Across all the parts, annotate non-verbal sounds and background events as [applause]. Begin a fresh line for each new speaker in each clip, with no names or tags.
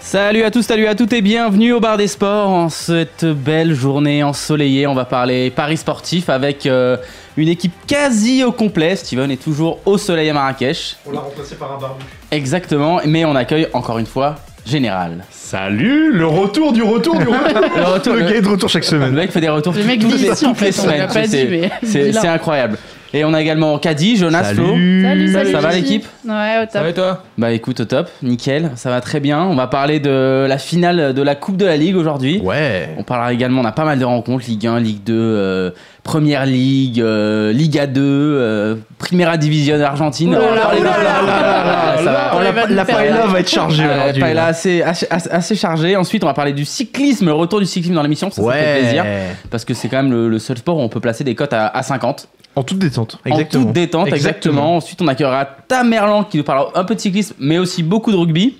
Salut à tous, salut à toutes et bienvenue au Bar des Sports en cette belle journée ensoleillée. On va parler Paris sportif avec euh, une équipe quasi au complet. Steven est toujours au soleil à Marrakech.
On l'a remplacé par un barbu.
Exactement, mais on accueille encore une fois Général.
Salut, le retour du retour du retour.
Le retour,
[laughs] le
le-
gars est de retour chaque
Le
semaine.
mec fait des retours
Le mec
toutes,
glisse,
les,
en
toutes
fait,
les
on
semaines.
l'a pas
tu sais,
dit, mais
C'est
dis-leur.
c'est incroyable. Et on a également Caddy, Jonas, Flo.
Salut, salut,
Ça va,
Gigi.
l'équipe
Ouais, au top.
Bah écoute, au top, nickel, ça va très bien. On va parler de la finale de la Coupe de la Ligue aujourd'hui.
Ouais.
On parlera également, on a pas mal de rencontres, Ligue 1, Ligue 2, euh, Première Ligue, euh, Liga 2, euh, Primera Division Argentine.
Ouh là
On va
là,
parler
Oh
ouh
de-
là là
Ah, ça va.
On
la
les va
la
nous faire
paella
rire.
va être chargée
Euh,
aujourd'hui.
Paella assez, assez, assez chargée. Ensuite, on va parler du cyclisme, le retour du cyclisme dans l'émission. Ça, ça fait plaisir.
Ouais.
Parce que c'est quand même le, le seul sport où on peut placer des cotes à, à 50.
En toute détente.
En toute détente, exactement. Ensuite, on accueillera Tamerlan qui nous parlera un peu de cyclisme, mais aussi beaucoup de rugby.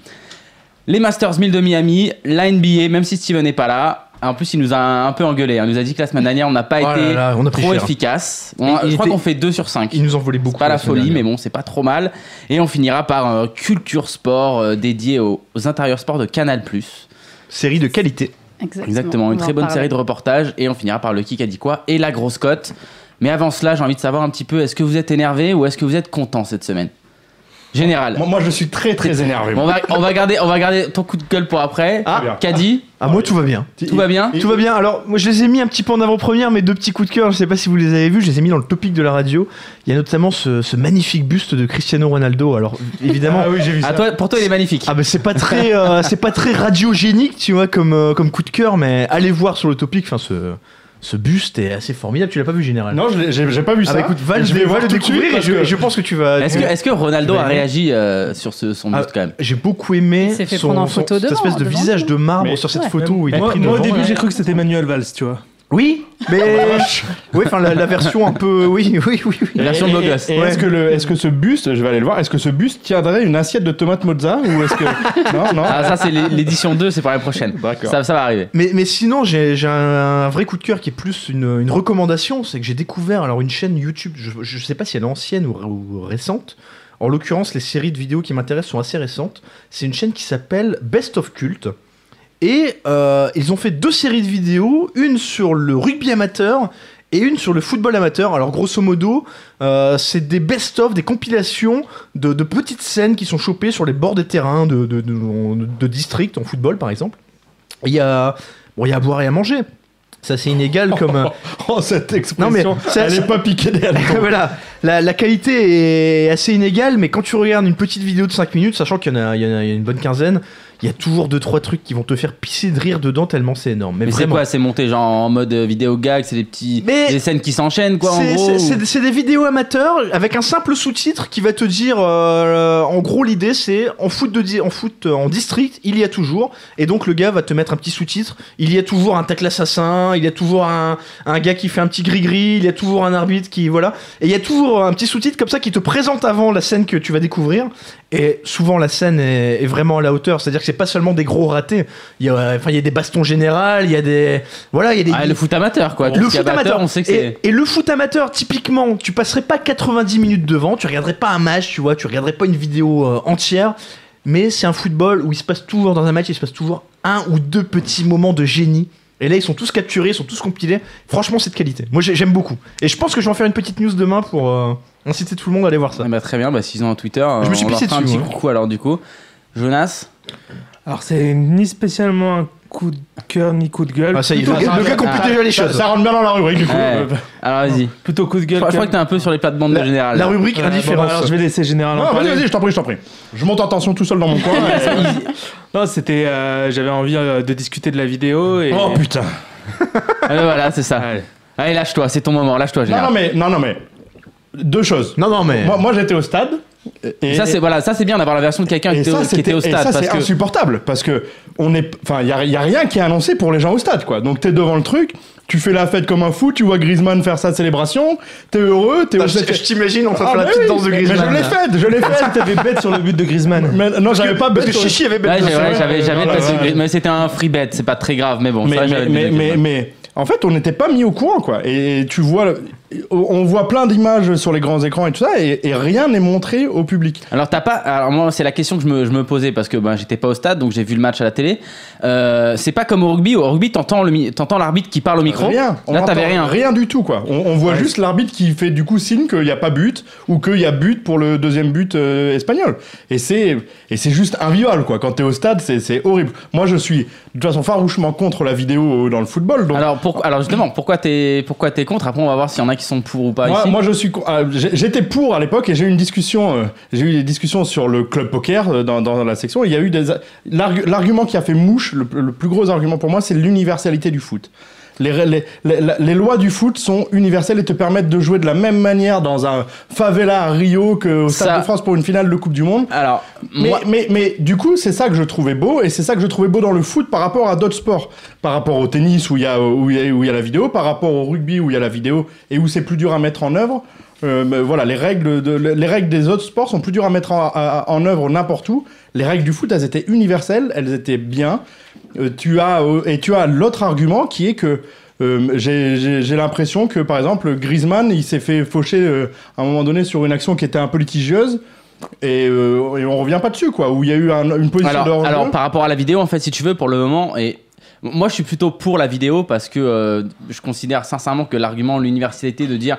Les Masters 1000 de Miami, la NBA, même si Steven n'est pas là. En plus, il nous a un peu engueulé. hein. Il nous a dit que la semaine dernière, on n'a pas
Oh
été
là là, on a pris
trop
cher.
efficace. On a-
Il
je crois
était-
qu'on fait 2 sur 5.
Il nous en volait beaucoup.
C'est pas la
semaine
folie, mais
dernière.
bon, c'est pas trop mal. Et on finira par un culture sport euh, dédié aux, aux intérieurs sports de Canal+.
Série de qualité.
Exactement.
Exactement,
On
une
va
très
en
bonne
parler.
série de reportages. Et on finira par le qui a dit quoi et la grosse cote. Mais avant cela, j'ai envie de savoir un petit peu, est-ce que vous êtes énervé ou est-ce que vous êtes content cette semaine Général.
Moi, moi, je suis très très énervé.
On va, on, va garder, on va garder ton coup de gueule pour après.
Ah.
Caddy,
Ah, moi, tout va bien.
tout va bien
Tout va bien. Alors, moi, je les ai mis un petit peu en avant-première, mes deux petits coups de cœur. Je sais pas si vous les avez vus. Je les ai mis dans le topic de la radio. Il y a notamment ce, ce magnifique buste de Cristiano Ronaldo. Alors, évidemment.
Ah oui, j'ai vu
Ah,
ça.
toi, Pour toi, il est magnifique.
Ah bah c'est pas
[laughs]
très euh, c'est pas très radiogénique tu vois comme euh, comme coup de cœur mais allez voir sur le topic enfin ce ce buste est assez formidable tu l'as pas vu général
Non, je l'ai- j'ai j'ai pas vu
ah
ça.
bah écoute va,
Et
le-
je vais
va
voir
le
tout de suite.
découvrir et
parce
je,
que-
je pense que tu vas
Est-ce que, est-ce que Ronaldo
Tu
a
vas aimer.
réagi euh, sur ce, son
Ah,
but quand même
j'ai beaucoup aimé
Il s'est fait prendre
son,
en photo
son- cette
devant-
espèce de
devant
visage
lui.
de marbre
Mais-
sur cette photo où il est
Moi,
pris
moi, au
devant,
début,
là.
j'ai cru que c'était Manuel Valls, tu vois. Oh,
oui
[laughs]
mais oui enfin la, la version un peu oui oui oui, oui.
La version de
Et-
Douglas.
et- et Est-ce que, le- est-ce que ce buste, je vais aller le voir, est-ce que ce buste tiendrait une assiette de tomates mozza ou [laughs] est-ce que. non, non.
Ah, ça, c'est l'é- l'édition 2, c'est pour l'année prochaine.
D'accord.
Ça, ça va arriver.
Mais, mais sinon, j'ai j'ai un vrai coup de cœur qui est plus une, une recommandation, c'est que j'ai découvert alors une chaîne YouTube, je, je sais pas si elle est ancienne ou, ou récente. En l'occurrence, les séries de vidéos qui m'intéressent sont assez récentes. C'est une chaîne qui s'appelle Best of Cult. Et euh, ils ont fait deux séries de vidéos, une sur le rugby amateur et une sur le football amateur. Alors grosso modo, euh, c'est des best-of, des compilations de, de petites scènes qui sont chopées sur les bords des terrains de, de, de- de districts en football par exemple. Il y a, bon, il y a à boire et à manger. Ça c'est inégal comme... euh, [laughs]
Oh, cette
Non, mais
expression.
ça-
elle est pas piquée des [laughs]
voilà, la, la qualité est assez inégale, mais quand tu regardes une petite vidéo de 5 minutes, sachant qu'il y, en a- il y en a une bonne quinzaine, il y a toujours 2-3 trucs qui vont te faire pisser de rire dedans tellement c'est énorme. Mais,
Mais c'est
vraiment.
quoi C'est monté genre en mode euh, vidéo gag, c'est des petits
Mais-
des scènes qui s'enchaînent quoi en
C'est-
gros.
c'est-
ou-
C'est c'est des vidéos amateurs avec un simple sous-titre qui va te dire, euh, en gros, l'idée c'est en foot de di- en foot euh, en district, il y a toujours, et donc le gars va te mettre un petit sous-titre. Il y a toujours un tacle assassin, il y a toujours un, un gars qui fait un petit gris-gris, il y a toujours un arbitre qui voilà, et il y a toujours un petit sous-titre comme ça qui te présente avant la scène que tu vas découvrir. Et souvent la scène est, est vraiment à la hauteur, c'est-à-dire que c'est pas seulement des gros ratés. Il y a, euh, enfin, il y a des bastons générales, il y a des voilà, il y a des
Ah, le foot amateur quoi. Tout
le
ce qui est
foot amateur,
on sait que
et,
c'est
et le foot amateur, typiquement, tu passerais pas 90 minutes devant, tu regarderais pas un match, tu vois, tu regarderais pas une vidéo euh, entière, mais c'est un football où il se passe toujours dans un match, il se passe toujours un ou deux petits moments de génie. Et là, ils sont tous capturés, ils sont tous compilés. Franchement, c'est de qualité. Moi, j'ai- j'aime beaucoup. Et je pense que je vais en faire une petite news demain pour euh, inciter tout le monde à aller voir ça.
Ah bah, très bien, bah s'ils ont un Twitter, euh,
Je me suis
on leur
pissé
fera un
dessus,
petit
hein.
ouais.
coucou alors du coup.
[laughs]
Jonas,
Alors, c'est ni spécialement un coup de cœur ni coup de gueule.
Ah, ça y est,
Plutôt-
le gars- le gars compile déjà les
Ça,
choses.
ça rentre bien dans la rubrique, du coup. Euh,
Ouais. alors vas-y.
Plutôt coup de
Je
gueule.
crois, je crois
que-
que t'es un peu sur les plates-bandes de général.
La
là.
rubrique
Voilà, bon,
indifférence.
alors, je vais laisser Général en
Non, vas-y,
parler.
vas-y, je t'en prie, je t'en prie. Je monte en tension tout seul dans mon coin. et-
[laughs] Non, c'était. euh, J'avais envie euh, de discuter de la vidéo. Et...
[laughs] Oh putain.
Ah, voilà, c'est ça.
Ouais.
Allez, lâche-toi, c'est ton moment, lâche-toi
Non, non,
général.
mais, non, non, mais. Deux choses.
Non, non, mais.
Moi, moi, j'étais au stade Et-
ça c'est voilà, ça c'est bien d'avoir la version de quelqu'un qui,
et
était au-
ça,
qui
c'était-
était au
et
stade
ça,
parce
c'est
que
insupportable parce que on est, enfin, il y a, y a rien qui est annoncé pour les gens au stade, quoi. Donc t'es devant le truc, tu fais la fête comme un fou, tu vois Griezmann faire sa célébration, t'es heureux, t'es.
Putain, Je je t'imagine en train de
Ah,
faire la
mais
petite
oui,
danse de
mais
Griezmann.
je l'ai faite, je l'ai faite.
T'avais
[laughs]
bête sur le but de Griezmann.
Mais non, j'avais pas
Parce
bête
que
sur-
Chichi avait
Ouais,
bête
j'ai-
dessus.
ouais, j'avais j'avais
Oh
pas
là
ce
là.
gris- mais c'était un free bet, c'est pas très grave mais bon
mais,
ça
mais,
j'avais
mais,
déjà-
mais- mais- en fait, on n'était pas mis au courant, quoi. Et, tu vois, le- on voit plein d'images sur les grands écrans et tout ça, et, et rien n'est montré au public.
Alors t'as pas. Alors moi c'est la question que je me, je me posais parce que ben j'étais pas au stade donc j'ai vu le match à la télé. Euh, c'est pas comme au rugby. Au rugby t'entends le mi- t'entends l'arbitre qui parle au micro.
Rien. On
Là t'avais
entend
rien.
Rien du tout, quoi. On, on voit
Ouais.
juste l'arbitre qui fait du coup signe qu'il n'y a pas but ou qu'il y a but pour le deuxième but euh, espagnol. Et c'est et c'est juste invivable, quoi. Quand t'es au stade, c'est- c'est horrible. Moi, je suis de toute façon farouchement contre la vidéo euh, dans le football. Donc
Alors pour, alors justement pourquoi t'es pourquoi t'es contre Après on va voir s'il y en a qui sont pour ou pas
Moi,
ici.
moi, je suis. con- ah, j'ai- J'étais pour à l'époque et j'ai eu une discussion. euh, j'ai eu des discussions sur le club poker euh, dans, dans la section. et Il y a eu des. a- l'argu- L'argument qui a fait mouche, le, le plus gros argument pour moi, c'est l'universalité du foot. Les, ré- les- les- la- les lois du foot sont universelles et te permettent de jouer de la même manière dans un favela à Rio qu'au Stade
Ça-
de France pour une finale de Coupe du Monde.
alors
Mais,
moi
mais, mais du coup, c'est ça que je trouvais beau, et c'est ça que je trouvais beau dans le foot par rapport à d'autres sports. Par rapport au tennis où il y, a- où il y a- où il y a la vidéo, par rapport au rugby où il y a la vidéo et où c'est plus dur à mettre en œuvre. Euh, mais voilà, les règles, de, les règles des autres sports sont plus dures à mettre en, à- en œuvre n'importe où. Les règles du foot, elles étaient universelles, elles étaient bien. Euh, tu as, euh, et tu as l'autre argument qui est que euh, j'ai- j'ai j'ai l'impression que, par exemple, Griezmann, il s'est fait faucher euh, à un moment donné sur une action qui était un peu litigieuse. Et, euh, et on revient pas dessus, quoi. Où il y a eu un- une position de
alors,
hors-jeu.
alors par rapport à la vidéo en fait si tu veux pour le moment et moi je suis plutôt pour la vidéo parce que euh, je considère sincèrement que l'argument de l'universalité de dire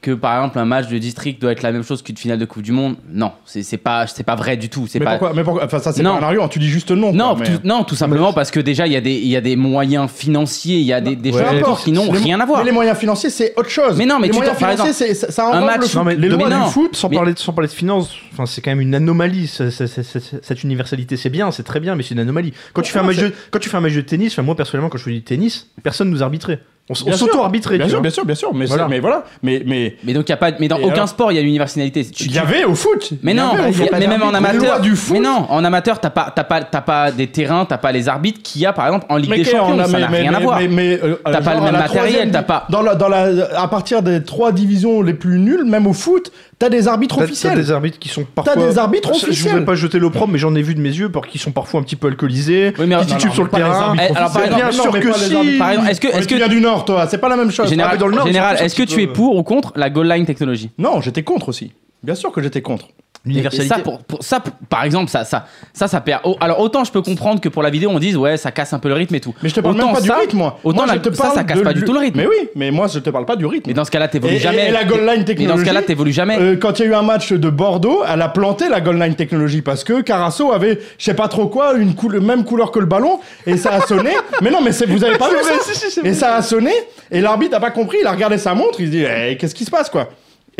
que par exemple un match de district doit être la même chose qu'une finale de Coupe du Monde non c'est c'est pas c'est pas vrai du tout c'est
mais
pas
pourquoi, mais pourquoi Enfin, ça, c'est
Non.
pas un argument. Tu dis juste non.
Non,
quoi, mais-
tout, non, tout simplement parce que déjà, il y, a des- il y a des moyens financiers, il y a des, des
Peu
choses
Bah, importe.
qui n'ont
Les-
rien à voir.
Mais les moyens financiers, c'est autre chose.
Mais non, mais
les
tu
moyens
t'en- par
financiers, c'est- ça, ça
un
englobe
match-
le
Non, mais les
Mais
lois
non.
du foot, sans,
Mais-
parler de, sans parler de finances, enfin, c'est quand même une anomalie. ça- ça- ça- ça- cette universalité, c'est bien, c'est très bien, mais c'est une anomalie. Quand tu, fais un match de, quand tu fais un match de tennis, enfin, moi personnellement, quand je fais du tennis, personne nous arbitrait. On, s- on
Bien sûr.
s'auto-arbitrait.
Bien
tu
sûr,
vois.
bien sûr, bien sûr. Mais c'est-
Voilà.
mais voilà. Mais mais
Mais donc, il y a pas, mais dans
Et
aucun
alors
sport, il y a une universalité. Tu-
il
tu-
y avait au foot.
mais
Il y
non,
avait au
il y a-
foot.
mais même en
Les lois
amateur.
du foot.
Mais non, en amateur, t'as pas, t'as pas, t'as pas des terrains, t'as pas les arbitres qu'il y a par exemple en Ligue
Mais
des
qu'est-ce qu'on
Champions.
a-
ça
mais-
n'a
mais-
rien à
mais-
voir.
mais- mais, euh,
T'as pas
genre
le
à
même
la
matériel,
troisième-
t'as pas-
Dans la, dans la, à partir des trois divisions les plus nulles, même au foot, t'as des arbitres
T'as- T'as
officiels.
des arbitres qui sont parfois.
des arbitres
Je- Je
officiels.
voudrais pas jeter l'opprobre, mais j'en ai vu de mes yeux, par qui sont parfois un petit peu alcoolisés,
Oui, mais-
qui
non,
titubent
non,
sur le
pas les
terrain.
arbitres
Eh, alors, par
officiels.
exemple-
bien
non,
sûr
mais
que
pas les
si.
arbitres.
Par exemple, est-ce que,
Mais
est-ce
tu
que,
viens du Nord, toi, c'est pas la même chose.
général,
dans le Nord,
général,
c'est
est-ce que
un petit
tu es
peu-
pour ou contre la goal line technologie
Non, j'étais contre aussi. Bien sûr que j'étais contre.
L'universalité.
Ça, pour, pour- ça, pour- par exemple, ça, ça, ça, ça perd. Oh, alors autant je peux comprendre que pour la vidéo, on dise ouais, ça casse un peu le rythme et tout.
Mais je te parle
autant
même pas
ça-
du rythme, moi.
Autant
moi,
la-
je te
ça,
parle
ça casse
de
pas du tout le rythme.
Mais oui, mais moi, je te parle pas du rythme.
Mais dans ce cas-là,
Et-
t'évolues
et-
jamais.
et la goal line
Mais dans ce cas-là,
technologie,
t'évolues jamais.
Euh, quand il y a eu un match de Bordeaux, elle a planté la goal line technology parce que Carasso avait, je sais pas trop quoi, une couleur, même couleur que le ballon et ça a
[laughs]
sonné. mais non, mais c'est- vous avez pas vu
C'est vrai,
ça
si, si, c'est
Et
vrai.
ça a sonné et l'arbitre a pas compris. Il a regardé sa montre, il se dit Eh, qu'est-ce qui se passe quoi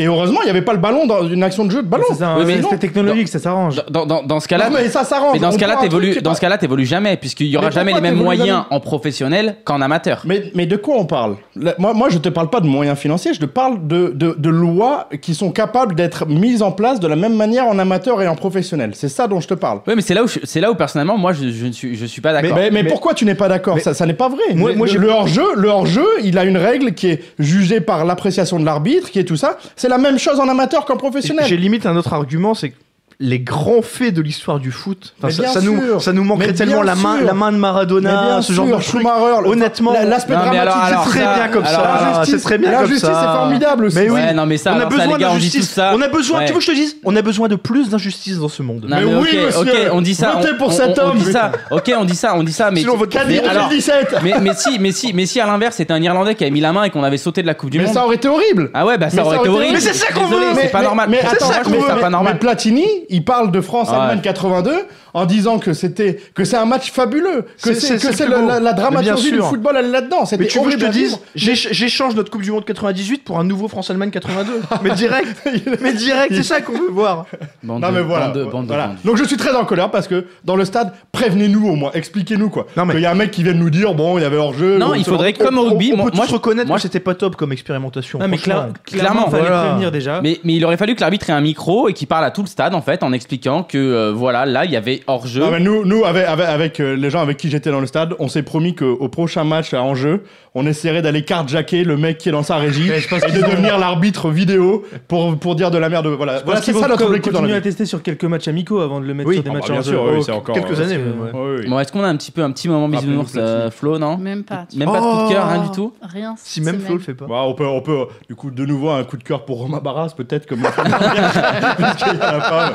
Et heureusement, il y avait pas le ballon dans une action de jeu de ballon.
C'est ça,
Oui, mais
un
non.
aspect technologique, ça s'arrange.
Dans, dans- dans ce
Non,
cas-là,
mais ça s'arrange.
mais dans ce
On
cas-là,
prend un truc qui
t'évolues.
est
Dans
pas-
ce cas-là, t'évolues jamais, puisqu'il y aura
Mais
jamais les
pourquoi
mêmes
t'évolues
moyens en professionnel qu'en amateur.
Mais, mais de quoi on parle Là, moi, moi, je te parle pas de moyens financiers, je te parle de, de, de lois qui sont capables d'être mises en place de la même manière en amateur et en professionnel. C'est ça dont je te parle.
Oui, mais c'est là où je- c'est là où personnellement, moi, je, je ne suis je suis pas d'accord.
Mais, mais
Mais-
pourquoi tu n'es pas d'accord
Mais-
Ça, ça n'est pas vrai.
Moi-
Le-
moi, j'ai-
le hors-jeu, le hors-jeu, il a une règle qui est jugée par l'appréciation de l'arbitre, qui est tout ça. C'est la même chose en amateur qu'en professionnel.
J'ai limite un autre argument, c'est que les grands faits de l'histoire du foot, enfin,
Mais
ça,
bien
ça nous,
sûr.
ça nous manquerait
Mais
tellement
bien
la main,
sûr.
la main de
Mais
Maradona,
bien
ce
sûr,
genre de truc.
Schumacher, le-
Honnêtement,
la- l'aspect
Non, mais
dramatique,
alors-
c'est
alors,
très-
très
ça-
bien comme
alors,
ça.
alors,
c'est très bien comme
L'injustice, c'est
ça.
formidable aussi.
Mais oui.
Ouais, non, mais ça,
on a
alors, ça,
besoin
les gars, on dit
d'injustice.
tout ça.
On a besoin.
Ouais.
Tu veux que je te dise On a besoin de plus d'injustice dans ce monde.
Non,
Mais
ok,
oui, monsieur,
ok, on dit ça.
votez
on-
pour
on-
cet
on- on
homme.
dit ça. Ok, on dit ça, on dit ça. Mais
Sinon, votre
mais
Cadet
alors-
2017
mais, mais si, mais si, mais si à l'inverse, c'était un Irlandais qui avait mis la main et qu'on avait sauté de la Coupe du
Mais
Monde.
ça aurait été horrible
Ah ouais, bah ça
Mais
aurait été horrible.
Mais Ah, c'est ça qu'on
Désolé,
veut.
C'est pas
mais-
normal.
Mais
Attends,
attends,
moi, je trouve ça
mais-
pas normal.
mais Platini, il parle de France-Allemagne
Ouais.
82. en disant que c'était que c'est un match fabuleux,
C'est-
que c'est
c'est-
que
c'est
c'est
le
la,
plus beau.
la- la
Mais bien
dramaturgie du
sûr.
football, elle est là-dedans. C'était
Mais tu veux que je te
horrible à
dise,
vivre.
j'éch- j'échange notre Coupe du Monde 98 pour un nouveau France-Allemagne 82. mais direct, mais direct, c'est ça qu'on veut voir.
[laughs] Bande
Non
de-
mais voilà.
bande de- bande de
voilà.
bandits.
Donc je suis très en colère parce que dans le stade, prévenez-nous au moins, expliquez-nous quoi.
Non, mais-
Qu'il y a un mec qui vient de nous dire bon, il y avait hors jeu.
Non, il faudrait comme
Oh,
au rugby.
on
moi-
peut
moi,
tous reconnaître
moi,
que c'était pas top comme expérimentation.
Non, mais
franchement.
cla- clairement,
Clairement,
fallait
voilà.
prévenir déjà.
Mais, mais il aurait fallu que l'arbitre ait un micro et qu'il parle à tout le stade en fait en expliquant que euh, voilà là il y avait hors jeu.
Ah,
Non, mais nous, nous avec, avec, avec, euh, les gens avec qui j'étais dans le stade, on s'est promis qu'au prochain match à enjeu, on essaierait d'aller carjacker le mec qui est dans sa régie
Ouais, je pense
et de devenir l'arbitre vidéo pour, pour dire de la merde. Voilà, voilà
Parce
c'est
qu'ils
ça
vont
notre
co-
objectif dans
continuer
la
à
vie.
tester sur quelques matchs amicaux avant de le mettre
Oui,
sur des
ah bah,
matchs
bien
en jeu.
sûr, oui,
Oh,
c'est encore- euh,
Quelques
parce
années.
que-
mais ouais.
Oui, oui.
Bon est-ce qu'on a un petit peu un petit moment
Rappelez-nous
bisounours euh,
Platini.
Flo non
Même pas. tu-
Même pas de coup de cœur rien
Oh
du tout.
Rien.
Si même
c'est
Flo le fait pas.
Bah, on peut, on peut, euh, du coup, de nouveau un coup de cœur pour Romain Barras, peut-être, comme le fait Pierre, puisqu'il y en a pas,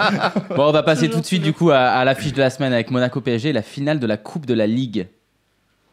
ouais.
Bon on va passer
Toujours,
tout de suite du
toujours.
coup à, à l'affiche de la semaine avec Monaco PSG la finale de la Coupe de la Ligue.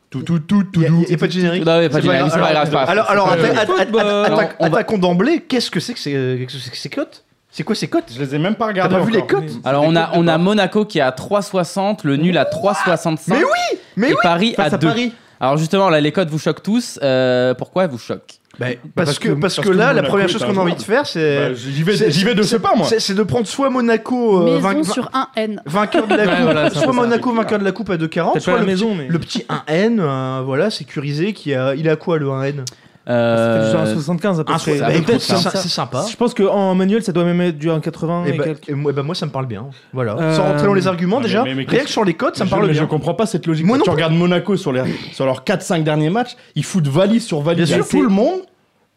Tout, tout, tout, tout,
Il
doux.
n'y a pas de générique.
Non, mais pas de générique, c'est pas grave, c'est pas grave.
Alors, alors,
C'est pas
atta-
grave.
atta-
Bah,
atta-
Football.
atta-
On va-
attaquons d'emblée, qu'est-ce que c'est que ces- euh, qu'est-ce que c'est que ces cotes C'est quoi ces cotes
Je les ai même pas
T'as
regardés.
pas vu les
Ah encore.
cotes
Alors on a on a Monaco qui est à 3,60 le nul à 3,65.
Mais
oui
mais
et
oui,
Paris
Face
à
à
2.
Paris
Alors justement là les codes vous choquent tous. euh, pourquoi elles vous choquent
Bah, parce, que, parce que là, la première chose qu'on a envie de faire,
Bah,
c'est.
J'y vais,
c'est-
j'y vais de ce
c'est-
pas, moi.
C'est c'est de prendre soit Monaco euh,
Maison
vain- vain-
sur un N.
vainqueur de la
Ouais,
coupe,
voilà, c'est un
soit
peu ça.
Monaco vainqueur de la coupe à 2,40,
Peut-être pas
soit
la
Ah, le,
maison,
petit-
mais.
le petit 1N, euh, voilà, sécurisé, qui a, il a quoi le 1N Ah,
C'était du genre
Euh,
75 à peu
Un
près.
soit-
ça
bah,
va
écoute,
être
hein.
c'est
sympa.
sy- c'est sympa.
Je pense qu'en manuel, ça doit même être du 1,80
Et
et
bah,
quelques.
et moi- bah, moi ça me parle bien, voilà.
Euh,
Sans rentrer dans les arguments
mais-
déjà,
mais- mais
rien que sur les cotes, ça me
Je-
parle
mais
bien.
Je comprends pas cette logique.
Moi
Quand
non
tu
plus.
regardes Monaco sur, les, sur leurs 4-5 derniers matchs, ils foutent valise sur valise.
Bien
Il y a
sûr.
tout le monde.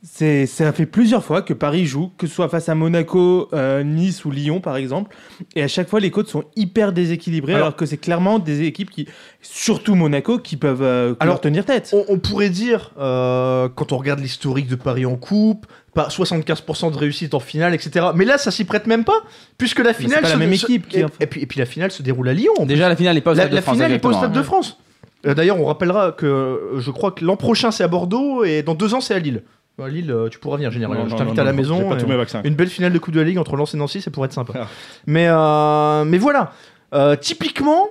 C'est, ça fait plusieurs fois que Paris joue, que ce soit face à Monaco, euh, Nice ou Lyon par exemple, et à chaque fois les côtes sont hyper déséquilibrées, alors,
Alors-
que c'est clairement des équipes qui, surtout Monaco, qui peuvent euh,
Alors-
leur tenir tête.
On, on pourrait dire, euh, quand on regarde l'historique de Paris en coupe, pas 75% de réussite en finale, etc. Mais là, ça s'y prête même pas, puisque la
c'est
finale.
pas la
se-
même
se-
équipe qui-
et, et puis, et puis la finale se déroule à Lyon.
Déjà la finale est pas au
la
Stade de
la
France,
finale est pas au
exactement,
Stade de France. Euh, D'ailleurs, on rappellera que euh, je crois que l'an prochain, c'est à Bordeaux et dans deux ans, c'est à Lille. À Lille, euh, tu pourras venir, général.
Non,
je
non,
t'invite
non,
à la
non,
maison.
J'ai pas
et-
tous mes vaccins.
[laughs] une belle finale de Coupe de la Ligue entre Lens et Nancy, ça pourrait être sympa.
Ah.
Mais, euh, mais voilà, Euh, typiquement,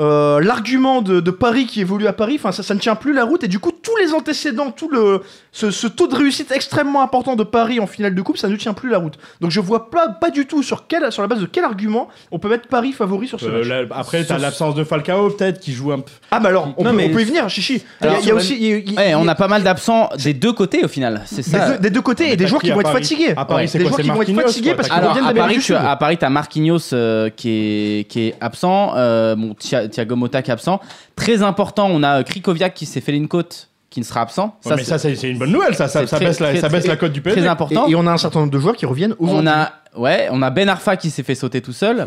euh, l'argument de, de Paris qui évolue à Paris, 'fin, ça, ça ne tient plus la route. Et du coup, tous les antécédents, tout le, ce, ce taux de réussite extrêmement important de Paris en finale de Coupe, ça ne tient plus la route. Donc je vois pas, pas du tout sur, quel, sur la base de quel argument on peut mettre Paris favori sur ce
Euh,
match.
là, après, t'as l'absence de Falcao, peut-être, qui joue un peu.
Ah, bah alors, on,
Non,
peut,
mais-
on peut y venir, chichi. Il y a-
Alors,
il y a aussi. il y a- il y a-
Ouais, Eh, on a pas mal d'absents des deux côtés au final, c'est
des,
ça.
deux, des deux côtés et des
t'as
joueurs
qui
qui
à
vont être
Paris
fatigués.
À Paris,
Ouais.
c'est
Des
quoi,
joueurs
c'est
qui vont être
Marquinhos,
fatigués
quoi,
parce
t'as-
qu'ils
Alors
reviennent
à
d'Amérique
Paris,
du
tu
Sud.
as, à Paris, t'as Marquinhos euh, qui est qui est absent, euh, bon Thia- Thiago Motta qui est absent. Très important, on a euh, Krikoviak qui s'est fait une côte, qui ne sera absent.
Ouais,
c'est-
mais ça, c'est c'est une bonne nouvelle, ça. Ça,
c'est
ça
très-
baisse, la,
très-
ça baisse
très-
la cote du
très
PSG.
important.
Et, et on a un certain nombre de joueurs qui reviennent
on
aujourd'hui.
a ouais, on a Ben Arfa qui s'est fait sauter tout
[laughs]
seul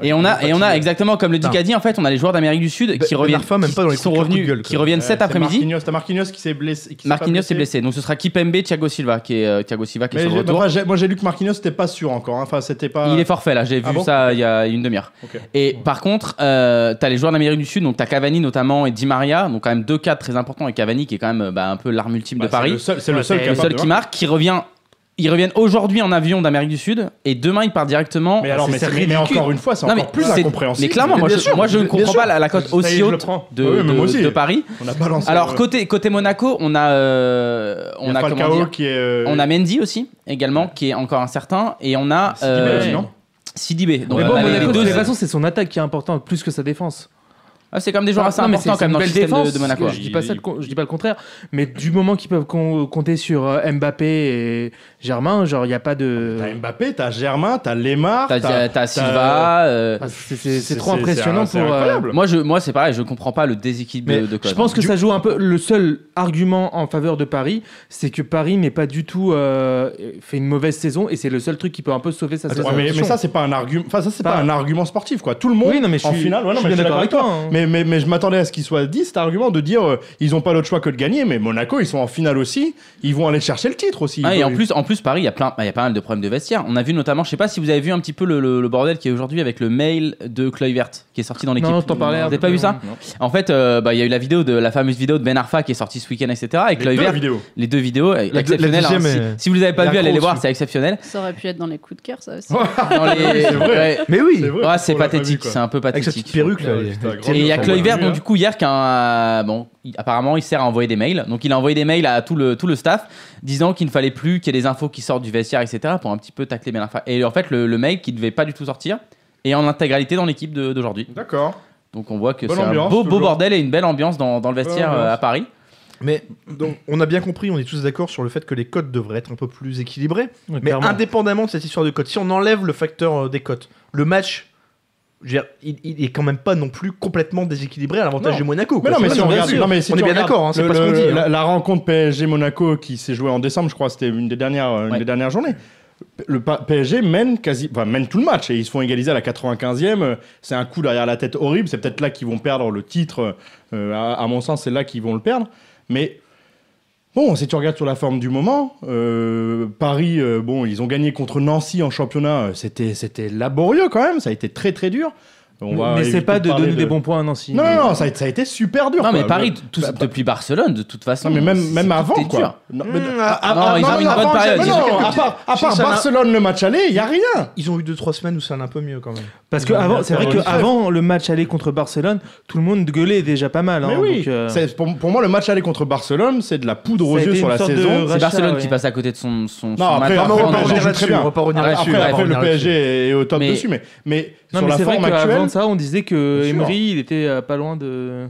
et on a et on a exactement comme le dit
Putain.
Caddy en fait, on a les joueurs d'Amérique du Sud qui
Ben
reviennent
Arfa, même
qui-
pas dans les
qui sont
coups de cœur,
revenus
coup de gueule,
qui
quoi.
reviennent cet
Ouais, Euh, c'est
après-midi.
Marquinhos, t'as Marquinhos qui s'est blessé. qui s'est pas
Marquinhos est blessé. Donc ce sera Kipembe, Thiago Silva qui est euh, Thiago Silva qui est
Mais
sur le
j'ai-
retour.
enfin, j'ai- moi j'ai lu que Marquinhos c'était pas sûr encore. hein. Enfin c'était pas.
Il est forfait là, j'ai vu
Ah bon
ça il y a une demi-heure.
Ok.
Et par contre, euh, t'as les joueurs d'Amérique du Sud, donc t'as Cavani notamment et Di Maria, donc quand même deux cas très importants et Cavani qui est quand même euh, bah, un peu l'arme ultime
Bah,
de Paris,
C'est le seul, c'est le
Ouais,
seul,
c'est
le
capable
seul
de
qui
marquer.
marque, qui revient. Ils reviennent aujourd'hui en avion d'Amérique du Sud et demain ils partent directement.
Mais alors,
C'est-
mais,
c'est
c'est- mais
ridicule.
encore une fois, c'est
Non,
encore plus
c'est-
incompréhensible.
Mais clairement,
Mais
moi,
bien
je,
sûr,
moi je ne
bien
comprends
sûr.
pas la, la cote
Ça y est,
aussi
je le
haute
prends.
de,
Ouais, ah mais moi
de-
aussi.
de Paris.
on a balancé.
Alors
euh,
côté côté Monaco, on a euh,
il y
on
a
a comment
Falcao
dire,
qui est. euh,
on a Mendy aussi également qui est encore incertain et on a
Sidibé
euh,
aussi, non
Sidibé. Donc
mais bon,
on a les- les
Monaco, de
deux-
toute façon, c'est son attaque qui est importante plus que sa défense.
Ah, c'est quand même des joueurs assez
Non, mais
importants quand
c'est- c'est
même
une
dans le
belle
système de- de,
défense,
Monaco.
Je dis pas ça, le con- je dis pas le contraire, mais du moment qu'ils peuvent con- compter sur euh, Mbappé et Germain, genre il y a pas de.
T'as Mbappé, t'as Germain, t'as Lemar,
T'as- T'as t'as Silva. euh,
Enfin, c'est- c'est- c'est
C'est-
trop
c'est-
impressionnant
c'est
pour. euh,
incroyable.
Moi, je, moi, c'est pareil. Je comprends pas le déséquilibre
Mais
de, hein. de code.
Je pense
hein.
que ça joue un peu. Le seul argument en faveur de Paris, c'est que Paris n'est pas du tout euh, fait une mauvaise saison et c'est le seul truc qui peut un peu sauver sa
Attends,
saison.
ouais, mais, mais ça c'est pas un argument. Enfin ça c'est pas
Pas-
un argument sportif quoi. Tout le monde
Oui, non, mais je
en
suis-
finale. ouais, non,
je suis
mais
bien
je suis
d'accord avec toi, hein.
Mais mais, mais, mais je m'attendais à ce qu'il soit dit cet argument de dire euh, ils n'ont pas l'autre choix que de gagner, mais Monaco, ils sont en finale aussi, ils vont aller chercher le titre aussi.
Ah,
Ils
et en
veulent-
plus, en plus Paris, il y a plein, bah, il y a pas mal de problèmes de vestiaire. On a vu notamment, je sais pas si vous avez vu un petit peu le, le- le bordel qui est aujourd'hui avec le mail de Kluivert qui est sorti dans l'équipe.
Non, t'en parlais.
Vous avez pas vu ça En fait, euh, bah, il y a eu la vidéo de la fameuse vidéo de Ben Arfa qui est sortie ce week-end, etc. Et
Les deux
Kluivert,
vidéos.
les deux vidéos, euh,
la
exceptionnelles.
deuxième
hein.
est-
si, si vous les avez pas
est
vues, allez les
accro
voir,
aussi.
c'est exceptionnel.
Ça aurait pu être dans les coups de cœur, ça aussi.
Dans les-
C'est vrai.
ouais.
Mais oui,
C'est vrai,
Ouais, Ah, c'est
on l'a pas vu,
pathétique,
quoi. Ah
c'est un peu
avec sa
pathétique.
petite perruque là.
Ouais,
elle-
putain,
elle-
grave.
Et il y a
On l'a
Chloé Vert,
vu,
donc
hein.
du coup hier, qui a un- euh, bon, il- apparemment il sert à envoyer des mails. Donc il a envoyé des mails à tout le, tout le staff disant qu'il ne fallait plus qu'il y ait des infos qui sortent du vestiaire, etc. pour un petit peu tacler Ben Arfa. Et en fait, le, le mail qui ne devait pas du tout sortir est en intégralité dans l'équipe de- d'aujourd'hui.
D'accord.
Donc on voit que
Bonne
c'est un
ambiance,
beau, beau
toujours.
bordel et une belle ambiance dans, dans le vestiaire
Bonne ambiance.
euh, à Paris.
Mais donc, on a bien compris, on est tous d'accord sur le fait que les cotes devraient être un peu plus équilibrées.
Ouais,
Mais
clairement.
indépendamment de cette histoire de cotes, si on enlève le facteur euh, des cotes, le match, je veux dire, il, il est quand même pas non plus complètement déséquilibré à l'avantage
Non.
de Monaco. quoi.
Mais non, mais
C'est
si
pas
on
bien
regarde,
sûr.
non, mais si
on
tu
est bien
regardes
d'accord, hein, c'est
le-
pas ce qu'on
le-
dit. hein.
La, la rencontre PSG Monaco qui s'est jouée en décembre, je crois, c'était une des dernières, euh, une
Ouais.
des dernières journées. Le Pa- PSG mène quasi, enfin, mène tout le match et ils se font égaliser à la 95e. euh, C'est un coup derrière la tête horrible. C'est peut-être là qu'ils vont perdre le titre. euh, à, à mon sens, c'est là qu'ils vont le perdre. Mais bon, si tu regardes sur la forme du moment, euh, Paris, euh, bon, ils ont gagné contre Nancy en championnat. euh, C'était, c'était laborieux quand même. Ça a été très très dur. On va
mais c'est
éviter
pas de
parler
donner des bons points à Nancy.
Non, non, non, ça a, ça a été super dur.
Non mais
quoi.
Paris,
Le-
tout-
bah,
depuis Barcelone, de toute façon.
non, mais même, même
c'est-
avant,
tout est dur.
quoi. Non, mais-
Mmh,
ah, ah,
non,
ah,
ils
non,
avaient une
non,
bonne
avant,
période,
mais
ils
non,
ont-
à part, à part
Ça n'a-
Barcelone, le match aller, il n'y a rien.
Ils ont eu 2-3 semaines où ça allait un peu mieux quand même.
Parce que
Ils ont
avant,
bien
c'est vrai
fait.
qu'avant le match aller contre Barcelone, tout le monde gueulait déjà pas mal.
Mais
hein,
oui,
donc, euh,
C'est- pour, pour moi, le match aller contre Barcelone, c'est de la poudre aux
Ça a
yeux
été
sur
une
la
sorte de
saison.
C'est
Rachat,
Barcelone
ouais.
qui passe à côté de son son.
Non,
son
après,
Ah,
match
après,
en-
on va
en-
revenir
en-
là-dessus, on va
pas revenir
Après,
là-dessus. hein.
après, le PSG est au top
Mais-
dessus, mais, mais
non,
sur
mais
la
c'est vrai
forme
qu'avant
actuelle,
ça, on disait que
Bien sûr.
Emery, il était euh, pas loin de.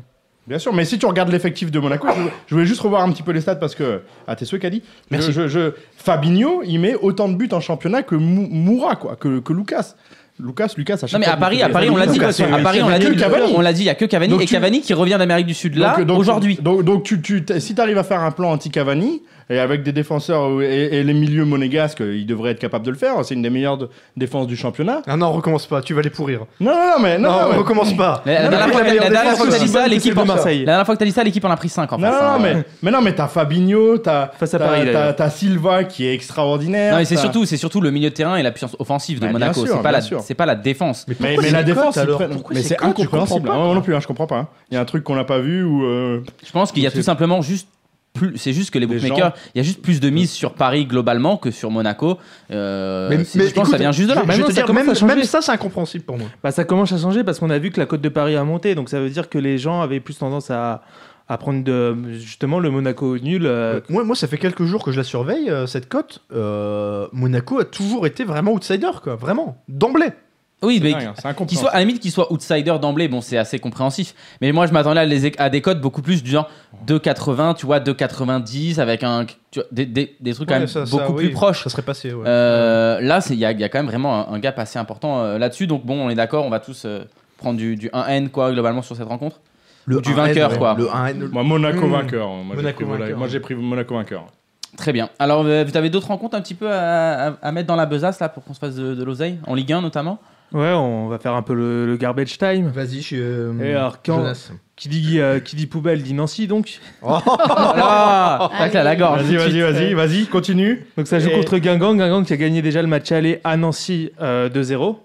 Bien sûr, mais si tu regardes l'effectif de Monaco, je, je voulais juste revoir un petit peu les stats parce que à tes souhaits, qu'a dit. Je-
Merci.
Je, je- Fabinho, il met autant de buts en championnat que Mou- Moura, quoi, que, que Lucas. Lucas, Lucas, à chaque
Non mais
fois,
à
il
Paris,
fait
à
des
Paris, on l'a dit.
Lucas,
À Paris, on l'a
Que
dit.
Cavani.
On l'a dit. Il y a que Cavani
Donc
et
tu-
Cavani qui revient d'Amérique du Sud là
Donc- donc-
aujourd'hui.
Donc, donc tu, tu, t'as- si tu arrives à faire un plan anti-Cavani, et avec des défenseurs euh, et, et les milieux monégasques, euh, ils devraient être capables de le faire. hein, C'est une des meilleures de- défenses du championnat.
Ah non, recommence pas, tu vas les pourrir.
Non, non, non, mais. Non,
Non,
non, mais-
recommence pas.
La, la
Non,
dernière
mais
fois-
la
la-
meilleure
la dernière fois que t'as dit
défense,
ça,
c'est
l'équipe
celle
en
de
la
Marseille.
dernière fois que t'as dit ça, l'équipe en a pris 5 en
Non,
face,
non,
hein.
non, mais, mais non, mais t'as Fabinho, t'as
Face à
t'as-
Paris,
t'as-
d'ailleurs.
t'as Silva qui est extraordinaire.
Non, mais c'est
t'as-
surtout, c'est surtout le milieu de terrain et la puissance offensive de
Ouais, bien
Monaco.
sûr,
C'est pas la,
bien sûr.
c'est pas la défense.
Mais,
pourquoi
mais
c'est
la
des
défense,
cotes,
ils
alors
prennent-
Pourquoi
mais
c'est
c'est
cotes, je
incompréhensible.
comprends pas,
Moi non plus, hein, je comprends pas. hein. Il y a un truc qu'on n'a pas vu ou. euh,
Je pense qu'il y a
C'est-
tout simplement juste plus, c'est juste que les
Des
bookmakers, il y a juste plus de mise sur Paris globalement que sur Monaco. Euh,
Mais-
c'est-
mais
je pense que ça
écoute,
vient juste de là.
je-
Maintenant,
je vais te
ça
dire,
commence à
même-
changer.
même ça, c'est incompréhensible pour moi.
Bah, ça commence à changer parce qu'on a vu que la cote de Paris a monté, donc ça veut dire que les gens avaient plus tendance à, à prendre de- justement le Monaco nul. euh,
Moi, moi, ça fait quelques jours que je la surveille, euh, cette cote. Euh, Monaco a toujours été vraiment outsider, quoi. Vraiment. D'emblée.
Oui, mais
dingue, hein, C'est
qu'il soit
incompréhensible.
à la limite qu'il soit outsider d'emblée, bon, c'est assez compréhensif. Mais moi, je m'attendais à, les- à des codes beaucoup plus du genre 2,80, tu vois, 2,90 avec un, tu vois, des, des- des trucs quand
Ouais,
même
ça- ça,
beaucoup
oui,
plus proches.
Ça serait passé, ouais.
Euh, là, c'est- il y, a il y a quand même vraiment un, un gap assez important euh, là-dessus. Donc bon, on est d'accord, on va tous euh, prendre du, du 1N quoi globalement sur cette rencontre.
le
du
1N,
vainqueur,
ouais.
quoi.
Le 1N, le-
Moi, Monaco
Mmh.
Hmm. vainqueur. hein. Moi, j'ai
Monaco
pris, voilà,
vainqueur.
moi, j'ai pris Monaco vainqueur.
Très bien. Alors, euh, vous avez d'autres rencontres un petit peu à, à- à mettre dans la besace là pour qu'on se fasse de, de l'oseille en Ligue 1 notamment.
Ouais, on va faire un peu le, le garbage time.
Vas-y, je suis. euh,
Et alors, quand-
Jonas.
Qui dit, euh, qui dit poubelle dit Nancy donc.
Ah, tacle à la gorge.
Vas-y, vas-y, vas-y, vas-y, continue.
Donc ça joue
Et-
contre Guingamp. Guingamp qui a gagné déjà le match aller à Nancy euh, 2-0.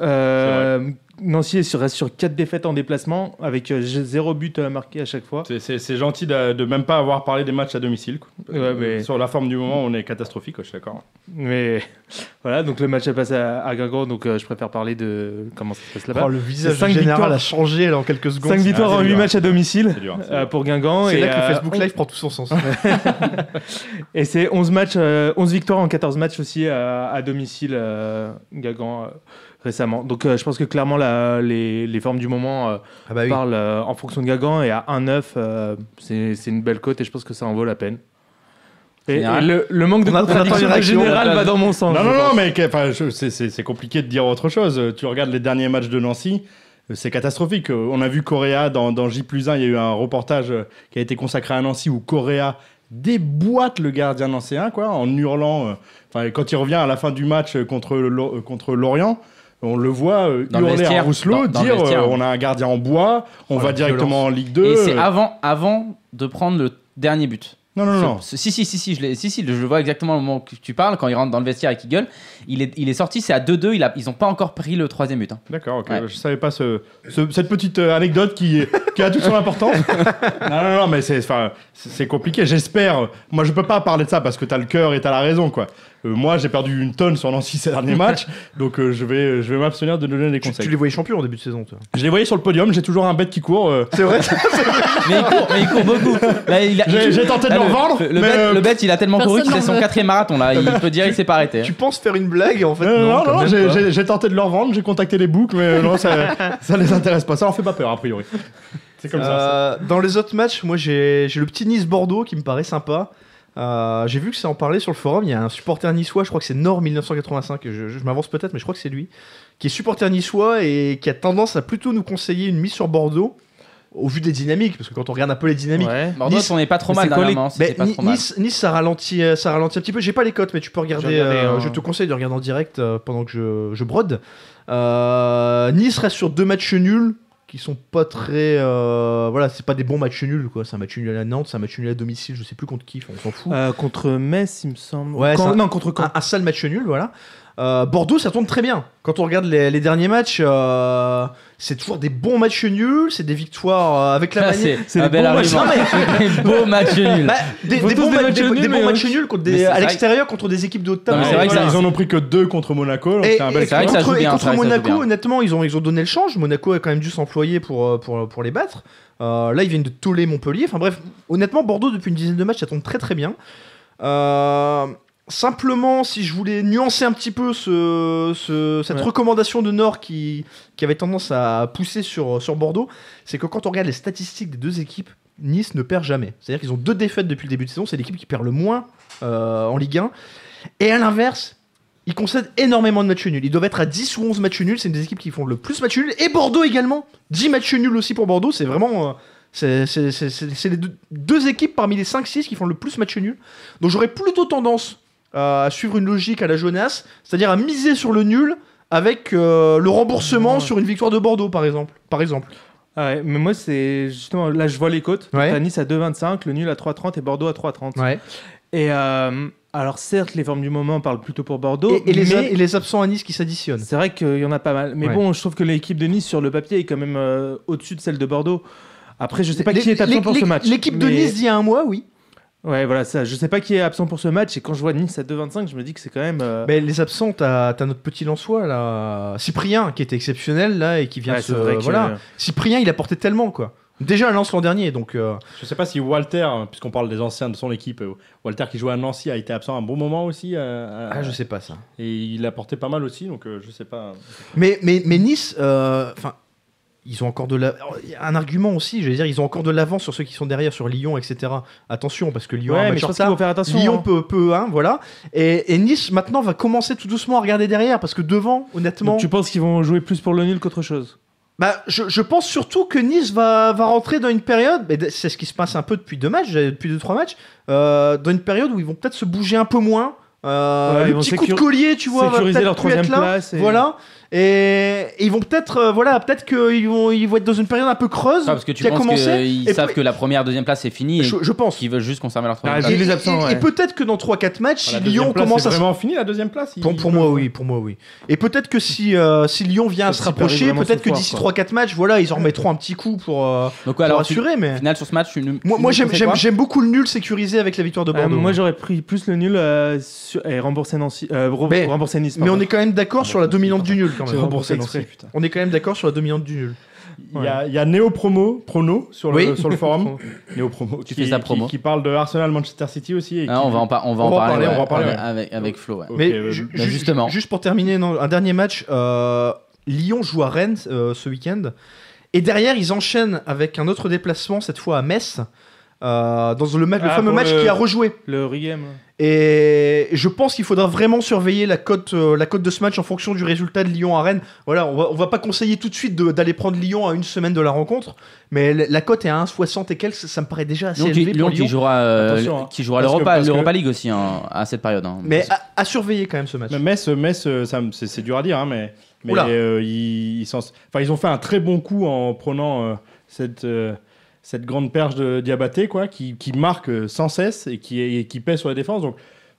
Euh, Nancy est sur- reste sur 4 défaites en déplacement avec 0 but euh, marqué à chaque fois.
C'est- C'est c'est gentil de, de même pas avoir parlé des matchs à domicile. quoi.
Ouais, mais-
euh, Sur la forme du moment, on est catastrophique, quoi, je suis d'accord. hein.
Mais [laughs] voilà, donc le match est passé à, à Guingamp, donc euh, je préfère parler de comment ça se passe là-bas.
Oh, le visage
cinq
du général
victoires.
a changé là, en quelques secondes. Ah,
5 victoires
c'est
en
dur.
8 matchs à domicile
C'est dur, hein.
[laughs]
c'est
euh,
dur.
pour Guingamp.
C'est
et,
là que
euh,
le Facebook Live prend tout son
[laughs]
sens.
Et c'est 11, matchs, euh, 11 victoires en 14 matchs aussi euh, à domicile, euh, Guingamp, euh, récemment. Donc euh, je pense que clairement la- les, les formes du moment euh,
ah bah oui.
parlent euh, en fonction de Guingamp et à 1-9, euh, c'est c'est une belle cote et je pense que ça en vaut la peine. Et, et
Général.
le, le manque de
On attend- on attend
contradiction
les
de
réactions.
général va dans mon sens.
Non,
je
non,
pense.
non, mais que- enfin, je- c'est- c'est c'est compliqué de dire autre chose. Euh, Tu regardes les derniers matchs de Nancy, euh, c'est catastrophique. Euh, On a vu Correa dans, dans J 1, il y a eu un reportage euh, qui a été consacré à Nancy où Correa déboîte le gardien nancéen, quoi, en hurlant. euh, Enfin, quand il revient à la fin du match euh, contre, le- euh, contre Lorient, On le voit euh,
Dans le
hurler à
vestiaire.
Rousselot,
Dans- dans le
dire
vestiaire.
euh, on a un gardien en bois, on
Oh,
va
la
directement
violence.
en Ligue 2.
Et c'est
euh,
avant, avant de prendre le dernier but.
Non, non,
Je-
non.
Si, si, si, si, je, l'ai- si, si, je le vois exactement au moment que tu parles, quand il rentre dans le vestiaire et qu'il gueule. Il est, il est sorti, c'est à 2-2, il a- ils n'ont pas encore pris le troisième but.
[laughs]
hein.
D'accord, ok.
Ouais.
Je savais pas ce, ce- cette petite euh, anecdote qui, qui a toute
[laughs]
son importance. non, non, non, mais c'est, enfin, c'est c'est compliqué. J'espère. Moi, je peux pas parler de ça parce que t'as le cœur et t'as la raison, quoi. Euh, moi, j'ai perdu une tonne sur Nancy ces
[laughs]
derniers matchs, donc euh, je vais, je vais m'abstenir de donner des
Tu,
conseils.
tu les voyais champions en début de saison, toi.
Je les voyais sur le podium. J'ai toujours un bête qui court. euh,
[laughs]
C'est vrai
Mais il court, mais il court beaucoup. Là, il a-
J'ai-
il-
j'ai tenté de
là,
le
le-
revendre,
Le,
mais,
bet,
euh,
le bet, il a tellement couru que
personne
c'est
n'en
son
veut.
quatrième marathon là. Il peut dire qu'il s'est pas arrêté.
Tu penses faire une blague et en fait.
non,
Euh,
Euh, non,
quand
non,
même
j'ai-
pas.
j'ai j'ai tenté de leur vendre, j'ai contacté les boucs, mais euh,
[laughs]
non, ça, ça les intéresse pas. Ça leur fait pas peur, a priori. C'est comme ça, ça.
Euh, Dans les autres matchs, moi j'ai j'ai le petit Nice-Bordeaux qui me paraît sympa. Euh, j'ai vu que c'est en parler sur le forum. Il y a un supporter niçois, je crois que c'est Nord 1985, je, je- je m'avance peut-être, mais je crois que c'est lui, qui est supporter niçois et qui a tendance à plutôt nous conseiller une mise sur Bordeaux au vu des dynamiques, parce que quand on regarde un peu les dynamiques.
Ouais.
Bordeaux,
Nice-
on n'est pas trop
Mais
mal
c'est collé-
dernièrement.
Ben,
C'était pas
Ni-
trop mal.
Nice, Nice, ça ralentit, euh, ça ralentit un petit peu. J'ai pas les cotes, mais tu peux regarder.
J'ai regardé,
euh,
hein.
Je te conseille de regarder en direct euh, pendant que je, je brode. Euh, nice reste sur deux matchs nuls qui sont pas très. euh, voilà, c'est pas des bons matchs nuls quoi. C'est un match nul à Nantes, c'est un match nul à domicile. Je sais plus contre qui, enfin, on s'en fout.
Euh, contre Metz, il me semble.
Ouais,
Quand-
ça-
Non, contre Caen.
un, un sale match nul, voilà. Euh, Bordeaux, ça tourne très bien. Quand on regarde les, les derniers matchs, euh, c'est toujours des bons matchs nuls, c'est des victoires euh, avec
Ça,
la manière.
C'est
c'est
un
des
bel
beaux
argument. [laughs] Des beaux matchs nuls.
Bah, des,
Faut
des
tous
bons,
des
ma-
matchs
des-
nuls,
des
mais
bons
ouais.
matchs nuls contre
Mais c'est
des, à
vrai que-
l'extérieur contre des équipes de haut de table.
Non, mais c'est
Voilà.
vrai que ça-
Ils en ont pris que deux contre Monaco, donc
Et,
c'est un bel
et
c'est vrai que ça
contre,
joue
et
bien,
contre
c'est vrai que ça joue
Monaco,
bien.
honnêtement, ils ont, ils ont donné le change. Monaco a quand même dû s'employer pour, euh, pour, pour les battre. Euh, là, ils viennent de toller Montpellier. Enfin bref, honnêtement, Bordeaux, depuis une dizaine de matchs, ça tombe très très bien. Euh, simplement, si je voulais nuancer un petit peu ce, ce- cette
Ouais.
recommandation de Nord qui, qui avait tendance à pousser sur, sur Bordeaux, c'est que quand on regarde les statistiques des deux équipes, Nice ne perd jamais. C'est-à-dire qu'ils ont deux défaites depuis le début de saison. C'est l'équipe qui perd le moins euh, en Ligue 1. Et à l'inverse, ils concèdent énormément de matchs nuls. Ils doivent être à 10 ou 11 matchs nuls. C'est une des équipes qui font le plus matchs nuls. Et Bordeaux également. 10 matchs nuls aussi pour Bordeaux. C'est vraiment. euh, c'est- c'est c'est- c'est- c'est les deux, deux équipes parmi les 5-6 qui font le plus matchs nuls. Donc j'aurais plutôt tendance euh, à suivre une logique à la Jonas, c'est-à-dire à miser sur le nul avec euh, le remboursement
Ouais.
sur une victoire de Bordeaux, par exemple. Par exemple.
Ah ouais, mais moi, c'est justement là, je vois les côtes.
Ouais.
T'as Nice à 2,25, le nul à 3,30 et Bordeaux à 3,30. Et euh, alors, certes, les formes du moment parlent plutôt pour Bordeaux.
Et, et les,
mais
et les absents à Nice qui s'additionnent.
C'est vrai qu'il y en a pas mal. Mais
Ouais.
bon, je trouve que l'équipe de Nice, sur le papier, est quand même euh, au-dessus de celle de Bordeaux. Après, je sais pas
L'é-
qui est absent
l'é-
pour
l'é-
ce match.
L'équipe de
mais-
Nice d'il y a un mois, oui.
Ouais, voilà, ça. Je sais pas qui est absent pour ce match. Et quand je vois Nice à 2,25, je me dis que c'est quand même. euh,
Mais les absents, t'as t'as notre petit Lançois, là. Cyprien, qui était exceptionnel, là, et qui vient
ouais,
de se.
c'est vrai que- euh,
voilà. Cyprien, il apportait tellement, quoi. Déjà à Lens l'an dernier, donc. euh,
Je sais pas si Walter, hein, puisqu'on parle des anciens de son équipe, euh, Walter qui jouait à Nancy a été absent un bon moment aussi. euh,
Ah, je sais pas ça.
Et il apportait pas mal aussi, donc euh, je sais pas.
Mais, mais, mais Nice, euh, enfin, ils ont encore de la. Alors, il y a Un argument aussi, j'allais dire, ils ont encore de l'avance sur ceux qui sont derrière, sur Lyon, etc. Attention, parce que Lyon a un
Ouais, mais
match
je
en
pense qu'il faut
retard.
faire attention.
Lyon
hein.
peut, peut, hein, voilà. Et, et Nice maintenant va commencer tout doucement à regarder derrière, parce que devant, honnêtement,
Donc, tu penses qu'ils vont jouer plus pour le nul qu'autre chose
Bah, je, je pense surtout que Nice va, va rentrer dans une période, mais c'est ce qui se passe un peu depuis deux matchs, euh, depuis deux trois matchs, euh, dans une période où ils vont peut-être se bouger un peu moins. Euh,
Ouais, ils
le
vont
petit coup de
sécur-
collier, tu vois, va
sécuriser
peut-être
leur
plus
troisième
être là.
place et-
Voilà. Et, et ils vont peut-être, euh, voilà, peut-être qu'ils vont, ils vont être dans une période un peu creuse.
Ah, parce que tu
qui a
penses
commencé,
qu'ils
et
savent
puis- Bah,
que la première, deuxième place c'est fini et
Je, je pense.
qu'ils veulent juste conserver leur
Ah,
troisième
Et,
place.
j'ai- les absents,
et-
ouais.
et peut-être que dans 3-4 matchs,
Ah, la
si
deuxième
Lyon
place,
commence
c'est
à se
vraiment fini la deuxième place il-
Pour, pour moi, oui, pour moi, oui. Et peut-être que si, euh, si Lyon vient à
Sauf
se
s'ils perdent
rapprocher,
vraiment ce
peut-être que
soir,
d'ici
quoi.
3-4 matchs, voilà, ils en remettront un petit coup pour, euh,
Donc ouais,
pour
alors tu-
assurer, mais.
au final sur ce match, tu nous- tu
Moi,
nous
moi, j'aime,
conseilles
j'aime-
quoi
j'aime beaucoup le nul sécurisé avec la victoire de
Ah,
Bordeaux.
Moi, j'aurais pris plus le nul euh, sur- et rembourser Nancy. euh, re-
Mais-
rembourser Nice.
mais
pardon.
on est quand même d'accord sur la dominante du nul quand
C'est
même.
remboursé exprès, putain.
On est quand même d'accord sur la dominante du nul.
Il y a, il y a Neo Promo, Prono sur le,
Oui.
sur
[laughs]
le forum. Neo Promo,
Tu
qui,
fais sa
qui-
promo.
Qui, parle de Arsenal Manchester City aussi. Et
Ah,
qui-
on va en, par- on va
On
en
va en
parler,
parler, on
ouais,
va en parler,
avec,
ouais.
avec, avec Flo. ouais.
Ok,
mais
euh,
ju-
bah,
ju-
justement.
juste pour terminer, non, un dernier match. euh, Lyon joue à Rennes euh, ce week-end. Et derrière, ils enchaînent avec un autre déplacement, cette fois à Metz, euh, dans le, ma- le
Ah,
fameux
pour
match
le-
qui a rejoué.
Le Rigame.
Et je pense qu'il faudra vraiment surveiller la cote, euh, la cote de ce match en fonction du résultat de Lyon à Rennes. Voilà, on va, on va pas conseiller tout de suite de- d'aller prendre Lyon à une semaine de la rencontre, mais la, la cote est à 1,60 et quelques, ça, ça me paraît déjà assez
Lyon, qui,
élevé pour
Lyon qui
Lyon.
jouera, euh,
Attention, hein.
qui jouera
Parce que-
l'Europa
parce que-
l'Europa League aussi hein, à cette période. hein.
Mais
Parce-
à, à surveiller quand même ce match.
Mais Metz, euh, Metz euh, ça me- c'est c'est dur à dire, hein, mais Mais
Oula.
euh, ils, ils s'en- enfin, ils ont fait un très bon coup en prenant euh, cette, euh, cette grande perche de Diabaté, quoi, qui, qui marque euh, sans cesse et qui, et qui pèse sur la défense. Donc,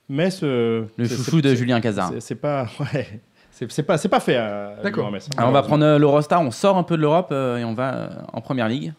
Metz. euh,
Le
c'est-
chouchou
c'est-
de
c'est-
Julien Cazard.
c'est- C'est pas. [laughs] Ouais. C'est c'est pas, c'est pas fait à
D'accord.
à Metz.
Alors on va prendre euh, l'Eurostar, on sort un peu de l'Europe euh, et on va euh, en première ligue.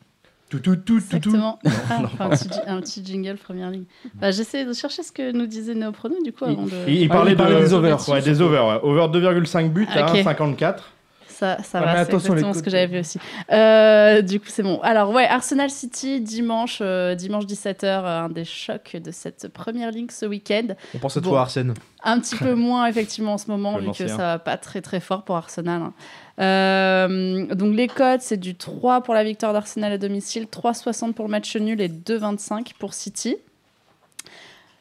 Tout, tout, tout, tout, tout.
Exactement. Ah, enfin, un, petit, ji- un petit jingle Première Ligue. Bah, J'essayais de chercher ce que nous disait Néoprono, du coup,
Il,
avant de.
il- il
Ah,
parlait
il parlait
de-
des overs,
Ouais, des overs. ouais. Over 2,5 buts hein, à
Ah, Ok.
1,54.
Ça, ça
Ouais, mais
va, c'est
attention,
exactement
les
ce que
côtes.
j'avais vu aussi. Euh, du coup, c'est bon. Alors, ouais, Arsenal City, dimanche, euh, dimanche 17h, un des chocs de cette première ligue ce week-end.
On pense à
Bon.
toi, Arsène.
Un petit
[laughs]
peu moins, effectivement, en ce moment,
Le
vu que
Mancien.
ça va pas très très fort pour Arsenal. hein. Euh, donc les codes, c'est du 3 pour la victoire d'Arsenal à domicile, 3,60 pour le match nul et 2,25 pour City.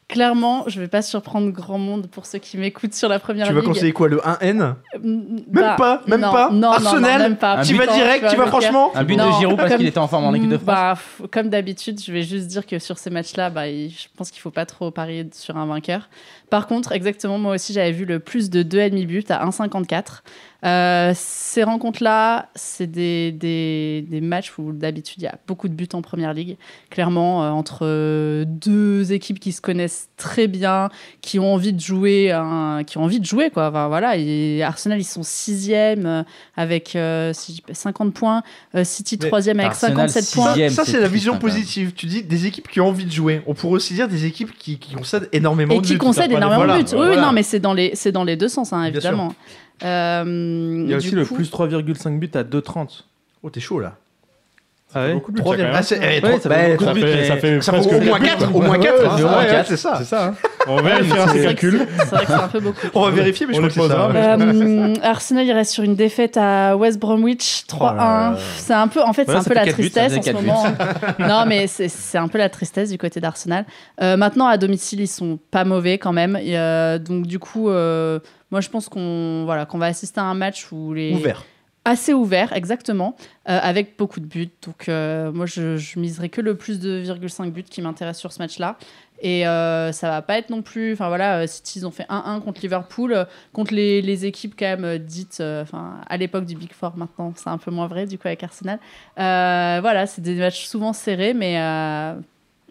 Clairement, je vais pas surprendre grand monde pour ceux qui m'écoutent sur la première
Tu vas
ligue. bah,
conseiller quoi Le 1N
Même
pas, même pas. Arsenal,
même pas.
Un
Tu
but
vas
Putain,
direct, tu vas
me
franchement
Un but de
Non,
Giroud parce
comme-
qu'il était en forme en équipe de
Mm,
France.
bah, f- Comme d'habitude, je vais juste dire que sur ces matchs-là, bah, il- je pense qu'il faut pas trop parier sur un vainqueur. Par contre, exactement, moi aussi, j'avais vu le plus de 2,5 buts à 1,54. Euh, ces rencontres-là, c'est des, des- des matchs où d'habitude, il y a beaucoup de buts en Première Ligue. Clairement, euh, entre euh, deux équipes qui se connaissent très bien, qui ont envie de jouer, un- qui ont envie de jouer quoi. Enfin, voilà, et Arsenal, ils sont sixième euh, avec euh, si je dis pas, 50 points. Euh, City
Mais
troisième avec
Arsenal,
57
Ça-
points.
sixième.
Ça,
c'est
c'est la
triste,
vision
hein, quand même.
positive. Tu dis des équipes qui ont envie de jouer. On pourrait aussi dire des équipes qui, qui concèdent énormément
Et
de
qui
buts.
concèdent
pas les-
énormément
voilà,
de buts. Oui,
voilà.
oui, non, mais c'est dans les, c'est dans les deux sens, hein,
Bien sûr.
évidemment. Euh,
Il y a
du
aussi le
coup-
plus 3,5 buts à 2,30.
Oh, t'es chaud là.
Ah ouais
Beaucoup de buts,
Trois-
ça, quand même.
Ah, c'est- eh,
Ouais,
trois-
ça fait
bah,
beaucoup de
trois
buts,
buts,
ça
mais-
fait
ça vaut
presque
au moins
quatre,
4.
quoi.
Au moins
Ouais,
4.
ouais, zéro à quatre.
C'est ça.
C'est ça. hein. On vérifiera
[laughs]
C'est
ses
vrai que
calculs.
c'est- c'est vrai que c'est un peu beaucoup.
On va vérifier, mais
On
je
les
crois que c'est ça.
posera,
ouais.
mais-
Euh, [laughs] Arsenal, il reste sur une défaite à West Bromwich
Oh
3-1. C'est un peu, en fait, c'est
Voilà,
un
ça
peu
fait
la
quatre buts,
tristesse
ça
en ce
faisait
moment. [laughs]
[laughs]
non, mais c'est- c'est un peu la tristesse du côté d'Arsenal. Euh, maintenant, à domicile, ils sont pas mauvais quand même. Et, euh, donc, du coup, euh, moi, je pense qu'on voilà, qu'on va assister à un match où les
Ouvert.
assez ouvert, exactement, euh, avec beaucoup de buts. Donc, euh, moi, je, je miserai que le plus de 0,5 buts qui m'intéresse sur ce match-là. Et euh, ça va pas être non plus. Enfin voilà, euh, City, ils ont fait 1-1 contre Liverpool, euh, contre les, les équipes quand même euh, dites, euh, enfin à l'époque du Big Four maintenant, c'est un peu moins vrai du coup avec Arsenal. Euh, voilà, c'est des matchs souvent serrés, mais euh,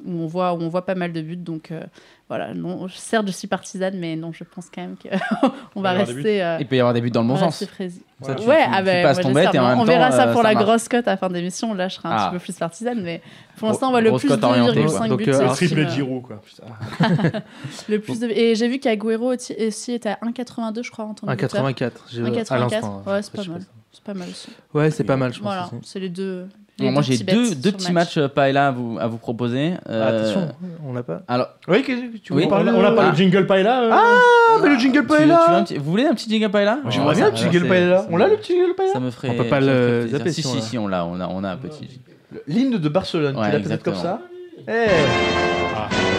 où on voit où on voit pas mal de buts. Donc euh, voilà, non, certes je suis partisane, mais non, je pense quand même que [laughs] on va
Il va y avoir des buts.
rester. euh,
Il peut y avoir des buts dans le bon
voilà,
sens.
c'est précis.
Comme ça, tu-
ouais,
tu-
ah
tu
ben,
passes
moi,
ton bet
j'espère.
et en même
on
temps,
verra ça
euh,
pour la
marche.
grosse cote à fin d'émission. Là, je serai un
Ah.
petit peu plus partisane, mais pour
Gros-
l'instant, on voit le
grosse
plus de
cote orientée,
2,5
quoi.
buts.
Donc, euh,
c'est
un
ce qui
Triple
me-
Giroud, quoi. putain.
le plus de- Et j'ai vu qu'Aguero aussi aussi était à 1,82, je crois, en tant que buteur.
1,84.
euh,
j'ai- à
1,84,
l'instant,
ouais,
après,
c'est pas
je sais
mal.
ça.
C'est pas mal aussi.
Ouais, c'est pas mal, je pense.
Voilà,
aussi.
c'est les deux. les
Bon, moi j'ai
bets
deux,
sur
deux
le
petits
match.
matchs euh, paella à vous, à vous proposer.
Ah,
Euh,
Attention, on l'a pas.
Alors,
Oui, que- tu
Oui.
veux
On
parler
a- on n'a pas
Ah.
le jingle pie là euh
Ah, mais le jingle
tu-
pas est
tu veux un
là.
petit- vous voulez un petit jingle paella
J'aimerais bien le jingle pas est là. On l'a le petit jingle pas est
Ça
là
me ferait.
On peut pas
ça me
le
ferait plaisir.
zapper,
Si,
si
si,
on a-
si, on l'a, on a, on a un petit.
L'hymne de Barcelone.
Ouais,
Tu l'appelles peut-être comme
exactement.
ça. Eh.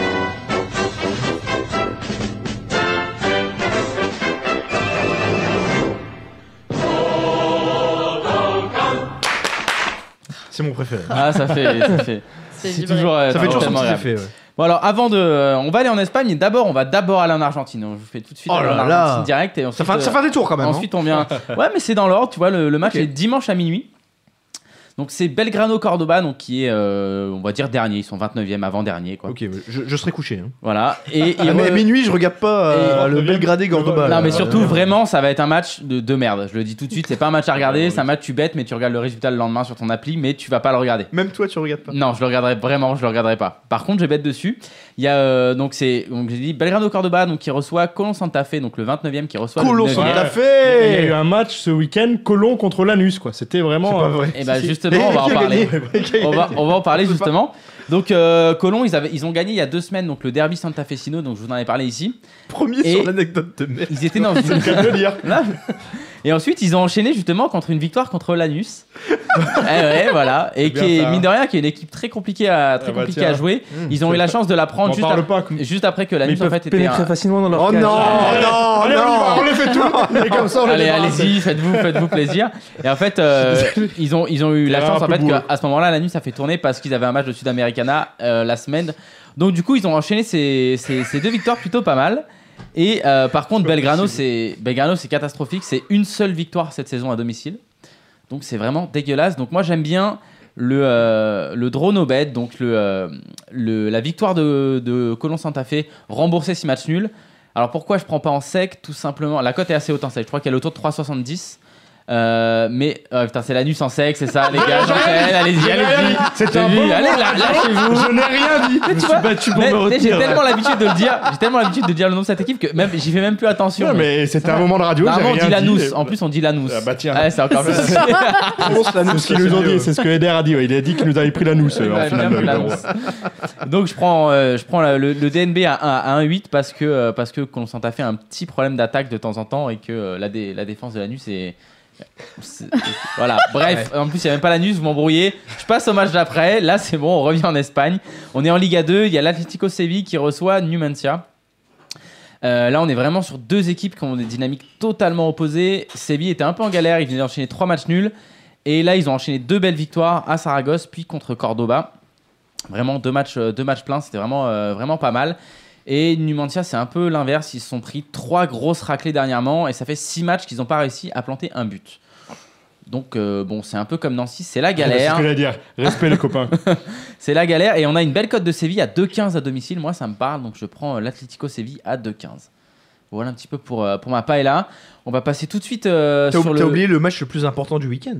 C'est mon préféré.
Ah, ça fait.
[laughs]
ça fait,
C'est
c'est
vibré.
toujours. euh,
Ça fait toujours son
tellement
petit
agréable.
effet. ouais.
Bon, alors avant de. euh, On va aller en Espagne et d'abord, on va d'abord aller en Argentine. Je vous fais tout de suite
Oh
aller
là
en
là.
Argentine direct. Et
Ça
ensuite,
fait, un- ça
euh,
fait un détour quand même. hein.
Ensuite, on
[laughs]
vient. Ouais, mais c'est dans l'ordre, tu vois. Le, le match
Ok.
est dimanche à minuit. Donc, c'est Belgrano-Cordoba, donc qui est, euh, on va dire, dernier. Ils sont 29e, avant-dernier, quoi.
Ok, mais je, je serai couché. hein.
Voilà. Et ils
Ah, mais à
re-
minuit, je regarde pas euh,
Et-
le
le
Belgradé Gordoba.
vol.
là.
Non, mais surtout,
Euh,
vraiment, ça va être un match de, de merde. Je le dis tout de suite, c'est pas un match à regarder. C'est un match, tu bêtes, mais tu regardes le résultat le lendemain sur ton appli, mais tu vas pas le regarder.
Même toi, tu regardes pas.
Non, je le regarderai vraiment, je le regarderai pas. Par contre, je vais bête dessus. Il y a euh, donc c'est donc j'ai dit Belgrano Cordoba donc qui reçoit Colon Santa Fe donc le 29e qui reçoit
Colon,
le
on
9e.
l'a
Il y a eu
fait
un match ce week-end, Colon contre Lanus, quoi. C'était
C'est
vraiment.
pas
euh,
vrai.
Et bah
Si, si.
justement, on va en
Qui a
parler.
gagné Qui a
On va,
gagné
on va en parler
On peut
justement. Donc euh, Colon, ils, avaient, ils ont gagné il y a deux semaines donc le derby Santa Fecino, donc je vous en ai parlé ici.
Premier
Et-
sur l'anecdote de merde.
Ils étaient dans une...
C'est le cas de le dire.
Là. Et ensuite, ils ont enchaîné justement contre une victoire contre l'Anus. Eh ouais, voilà. Et
bien
qui est,
ça.
mine de rien, qui est une équipe très compliquée à, très
Ah bah
compliquée
tiens.
à jouer. Ils ont eu la chance de la
On
prendre
en
juste,
parle
ap-
pas. comme-
juste après que
Mais ils
l'Anus en
peuvent
fait était.
pénétrer
un-
facilement dans leur
Oh
cage.
non,
Oh
non,
Allez, on y va, on
non
les fait
[laughs]
tout. Et comme ça, on les
Allez,
débarrasse.
allez-y, faites-vous, faites-vous plaisir. Et en
[laughs]
fait, euh, ils ont, ils ont eu la
Ah,
chance
un
en
peu
fait
bourré.
qu'à ce moment-là, l'Anus ça fait tourner parce qu'ils avaient un match de Sud-Americana euh, la semaine. Donc du coup, ils ont enchaîné ces, ces- ces deux victoires plutôt pas mal. Et euh, par contre,
C'est pas
Belgrano,
possible.
c'est Belgrano, c'est catastrophique. C'est une seule victoire cette saison à domicile. Donc c'est vraiment dégueulasse. Donc moi j'aime bien le euh, le draw no bet, donc le, euh, le- la victoire de, de Colon Santa Fe remboursée si match nul. Alors pourquoi je prends pas en sec Tout simplement, la cote est assez haute en sec. Je crois qu'elle est autour de 3,70. Euh, mais euh, putain, c'est l'anus en sec, c'est ça, les gars. j'enchaîne, Allez-y, allez-y.
C'était un
Allez,
bon.
allez, là- lâchez-vous.
Je n'ai rien dit.
Mais tu vois, mais- mais j'ai tellement l'habitude de le dire, j'ai tellement l'habitude de dire le nom de cette équipe que même j'y fais même plus attention.
Non, mais c'était
Ça
un
va.
moment de radio. j'ai
Normalement, on
rien
dit
dit,
l'anus.
et-
En plus, on dit l'anus.
Ah, bah tiens.
Ouais, c'est encore plus. [laughs]
C'est ce qu'ils nous ont dit, c'est ce que Eder a dit. ouais. Il a dit qu'il nous avait pris l'anus euh, en
Ouais,
finale.
bien pris
de l'Euro.
l'annonce. [laughs] Donc je prends, euh, je prends la- le, le DNB à, un- à 1,8 parce que euh, parce que qu'on s'en a fait un petit problème d'attaque de temps en temps et que euh, la, dé- la défense de l'anus est c'est- voilà, bref, en plus il n'y a même pas l'anus, vous m'embrouillez. Je passe au match d'après, là c'est bon, on revient en Espagne. On est en Liga 2, il y a l'Atlético Séville qui reçoit Numancia. Euh, là on est vraiment sur deux équipes qui ont des dynamiques totalement opposées. Séville était un peu en galère, ils venaient d'enchaîner trois matchs nuls. Et là, ils ont enchaîné deux belles victoires à Saragosse, puis contre Cordoba. Vraiment deux matchs, euh, deux matchs pleins, c'était vraiment, euh, vraiment pas mal. Et Numancia, c'est un peu l'inverse. Ils se sont pris trois grosses raclées dernièrement et ça fait six matchs qu'ils n'ont pas réussi à planter un but. Donc, euh, bon, c'est un peu comme Nancy, c'est la
C'est ce
galère.
que j'allais dire. Respect les copains.
C'est la galère. Et on a une belle cote de Séville à 2,15 à domicile. Moi, ça me parle. Donc, je prends euh, l'Atlético Séville à 2,15. Voilà un petit peu pour, euh, pour ma paella. On va passer tout de suite euh,
T'as
sur
ou- t'as
le.
oublié le match le plus important du week-end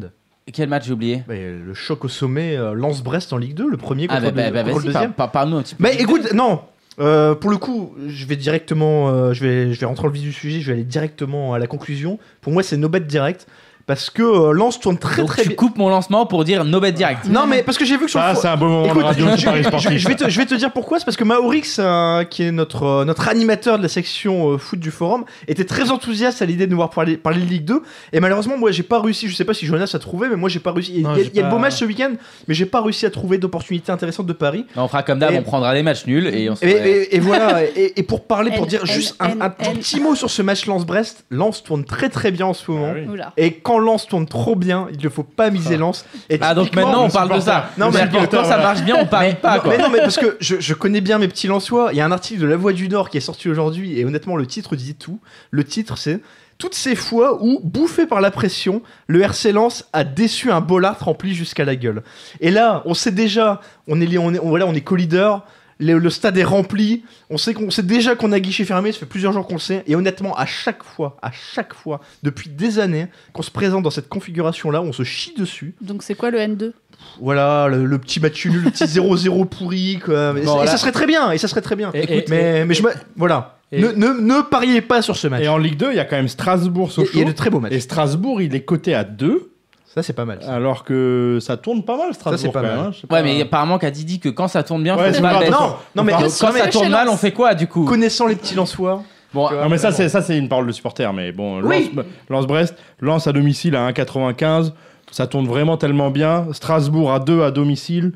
Quel match j'ai oublié
Bah, Le choc au sommet, euh, Lens-Brest en Ligue 2, le premier contre,
Ah, bah, bah,
le,
bah,
contre le
vas-y,
deuxième.
par- par- parle-nous un petit peu.
Mais écoute, non. euh, pour le coup, je vais directement, euh, je vais, je vais rentrer dans le vif du sujet. Je vais aller directement à la conclusion. Pour moi, c'est no bet direct parce que euh, Lens tourne très
Donc,
très
tu
bien.
coupes mon lancement pour dire no bet direct.
Non, mais parce que j'ai vu que sur
Ah, Ça,
le fo-
c'est un beau moment de
Écoute,
radio
je,
sur Paris
je- je-
Sportif.
je vais te, je vais te dire pourquoi. C'est parce que Maorix, euh, qui est notre, euh, notre animateur de la section euh, foot du forum, était très enthousiaste à l'idée de nous voir parler, parler de Ligue 2. Et malheureusement, moi, j'ai pas réussi. Je sais pas si Jonas a trouvé, mais moi, j'ai pas réussi. Il y a,
Non,
il y a-
j'ai
il y a de beaux
pas-
matchs ce week-end, mais j'ai pas réussi à trouver d'opportunités intéressantes de Paris.
Non, on fera comme d'hab,
Et-
on prendra les matchs nuls et on se
Et,
ferait-
et- et voilà, et, et pour parler, pour
N,
dire
N,
juste un,
N,
un tout
N.
petit mot sur ce match Lens-Brest, Lens tourne très très bien en ce moment.
Ah
Oula.
Et quand Lens tourne trop bien, il ne faut pas miser Lens. Et
Ah Ah, donc
typiquement,
maintenant on
le
parle de ça.
Non, mais
C'est-à-dire que
supporter,
quand ça
voilà.
marche bien, on parie pas quoi.
mais non, mais parce que je, je connais bien mes petits Lensois. Il y a un article de La Voix du Nord qui est sorti aujourd'hui et honnêtement, le titre dit tout. Le titre, c'est Toutes ces fois où, bouffé par la pression, le RC Lens a déçu un bollard rempli jusqu'à la gueule. Et là, on sait déjà, on est, les- on est, on- voilà, on est co-leader. Le, le stade est rempli, on sait, qu'on sait déjà qu'on a guichet fermé, ça fait plusieurs jours qu'on le sait, et honnêtement, à chaque fois, à chaque fois, depuis des années, qu'on se présente dans cette configuration-là, on se chie dessus,
Donc c'est quoi le N2
voilà, le, le petit match nul, le petit 0-0 pourri, quoi. Et,
Bon,
et
voilà.
ça serait très bien, et ça serait très bien.
Et- et-
mais, mais je me- voilà.
et-
ne, ne, ne pariez pas sur ce match.
Et en Ligue 2, il y a quand même
Il y a- il y
Strasbourg-Sochaux.
a de très beaux matchs.
Et Ah, Strasbourg, il est coté à 2,
Ça, c'est pas mal. ça.
alors que ça tourne pas mal, Strasbourg.
c'est pas
quand
mal.
même, hein, je sais pas.
Ouais, mais apparemment qu'a dit que quand ça tourne bien,
Ouais,
faut
c'est
pas
pas
le
grave.
mettre.
Non, non, mais
Donc,
non,
quand
mais
ça tourne mal, on fait quoi du coup
connaissant les petits Lensois,
Bon,
Non, mais ça, c'est, ça, c'est une parole de supporter, mais bon.
Oui.
Lance, Brest, Lance à domicile à 1,95. Ça tourne vraiment tellement bien. Strasbourg à 2 à domicile.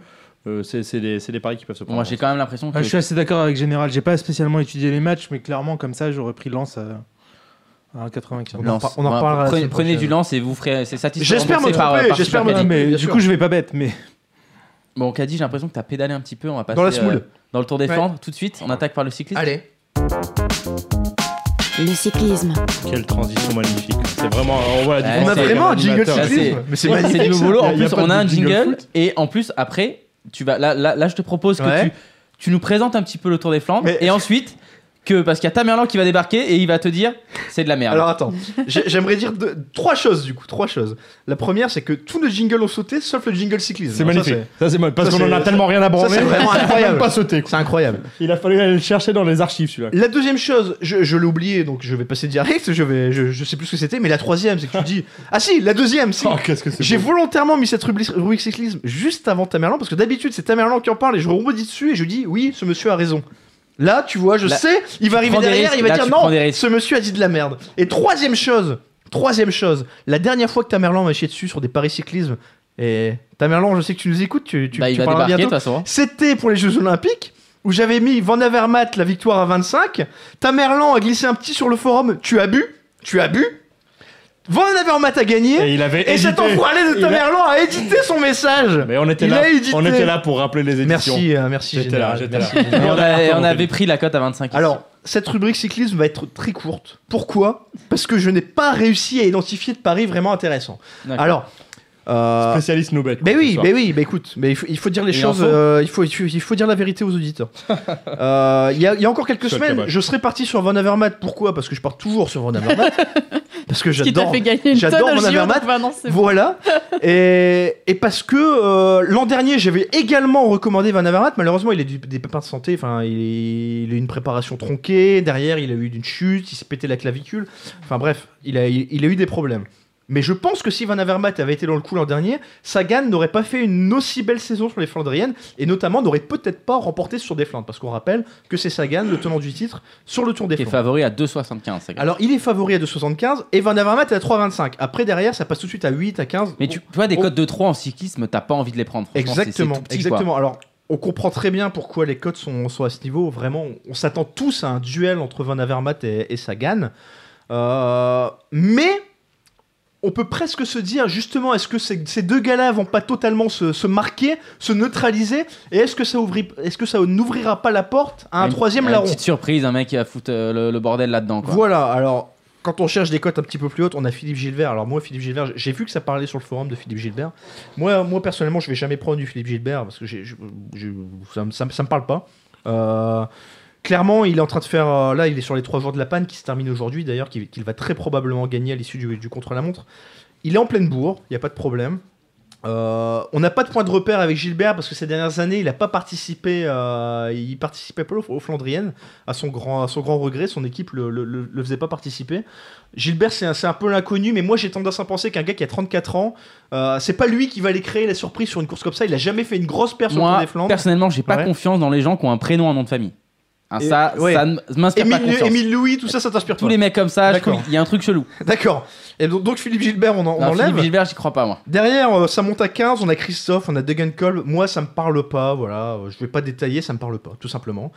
Euh, c'est, c'est des, c'est des paris qui peuvent se prendre.
moi j'ai quand même l'impression que.
Ah, je suis assez d'accord avec Général. J'ai pas spécialement étudié les matchs, mais clairement, comme ça, j'aurais pris Lens à, à 95.
on en par- on en
Ouais,
reparlera la
prenez,
semaine
prenez
prochaine.
du lance et vous ferez. C'est satisfaisant.
J'espère me
remboursé par,
tromper,
euh, par
j'espère me
Super
Ah,
Caddy.
tromper.
mais
bien
du
sûr.
coup, je vais pas bête, mais
Bon, Caddy, j'ai l'impression que t'as pédalé un petit peu. On va passer euh,
Dans la semoule.
dans le tour des Flandres tout de suite. On attaque par le cycliste.
Allez.
Le cyclisme.
Quelle transition magnifique. C'est vraiment. On voit la
Ouais,
On
différence
a
c'est
avec
vraiment un jingle
l'animateur.
Ça, c'est-
cyclisme. Mais c'est
Ouais,
magnifique.
C'est du
ça.
boulot.
Y a-
En
y a
plus,
pas
on
de
a un
jingle
jingle.
foot.
Et en plus, après, tu vas. Là, là, là, je te propose que
Ouais.
tu, tu nous présentes un petit peu le Tour des Flandres.
Mais-
Et ensuite, que parce qu'il y a Tamerlan qui va débarquer et il va te dire c'est de la merde.
Alors attends, J'ai- j'aimerais dire deux- trois choses du coup, trois choses. La première, c'est que tous les jingles ont sauté, sauf le jingle cyclisme.
C'est
Alors, ça,
magnifique. Ça, c'est... mo- Parce
ça,
qu'on en a
c'est-
tellement rien à branler.
c'est
[laughs]
vraiment
ça a
incroyable.
même pas sauté. quoi.
C'est incroyable.
Il a fallu aller le chercher dans les archives, celui-là.
La deuxième chose, je, je l'ai oublié, donc je vais passer direct, je, vais, je, je sais plus ce que c'était, mais la troisième, c'est que tu
[laughs]
dis... Ah si, la deuxième, c'est...
Oh, qu'est-ce que c'est
J'ai
beau.
volontairement mis cette rubrique, rubrique cyclisme juste avant Tamerlan, parce que d'habitude, c'est Tamerlan qui en parle, et je rebondis dessus, et je dis, oui, ce monsieur a raison. Là, tu vois, je
Là,
sais, il va arriver
prends des
derrière,
risques,
il va
là,
dire,
tu prends
non,
des risques.
ce monsieur a dit de la merde. Et troisième chose, troisième chose, la dernière fois que Tamerlan m'a chié dessus sur des paris cyclisme, et Tamerlan, je sais que tu nous écoutes, tu, tu,
Bah,
tu
il va
parleras
débarquer de
bientôt.
toute façon.
[laughs] C'était pour les Jeux Olympiques où j'avais mis Van Avermaet la victoire à 25. Tamerlan a glissé un petit sur le forum. Tu as bu Tu as bu Van Avermaet a gagné.
Et il avait
Et, cet
édité.
enfoiré de
Il a-
Tamerlan a édité son message.
Mais on était
Il
là.
a édité.
On était là pour rappeler les éditions.
Merci, euh, merci.
J'étais là,
général.
j'étais
Merci.
là.
Et on, a- et on
Attends,
avait pris la cote à 25. ici.
Alors, cette rubrique cyclisme va être très courte. Pourquoi Parce que je n'ai pas réussi à identifier de paris vraiment intéressant.
D'accord.
Alors, euh,
Spécialiste Nobel.
mais oui, mais oui, mais écoute, mais il faut, il faut dire les
Et
choses,
info
euh, il, faut, il faut- il faut dire la vérité aux
[laughs]
auditeurs. Euh, Il y, a- il y a encore quelques
Seul
semaines,
cabage.
je serais parti sur Van Avermaet. Pourquoi Parce que je pars toujours sur Van
[laughs]
Avermaet. parce que
Ce qui t'a
j'adore.
fait gagner une
j'adore
tonne
mon
au JO,
Avermaet.
donc maintenant, c'est bon.
Voilà. Et, et parce que euh, l'an dernier, j'avais également recommandé Van Avermaet. Malheureusement, il a eu des pépins de santé. Enfin, il, est- il a eu une préparation tronquée. Derrière, il a eu une chute. Il s'est pété la clavicule. Enfin bref, il a, il, il a eu des problèmes. Mais je pense que si Van Avermaet avait été dans le coup l'an dernier, Sagan n'aurait pas fait une aussi belle saison sur les Flandriennes et notamment n'aurait peut-être pas remporté sur des Flandres. Parce qu'on rappelle que c'est Sagan, le tenant du titre, sur le Tour des
qui est
Flandres.
favori à 2,75. c'est grave.
Alors, il est favori à 2,75 et Van Avermaet est à 3,25. Après, derrière, ça passe tout de suite à 8, à 15.
Mais tu, tu vois, des
Oh.
cotes de 3 en cyclisme, t'as pas envie de les prendre. franchement, c'est- c'est
Exactement,
tout petit, quoi.
exactement. Alors, on comprend très bien pourquoi les codes sont, sont à ce niveau. Vraiment, on, on s'attend tous à un duel entre Van Avermaet et, et Sagan. Euh, mais on peut presque se dire, justement, est-ce que ces, ces deux gars-là vont pas totalement se, se marquer, se neutraliser Et est-ce que ça ouvri- est-ce que ça n'ouvrira pas la porte à un
Une-
troisième
une
larron
Petite surprise, un mec qui va foutre euh, le, le bordel là-dedans. quoi.
Voilà, alors quand on cherche des cotes un petit peu plus hautes, on a Philippe Gilbert. Alors moi, Philippe Gilbert, j'ai vu que ça parlait sur le forum de Philippe Gilbert. Moi, moi personnellement, je vais jamais prendre du Philippe Gilbert parce que j'ai- je- je- ça, me- ça me- ça me parle pas. Euh, clairement, il est en train de faire. euh, là, il est sur les trois jours de la panne qui se termine aujourd'hui, d'ailleurs, qu'il qu'il va très probablement gagner à l'issue du, du contre-la-montre. Il est en pleine bourre, il n'y a pas de problème. Euh, on n'a pas de point de repère avec Gilbert parce que ces dernières années, il n'a pas participé. euh, il participait pas aux, aux Flandriennes, à son grand, à son grand regret. Son équipe le, le, le- le faisait pas participer. Gilbert, c'est un, c'est un peu l'inconnu, mais moi j'ai tendance à penser qu'un gars qui a 34 ans, euh, c'est pas lui qui va aller créer la surprise sur une course comme ça. Il a jamais fait une grosse paire sur le Tour
Moi,
des Flandres.
personnellement, j'ai pas
Ouais.
confiance dans les gens qui ont un prénom, un nom de famille. Hein,
Et-
ça,
ouais.
ça ne m'inspire pas
Émile,
confiance.
Émile Louis, tout ça, ça t'inspire
Tous
pas.
les mecs comme ça, je
D'accord.
trouve il y a un truc chelou.
D'accord. Et donc, donc Philippe Gilbert, on, en- on
Non,
enlève.
Philippe Gilbert, j'y crois pas, moi.
Derrière, euh, ça monte à 15, on a Christophe, on a Degan Kolb. Moi, ça me parle pas, voilà. euh, Je vais pas détailler, ça me parle pas, tout simplement.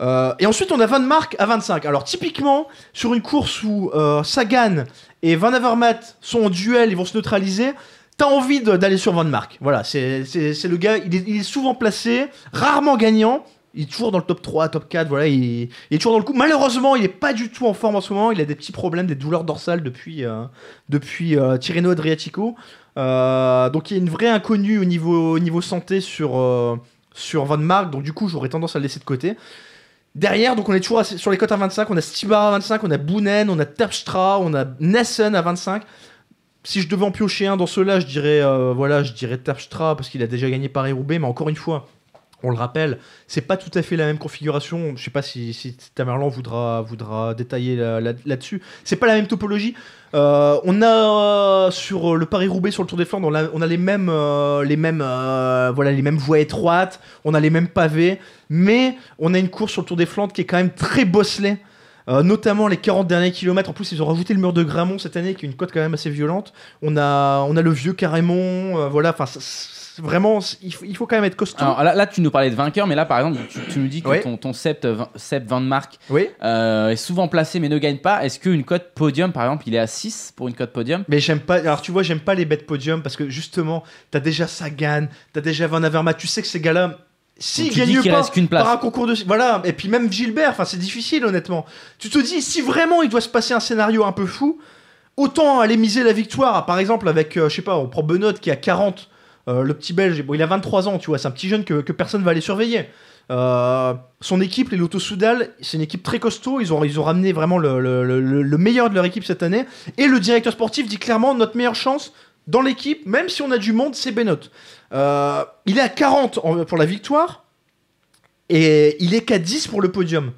Euh, et ensuite, on a Van Mark à 25. Alors, typiquement, sur une course où euh, Sagan et Van Avermaet sont en duel, ils vont se neutraliser, t'as envie de- d'aller sur Van Mark. Voilà, c'est c'est- c'est le gars, il est, il est souvent placé, rarement gagnant. Il est toujours dans le top 3, top 4, voilà, il, il est toujours dans le coup. Malheureusement, il est pas du tout en forme en ce moment, il a des petits problèmes, des douleurs dorsales depuis, euh, depuis euh, Tirreno Adriatico. Euh, donc il y a une vraie inconnue au niveau, au niveau santé sur, euh, sur Van Mark, donc du coup j'aurais tendance à le laisser de côté. Derrière, donc on est toujours assez- sur les cotes à 25, on a Stibar à 25, on a Bounen, on a Terpstra, on a Nessen à 25. Si je devais en piocher un dans ceux-là, je dirais euh, voilà, je dirais Terpstra parce qu'il a déjà gagné Paris-Roubaix, mais encore une fois, on le rappelle, c'est pas tout à fait la même configuration. Je sais pas si, si Tamerlan voudra, voudra détailler là- là- là-dessus. c'est pas la même topologie. Euh, on a euh, sur euh, le Paris Roubaix, sur le Tour des Flandres, on a, on a les mêmes, euh, les mêmes, euh, voilà, les mêmes voies étroites, on a les mêmes pavés, mais on a une course sur le Tour des Flandres qui est quand même très bosselée. euh, notamment les 40 derniers kilomètres. En plus, ils ont rajouté le mur de Gramont cette année, qui est une cote quand même assez violente. On a, on a le vieux Carrémont. euh, voilà, enfin, c'est- c'est- vraiment, c'est- il, faut, il faut quand même être costaud.
Alors là, là, tu nous parlais de vainqueur, mais là, par exemple, tu, tu nous dis que
Ah Ouais.
ton, ton sept, euh, Van- Sept Van Mark
oui.
euh, est souvent placé mais ne gagne pas. Est-ce qu'une cote podium, par exemple, il est à 6 pour une cote podium
Mais j'aime pas. Alors tu vois, j'aime pas les bêtes podium parce que justement, t'as déjà Sagan, t'as déjà Van Avermaet. Tu sais que ces gars-là, s'ils
Donc, tu dis
gagnent
qu'il
pas
reste qu'une place.
par un concours de voilà, et puis même Gilbert. Enfin, c'est difficile honnêtement. Tu te dis si vraiment il doit se passer un scénario un peu fou, autant aller miser la victoire. Par exemple, avec euh, je sais pas, on prend Benoît qui a 40. euh, le petit Belge, bon, il a 23 ans, tu vois, c'est un petit jeune que, que personne va aller surveiller. Euh, son équipe, les Lotto Soudal, c'est une équipe très costaud. Ils ont, ils ont ramené vraiment le- le- le- le meilleur de leur équipe cette année. Et le directeur sportif dit clairement notre meilleure chance dans l'équipe, même si on a du monde, c'est Benoît. Euh, il est à 40 en- pour la victoire et il est qu'à 10 pour le podium.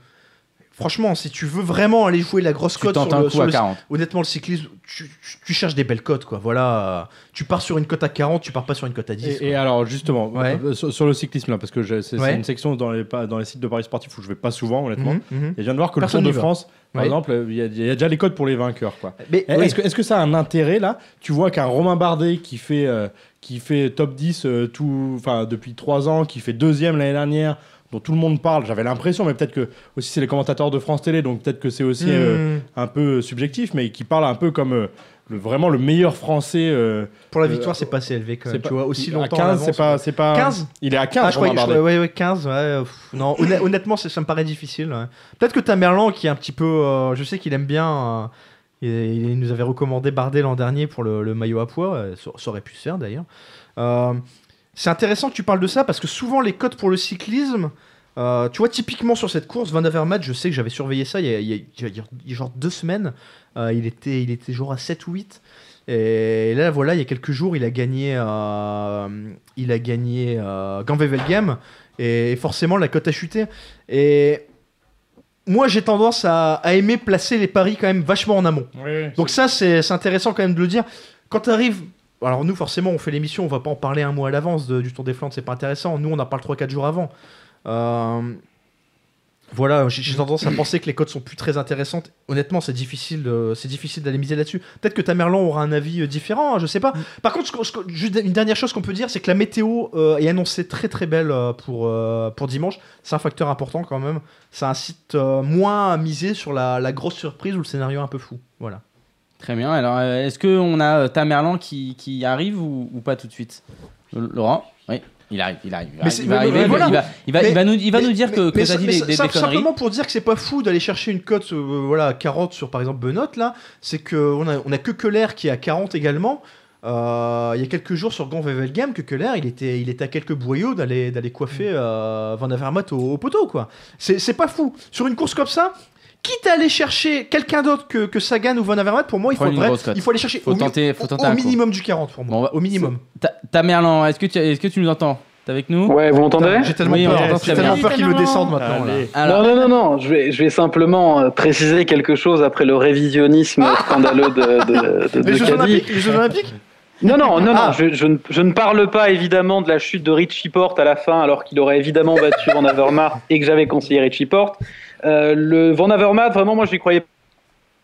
Franchement, si tu veux vraiment aller jouer la grosse
Tu
cote
tentes
sur
un
le,
coup
sur
à
le-
40.
honnêtement le cyclisme, tu, tu- tu cherches des belles cotes quoi. Voilà, tu pars sur une cote à 40, tu pars pas sur une cote à 10.
Et,
quoi.
et alors justement
Ouais.
euh, sur, sur le cyclisme là parce que j'ai- c'est c'est
Ouais.
une section dans les pa- dans les sites de paris sportifs où je vais pas souvent honnêtement.
Mhm, mhm.
Et je viens de voir que
Personne
le
n'y
Tour de
va.
France par
Ouais.
exemple euh, il y, a- il y a déjà les codes pour les vainqueurs quoi.
Mais
Eh,
oui.
Est-ce que, est-ce que ça a un intérêt là Tu vois qu'un Romain Bardet qui fait, euh, qui fait top 10 euh, tout, enfin, depuis 3 ans, qui fait deuxième l'année dernière, dont tout le monde parle, j'avais l'impression, mais peut-être que aussi c'est les commentateurs de France Télé, donc peut-être que c'est aussi euh,
Hmm.
un peu subjectif, mais qui parle un peu comme euh, le- vraiment le meilleur français. euh,
Pour la
Euh,
victoire, c'est pas assez élevé quand même.
c'est
Tu
pas-
vois, aussi
il-
longtemps.
À 15,
en
c'est pas,
avance.
c'est pas.
15?
Il est à 15,
Ah, je croyais
Romain
que je-
Bardet.
ouais, ouais, 15, ouais, euh, pff, non,
[laughs]
honn- honnêtement, c'est- ça me paraît difficile. ouais. Peut-être que Tamerlan, qui est un petit peu. euh, je sais qu'il aime bien. euh, il, il nous avait recommandé Bardet l'an dernier pour le, le maillot à poids. euh, ça, ça aurait pu se faire d'ailleurs. Euh, c'est intéressant que tu parles de ça parce que souvent, les codes pour le cyclisme. euh, tu vois, typiquement sur cette course, Van Avermaet, je sais que j'avais surveillé ça il y a, il y a- il y a- il y a genre deux semaines. Euh, il, était, il était genre à 7 ou 8. Et là, voilà, il y a quelques jours, il a gagné, euh, il a gagné euh, Ganvevelgem. Et forcément, la cote a chuté. Et moi, j'ai tendance à, à aimer placer les paris quand même vachement en amont. Donc ça, c'est c'est intéressant quand même de le dire. Quand t'arrives... Alors nous, forcément, on fait l'émission, on va pas en parler un mois à l'avance de- du Tour des Flandres, c'est pas intéressant. Nous, on en parle 3-4 jours avant. Euh, Voilà, j'ai j'ai tendance à penser que les codes sont plus très intéressantes. Honnêtement, c'est difficile, de- c'est difficile d'aller miser là-dessus. Peut-être que Tamerlan aura un avis euh, différent, hein, je sais pas. Par contre, ce qu'on- ce qu'on- juste une dernière chose qu'on peut dire, c'est que la météo euh, est annoncée très très belle euh, pour, euh, pour dimanche. C'est un facteur important quand même. Ça incite euh, moins à miser sur la, la grosse surprise ou le scénario un peu fou. Voilà.
Très bien. Alors, euh, est-ce qu'on a euh, Tamerlan qui, qui arrive ou, ou pas tout de suite Euh, Laurent Oui, il arrive, il arrive. il arrive,
c'est-
il va
mais-
arriver,
mais
il va-
voilà.
il va- il va- il va nous- il va
Mais-
nous dire que
mais-
que
mais
t'as
ça-
dit
mais
des-
ça-
des
ça-
des conneries.
Simplement pour dire que c'est pas fou d'aller chercher une cote euh, voilà, à 40 sur par exemple Benot, là, c'est qu'on a, on a que Keller qui est à 40 également. Euh, il y a quelques jours sur Gonvevelgem que Keller il était, il était à quelques boyaux d'aller d'aller coiffer
Mm.
euh, Van Avermaet au, au poteau quoi. C'est c'est pas fou. Sur une course comme ça, quitte à aller chercher quelqu'un d'autre que, que Sagan ou Van Avermaet, pour moi il
Prendre une
faudrait,
grosse cote.
il faut aller chercher
Faut
au, mi-
tenter- faut
au-
tenter
au
un coup.
minimum du 40 pour moi.
Bon, on va-
au minimum.
Ta- Tamerlan, est-ce que, tu- est-ce que tu nous entends T'es avec nous
Ouais, vous m'entendez
J'ai tellement
Oui, on entend
peur,
très
j'ai tellement
bien.
peur qu'il le descende maintenant. là.
Allez.
Alors,
non, non, non, non, je vais, je vais simplement euh, préciser quelque chose après le révisionnisme scandaleux de, de, de, de
Les Jeux
Caddy.
Olympiques, les Jeux Olympiques
Non, non, non, non,
Ah.
je, je ne, je ne parle pas évidemment de la chute de Richie Porte à la fin, alors qu'il aurait évidemment battu Van Avermaet et que j'avais conseillé Richie Porte. Euh, le Van Avermaet, vraiment, moi, je n'y croyais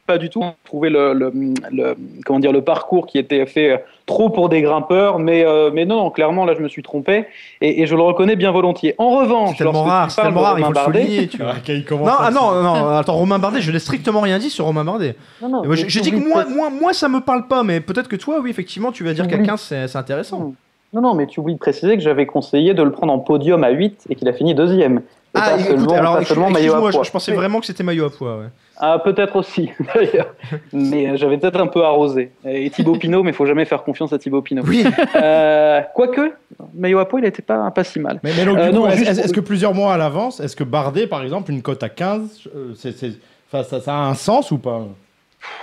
pas du tout. Je trouvais le, le, le- comment dire, le parcours qui était fait euh, trop pour des grimpeurs, mais, euh, mais non, non, clairement, là, je me suis trompé et, et je le reconnais bien volontiers. En revanche,
C'est tellement
lorsque tu
rare, c'est
parles
tellement
de
rare, il faut
Romain
le
Bardet-
souligner. tu vois.
Ah, qu'il commence
Non, ah
à-
non, non, attends, Romain Bardet, je n'ai strictement rien dit sur Romain Bardet.
Non, non,
Et moi,
mais
je- J'ai dit que
t'oublies
moi,
peut-être-
moi, moi, ça me parle pas, mais peut-être que toi, oui, effectivement, tu vas dire qu'à
Oui.
15, c'est c'est intéressant.
Non, non, mais tu oublies de préciser que j'avais conseillé de le prendre en podium à 8 et qu'il a fini deuxième. Et
Ah,
pas
écoute,
seulement-
alors,
pas
excuse-
seulement maillot à
excuse-moi, je,
poids.
je pensais vraiment que c'était maillot à poids, ouais.
Ah, peut-être aussi, [laughs] d'ailleurs. Mais euh, j'avais peut-être un peu arrosé. Et Thibaut Pinot, mais il faut jamais faire confiance à Thibaut Pinot.
Oui,
[laughs] Euh, Quoique, Mayo Apo, il n'était pas, pas si mal.
Mais, mais donc,
Euh,
du
non,
coup, est-ce
juste pour-
est-ce que plusieurs mois à l'avance, est-ce que Bardet, par exemple, une cote à 15, euh, c'est- c'est- enfin, ça, ça a un sens ou pas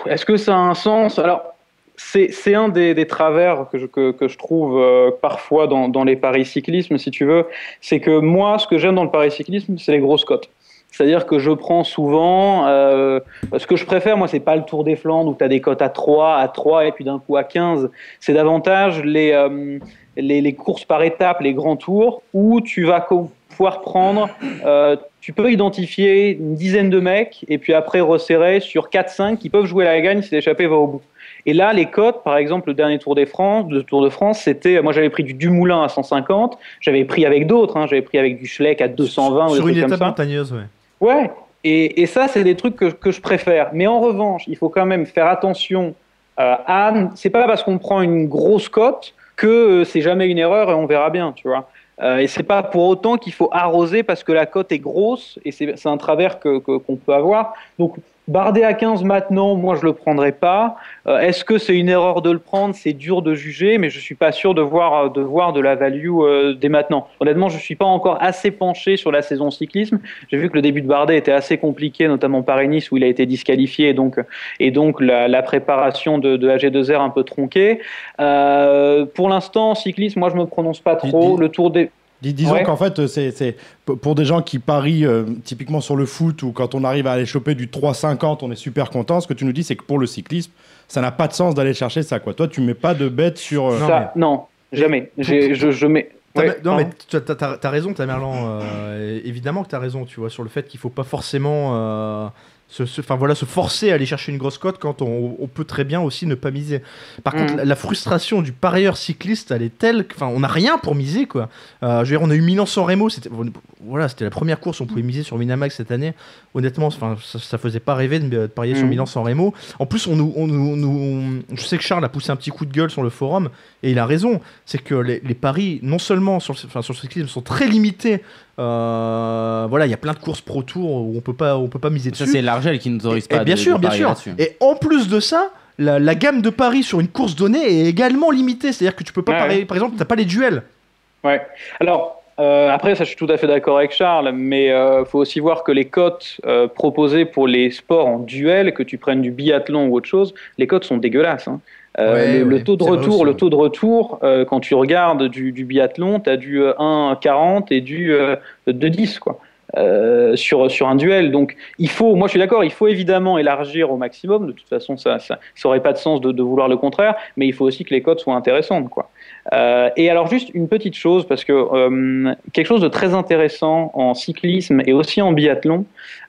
Est-ce que ça a un sens Alors, c'est c'est un des, des travers que je, que, que je trouve euh, parfois dans, dans les paris cyclisme, si tu veux. C'est que moi, ce que j'aime dans le paris cyclisme, c'est les grosses cotes. C'est-à-dire que je prends souvent. euh, ce que je préfère, moi, c'est pas le Tour des Flandres où tu as des cotes à 3, à 3 et puis d'un coup à 15. C'est davantage les, euh, les, les courses par étapes, les grands tours où tu vas co- pouvoir prendre euh, tu peux identifier une dizaine de mecs et puis après resserrer sur 4-5 qui peuvent jouer la gagne si l'échappée va au bout. Et là, les cotes, par exemple, le dernier Tour, des France, le Tour de France, c'était. Moi, j'avais pris du Dumoulin à 150, j'avais pris avec d'autres, hein, j'avais pris avec du Schleck à 220 ou des
sur une
trucs comme
étape
ça.
montagneuse, ouais.
Ouais, et, et ça, c'est des trucs que, que je préfère. Mais en revanche, il faut quand même faire attention euh, à. C'est pas parce qu'on prend une grosse cote que euh, c'est jamais une erreur et on verra bien, tu vois. Euh, et c'est pas pour autant qu'il faut arroser parce que la cote est grosse et c'est c'est un travers que- que- qu'on peut avoir. Donc, Bardet à 15 maintenant, moi je le prendrai pas. Euh, Est-ce que c'est une erreur de le prendre C'est dur de juger, mais je suis pas sûr de voir euh, de, voir de la value euh, dès maintenant. Honnêtement, je suis pas encore assez penché sur la saison cyclisme. J'ai vu que le début de Bardet était assez compliqué, notamment Paris-Nice où il a été disqualifié et donc, et donc la, la préparation de, de AG2R un peu tronquée. Euh, pour l'instant, cyclisme, moi je me prononce pas
Dis-
trop.
dis-
Le tour des.
Dis- Disons
Ouais.
qu'en fait, euh, c'est c'est- p- pour des gens qui parient euh, typiquement sur le foot ou quand on arrive à aller choper du 3,50, on est super content. Ce que tu nous dis, c'est que pour le cyclisme, ça n'a pas de sens d'aller chercher ça. Quoi. Toi, tu mets pas de bête sur. euh,
ça, non, jamais. J'ai- Je, je mets.
t'as-
Ouais,
non, mais
pardon.
tu- t'as- t'as t'as raison, Tamerlan. euh, évidemment que t'as raison, tu vois, sur le fait qu'il faut pas forcément euh, se, se- enfin, voilà, se forcer à aller chercher une grosse cote quand on, on peut très bien aussi ne pas miser. Par
Mm.
contre, la, la frustration du parieur cycliste, elle est telle que, enfin, on n'a rien pour miser, quoi. Euh, je veux dire, on a eu Milan-San Remo, c'était voilà, c'était la première course, on pouvait miser sur Winamax cette année. Honnêtement, enfin, ça, ça faisait pas rêver de, de parier sur
Mm.
Milan-San Remo. En plus, on nous, on nous- on nous- on- je sais que Charles a poussé un petit coup de gueule sur le forum, et il a raison. C'est que les, les paris, non seulement sur le, enfin, sur le cyclisme, sont très limités. Euh, voilà, il y a plein de courses pro tour où on peut pas, on peut pas miser
Ça,
dessus.
c'est l'argel qui nous autorise
Et- et
pas.
bien
de- de
sûr, bien
parier
sûr.
là-dessus.
Et en plus de ça, la, la gamme de paris sur une course donnée est également limitée. C'est-à-dire que tu peux pas
Ouais.
parier, par exemple, t'as pas les duels.
Ouais. Alors, euh, après, ça, je suis tout à fait d'accord avec Charles, mais euh, faut aussi voir que les cotes euh, proposées pour les sports en duel, que tu prennes du biathlon ou autre chose, les cotes sont dégueulasses. hein. Euh,
Ouais,
le, le
ouais,
taux de
c'est vrai
retour,
aussi,
le
ouais.
taux de retour, euh, quand tu regardes du, du biathlon, tu as du euh, 1,40 et du euh, 2,10 quoi. euh, sur, sur un duel. Donc, il faut, moi je suis d'accord, il faut évidemment élargir au maximum. De toute façon, ça ça, ça aurait pas de sens de, de vouloir le contraire, mais il faut aussi que les codes soient intéressantes. Quoi. Euh, et alors, juste une petite chose, parce que euh, quelque chose de très intéressant en cyclisme et aussi en biathlon,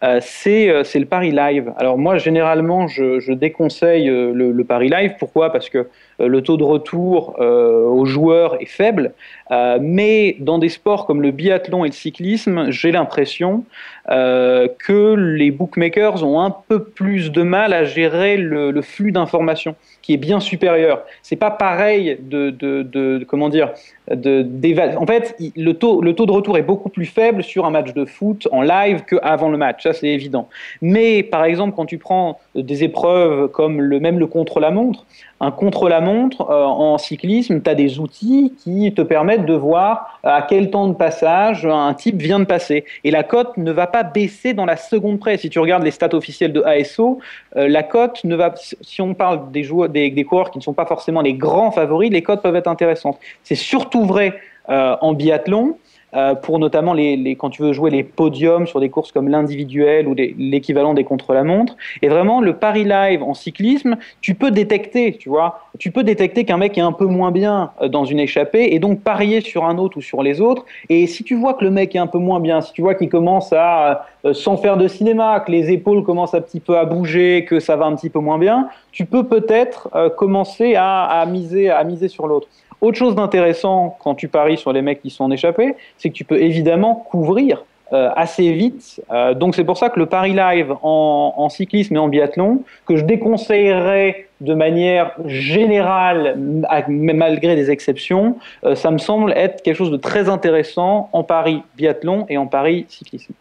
euh, c'est euh, c'est le pari live. Alors, moi généralement, je, je déconseille euh, le, le pari live. Pourquoi Parce que euh, le taux de retour euh, aux joueurs est faible. Euh, mais dans des sports comme le biathlon et le cyclisme, j'ai l'impression euh, que les bookmakers ont un peu plus de mal à gérer le, le flux d'informations qui est bien supérieur. C'est pas pareil de, de- de- de- comment dire de, d'éva- En fait, il- le taux, le taux de retour est beaucoup plus faible sur un match de foot en live qu'avant le match. Ça, c'est évident. Mais par exemple, quand tu prends des épreuves comme le même le contre-la-montre, un contre-la-montre euh, en cyclisme, tu as des outils qui te permettent de voir euh, à quel temps de passage un type vient de passer. Et la cote ne va pas baisser dans la seconde près. Si tu regardes les stats officielles de ASO, euh, la cote ne va. Si on parle des, joueurs, des, des coureurs qui ne sont pas forcément les grands favoris, les cotes peuvent être intéressantes. C'est surtout vrai euh, en biathlon. euh, pour notamment les, les- quand tu veux jouer les podiums sur des courses comme l'individuel ou des- l'équivalent des contre-la-montre. Et vraiment, le pari live en cyclisme, tu peux détecter, tu vois, tu peux détecter qu'un mec est un peu moins bien euh, dans une échappée et donc parier sur un autre ou sur les autres. Et si tu vois que le mec est un peu moins bien, si tu vois qu'il commence à, euh, sans faire de cinéma, que les épaules commencent un petit peu à bouger, que ça va un petit peu moins bien, tu peux peut-être euh, commencer à, à miser, à miser sur l'autre. Autre chose d'intéressant quand tu paries sur les mecs qui sont en échappée, c'est que tu peux évidemment couvrir euh, assez vite. Euh, donc c'est pour ça que le pari live en, en cyclisme et en biathlon, que je déconseillerais de manière générale, m- à- mais malgré des exceptions, euh, ça me semble être quelque chose de très intéressant en Paris biathlon et en Paris cyclisme.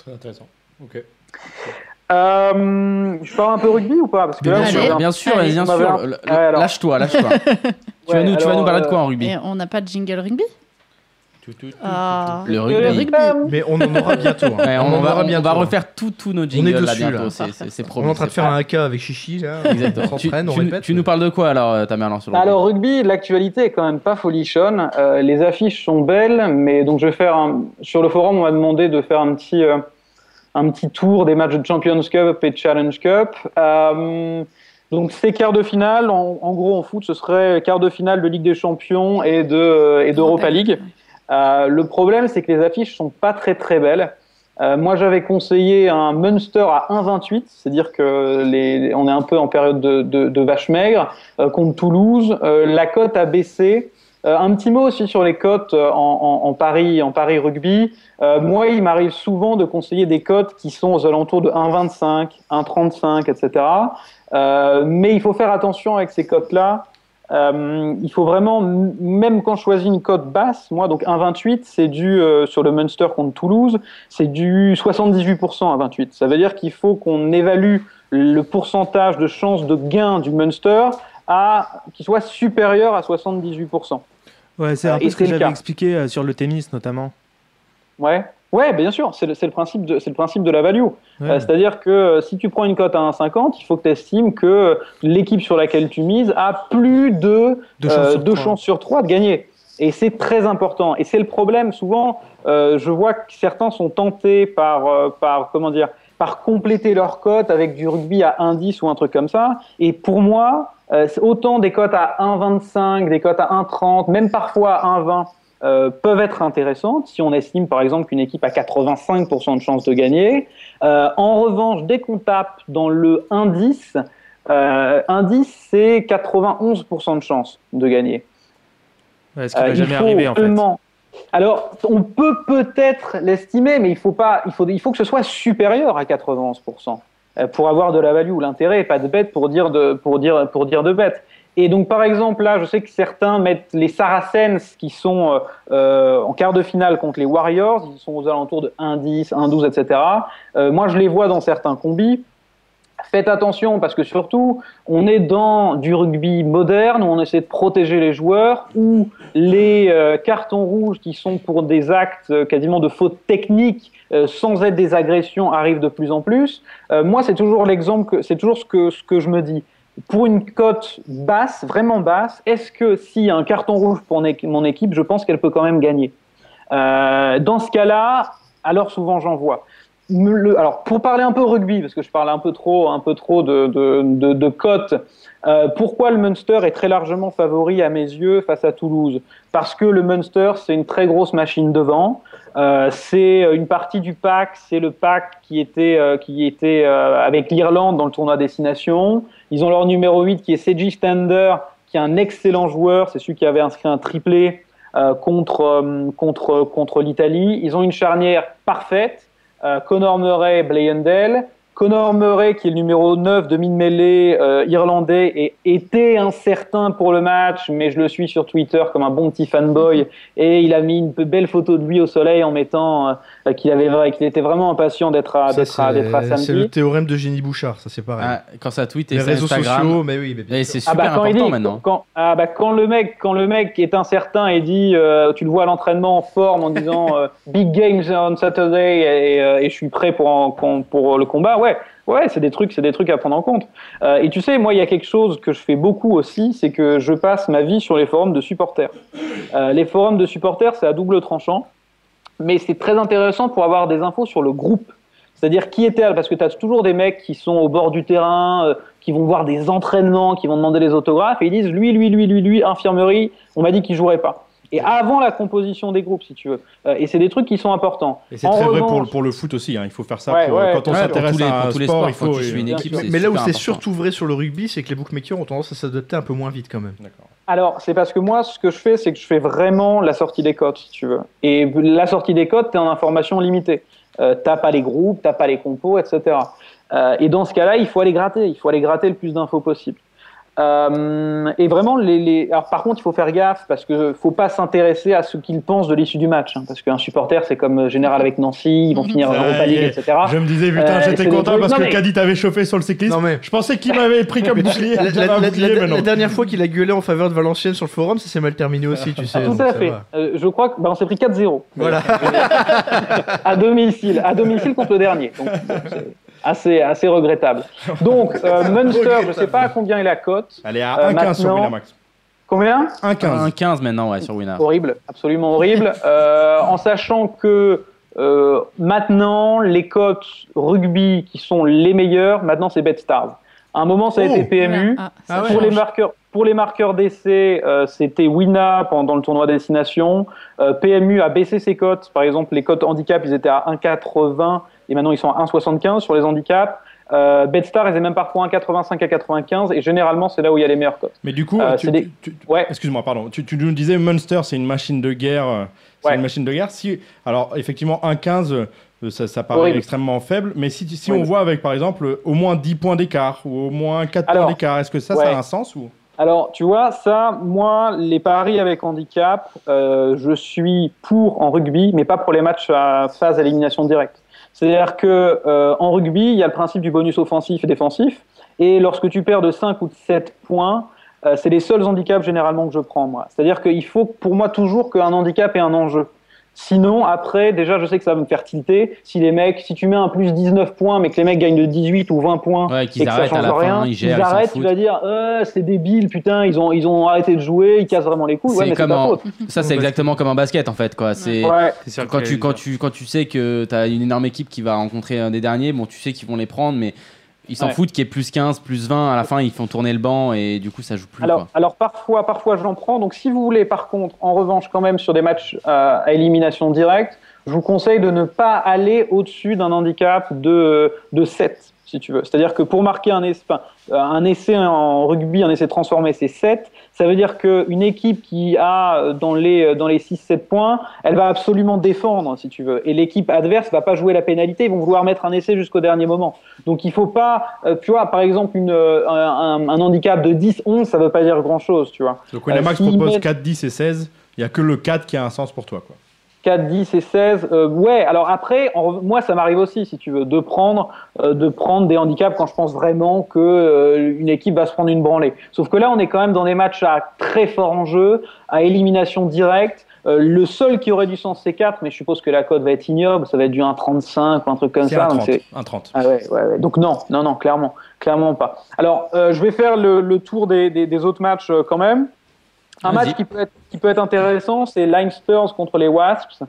Très intéressant. Ok.
Euh, je parle un peu rugby ou pas Parce que
Bien
là, on
Allez.
sûr,
est-
bien sûr,
Allez,
bien
on va
sûr.
voir.
L-
Ouais, alors.
Lâche-toi, lâche-toi. tu vas
[laughs] Ouais,
nous, tu vas
alors,
nous parler de
euh,
quoi en rugby
Et on n'a pas de jingle rugby Ah.
Le
Le
rugby.
Euh, rugby.
Mais on en aura bientôt. hein.
Ouais, on,
en
va,
aura
on
bientôt,
va
hein.
refaire tout, tout nos jingles là
dessus, là.
bientôt, c'est- c'est c'est promis.
On est en train de
c'est
faire un
pas-
AK avec Chichi, là.
[laughs] Exactement.
On
Tu,
s'entraîne, on
tu nous-
répète.
tu nous parles de quoi alors, euh, Tamerlan sur le
Alors rugby, l'actualité est quand même pas folichonne. Euh, les affiches sont belles, mais donc je vais faire un- sur le forum, on m'a demandé de faire un petit euh, un petit tour des matchs de Champions Cup et Challenge Cup. Euh, donc ces quarts de finale, en, en gros en foot, ce serait quart de finale de Ligue des Champions et de et d'Europa League. Euh, le problème, c'est que les affiches sont pas très très belles. Euh, moi, j'avais conseillé un Munster à 1,28, c'est-à-dire que les, on est un peu en période de, de, de vache maigre euh, contre Toulouse. Euh, la cote a baissé. Euh, un petit mot aussi sur les cotes euh, en, en, en Paris, en Paris rugby. Euh, moi, il m'arrive souvent de conseiller des cotes qui sont aux alentours de 1,25, 1,35, etc. Euh, mais il faut faire attention avec ces cotes-là. Euh, il faut vraiment, m- même quand je choisis une cote basse, moi, donc 1,28, c'est du, euh, sur le Munster contre Toulouse, c'est du 78% à 28. Ça veut dire qu'il faut qu'on évalue le pourcentage de chance de gain du Munster à, qui soit supérieur à 78%.
Ouais, c'est un
Euh,
peu
et
ce que
c'est le
j'avais
cas.
expliqué euh, sur le tennis notamment.
Ouais. Ouais, bien sûr, c'est le, c'est le principe de, c'est le principe de la value.
Ouais.
Euh, C'est-à-dire que euh, si tu prends une cote à 1,50, il faut que tu estimes que euh, l'équipe sur laquelle tu mises a plus de
Deux chances
euh,
sur
deux
trois.
chances sur trois de gagner. Et c'est très important. Et c'est le problème. Souvent, euh, je vois que certains sont tentés par, euh, par comment dire, par compléter leur cote avec du rugby à 1,10 ou un truc comme ça. Et pour moi, euh, c'est autant des cotes à 1,25, des cotes à 1,30, même parfois à 1,20 euh, peuvent être intéressantes si on estime par exemple qu'une équipe a 85% de chances de gagner. Euh, en revanche, dès qu'on tape dans le 1,10, euh, 1,10 c'est 91% de chances de gagner.
Ouais, ce qui
Euh,
va
il
jamais
faut
arriver en fait.
seulement- Alors, on peut peut-être l'estimer, mais il faut pas, il faut, il faut que ce soit supérieur à 91% euh, pour avoir de la value, l'intérêt, pas de bête pour dire de, pour dire, pour dire de bête. Et donc, par exemple, là, je sais que certains mettent les Saracens qui sont euh, euh, en quart de finale contre les Warriors, ils sont aux alentours de 1,10, 1,12, etc. Euh, moi, je les vois dans certains combis. Faites attention parce que surtout, on est dans du rugby moderne où on essaie de protéger les joueurs, où les euh, cartons rouges qui sont pour des actes euh, quasiment de faute technique euh, sans être des agressions arrivent de plus en plus. Euh, moi, c'est toujours l'exemple, que- c'est toujours ce que, ce que je me dis. Pour une cote basse, vraiment basse, est-ce que s'il y a un carton rouge pour mon équ- mon équipe, je pense qu'elle peut quand même gagner Euh, Dans ce cas-là, alors souvent j'en vois. Me- le- alors pour parler un peu rugby, parce que je parle un peu trop, un peu trop de, de, de, de cotes, euh, pourquoi le Munster est très largement favori à mes yeux face à Toulouse Parce que le Munster, c'est une très grosse machine devant. Euh, c'est une partie du pack, c'est le pack qui était, euh, qui était euh, avec l'Irlande dans le tournoi Destination. Ils ont leur numéro 8 qui est Seji Stander, qui est un excellent joueur. C'est celui qui avait inscrit un triplé euh, contre, euh, contre, contre l'Italie. Ils ont une charnière parfaite. Euh, Connor Murray, Blayendale. Connor Murray, qui est le numéro 9 demi de mêlée euh, irlandais, et était incertain pour le match, mais je le suis sur Twitter comme un bon petit fanboy, et il a mis une belle photo de lui au soleil en mettant euh, qu'il avait qu'il était vraiment impatient d'être à,
Ça,
d'être à, d'être à
c'est-
samedi.
c'est le théorème de Jenny Bouchard, ça c'est pareil.
Ah, quand ça tweet et
les
ça
réseaux
Instagram.
sociaux, mais oui, mais bien
Et
sûr.
c'est
Ah
super
bah, quand il
important
dit-
maintenant.
Quand, ah bah, quand le mec, quand le mec est incertain et dit, euh, tu le vois à l'entraînement en forme
[laughs]
en disant euh, big games on Saturday et, euh, et je suis prêt pour en- con- pour le combat, ouais, ouais, c'est des trucs, c'est des trucs à prendre en compte. Euh, et tu sais, moi, il y a quelque chose que je fais beaucoup aussi, c'est que je passe ma vie sur les forums de supporters. Euh, les forums de supporters, c'est à double tranchant, mais c'est très intéressant pour avoir des infos sur le groupe. C'est-à-dire qui était, parce que tu as toujours des mecs qui sont au bord du terrain, euh, qui vont voir des entraînements, qui vont demander les autographes, et ils disent lui, lui, lui, lui, lui, infirmerie, on m'a dit qu'il jouerait pas. Et avant la composition des groupes, si tu veux. Euh, et c'est des trucs qui sont importants.
Et c'est
En
très vrai pour,
revanche-
le- pour le foot aussi. hein. Il faut faire ça
Ouais,
pour-
ouais,
quand on
Ouais, pour
s'intéresse
tous les-
à
pour
un
tous les
sport.
sports,
il
quand
faut.
tu suis une
euh,
équipe,
Mais,
c'est
mais là où
super
Ah, c'est
important.
surtout vrai sur le rugby, c'est que les bookmakers ont tendance à s'adapter un peu moins vite quand même.
D'accord.
Alors, c'est parce que moi, ce que je fais, c'est que je fais vraiment la sortie des cotes, si tu veux. Et la sortie des cotes, t'es en information limitée. Euh, t'as pas les groupes, t'as pas les compos, etc. Euh, et dans ce cas-là, il faut aller gratter. Il faut aller gratter le plus d'infos possible. Euh, et vraiment, les, les... Alors, par contre, il faut faire gaffe parce que faut pas s'intéresser à ce qu'ils pensent de l'issue du match. hein, parce qu'un supporter, c'est comme euh, Général avec Nancy, ils vont finir en
Mhm. Ça
Europa
y
League,
est.
etc.
Je me disais, putain,
Euh, c'est
j'étais
des
content
trucs-
parce
non,
que
mais-
Cadit avait chauffé sur le cyclisme.
Non mais
Je pensais qu'il m'avait pris [laughs] comme bouclier.
la,
comme
la-
un
la-
bouclier,
la-
mais non.
la dernière fois qu'il a gueulé en faveur de Valenciennes sur le forum, ça s'est mal terminé aussi, tu sais. Ah, donc
Tout à
ça
fait.
va.
Euh, je crois que bah, on s'est pris 4-0.
Voilà.
[laughs] à domicile, à domicile contre le dernier. Donc, bon, c'est assez, assez regrettable. Donc, euh, Munster, je ne sais pas à combien est la cote.
Elle est
Euh,
à 1,15 sur
maintenant-
Winamax.
Combien
1,15.
1,15 maintenant ouais, sur Winner.
Horrible, absolument horrible. Euh, en sachant que euh, maintenant, les cotes rugby qui sont les meilleures, maintenant c'est BetStars. À un moment, ça a
Oh.
été PMU.
Ah,
Ah
ça
ouais.
pour
change.
les marqueurs pour les marqueurs d'essai, euh, c'était Wina pendant le tournoi destination. Euh, PMU a baissé ses cotes. Par exemple, les cotes handicap, ils étaient à 1,80 et maintenant ils sont à 1,75 sur les handicaps. Euh, Betstar, elles est même parfois 1,85 à 95 et généralement c'est là où il y a les meilleures cotes.
Mais du coup,
Euh,
tu-
c'est des-
tu- tu-
Ouais.
Excuse-moi, pardon. Tu, tu nous disais Munster, c'est une machine de guerre. euh, C'est
Ouais.
une machine de guerre. Si, alors, effectivement, 1,15, euh, ça, ça paraît
Horrible.
extrêmement faible. Mais si, si on
Horrible.
voit avec, par exemple, euh, au moins 10 points d'écart ou au moins 4
Alors,
points d'écart, est-ce que ça,
ouais.
ça a un sens ou...
Alors tu vois ça, moi les paris avec handicap, euh, je suis pour en rugby, mais pas pour les matchs à phase à élimination directe. C'est-à-dire que euh, en rugby, il y a le principe du bonus offensif et défensif. Et lorsque tu perds de 5 ou de 7 points, euh, c'est les seuls handicaps généralement que je prends, moi. C'est-à-dire qu'il faut pour moi toujours qu'un handicap ait un enjeu. Sinon, après, déjà, je sais que ça va me faire tilter. Si les mecs, si tu mets un plus 19 points, mais que les mecs gagnent de 18 ou 20 points,
Ouais, qu'ils
et que ça
arrêtent à
change
la fin,
rien,
ils gèrent, ils s'en
arrêtent, tu
foutent.
vas dire, euh, c'est débile, putain, ils ont, ils ont arrêté de jouer, ils cassent vraiment les couilles. Ouais,
C'est
mais c'est
comme
ta
en-
faute.
Ça, c'est
Au
exactement comme un basket en fait. Quoi. C'est
Ouais.
quand tu quand tu quand tu sais que t'as une énorme équipe qui va rencontrer un des derniers, bon, tu sais qu'ils vont les prendre, mais ils s'en
Ouais.
foutent qu'il y ait plus 15, plus 20. À la fin, ils font tourner le banc et du coup, ça joue plus.
Alors,
quoi.
alors parfois, parfois j'en prends. Donc si vous voulez, par contre, en revanche, quand même sur des matchs euh, à élimination directe, je vous conseille de ne pas aller au-dessus d'un handicap de, de 7, si tu veux. C'est-à-dire que pour marquer un, es- enfin, euh, un essai en rugby, un essai transformé, c'est 7. Ça veut dire qu'une équipe qui a euh, dans les, euh, dans les 6-7 points, elle va absolument défendre, si tu veux. Et l'équipe adverse va pas jouer la pénalité, ils vont vouloir mettre un essai jusqu'au dernier moment. Donc il faut pas, euh, tu vois, par exemple, une, euh, un, un handicap de 10, 11, ça veut pas dire grand chose, tu vois.
Donc Winamax
Euh, s'ils
propose
mettent-
4, 10 et 16. Il n'y a que le 4 qui a un sens pour toi. Quoi.
4, 10 et 16, euh, ouais, alors après, en rev- moi ça m'arrive aussi, si tu veux, de prendre, euh, de prendre des handicaps quand je pense vraiment que euh, une équipe va se prendre une branlée. Sauf que là, on est quand même dans des matchs à très fort enjeu, à élimination directe. Euh, le seul qui aurait du sens, c'est 4, mais je suppose que la cote va être ignoble, ça va être du 1,35 ou un truc comme
C'est
ça.
un
donc
30.
c'est-
un 30.
Ah ouais, ouais, ouais. Donc non, non, non, clairement, clairement pas. Alors, euh, je vais faire le, le tour des, des- des autres matchs euh, quand même. Un
Vas-y.
match qui peut être, qui peut être intéressant, c'est Leinster contre les Wasps.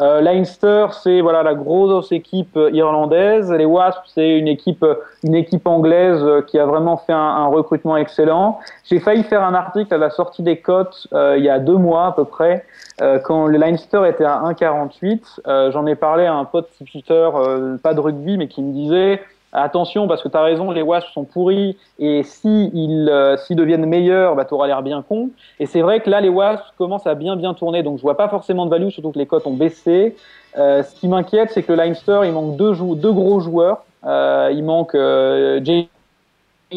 Euh, Leinster, c'est voilà la grosse équipe euh, irlandaise. Les Wasps, c'est une équipe, euh, une équipe anglaise euh, qui a vraiment fait un, un recrutement excellent. J'ai failli faire un article à la sortie des cotes euh, il y a deux mois à peu près, euh, quand le Leinster était à 1,48. Euh, J'en ai parlé à un pote tipster, euh, pas de rugby, mais qui me disait attention parce que t'as raison, les Wasps sont pourris et si ils, euh, s'ils deviennent meilleurs, bah t'auras l'air bien con. Et c'est vrai que là, les Wasps commencent à bien bien tourner, donc je vois pas forcément de value, surtout que les cotes ont baissé. Euh, ce qui m'inquiète, c'est que le Leinster, il manque deux, jou- deux gros joueurs. Euh, il manque euh, Jamie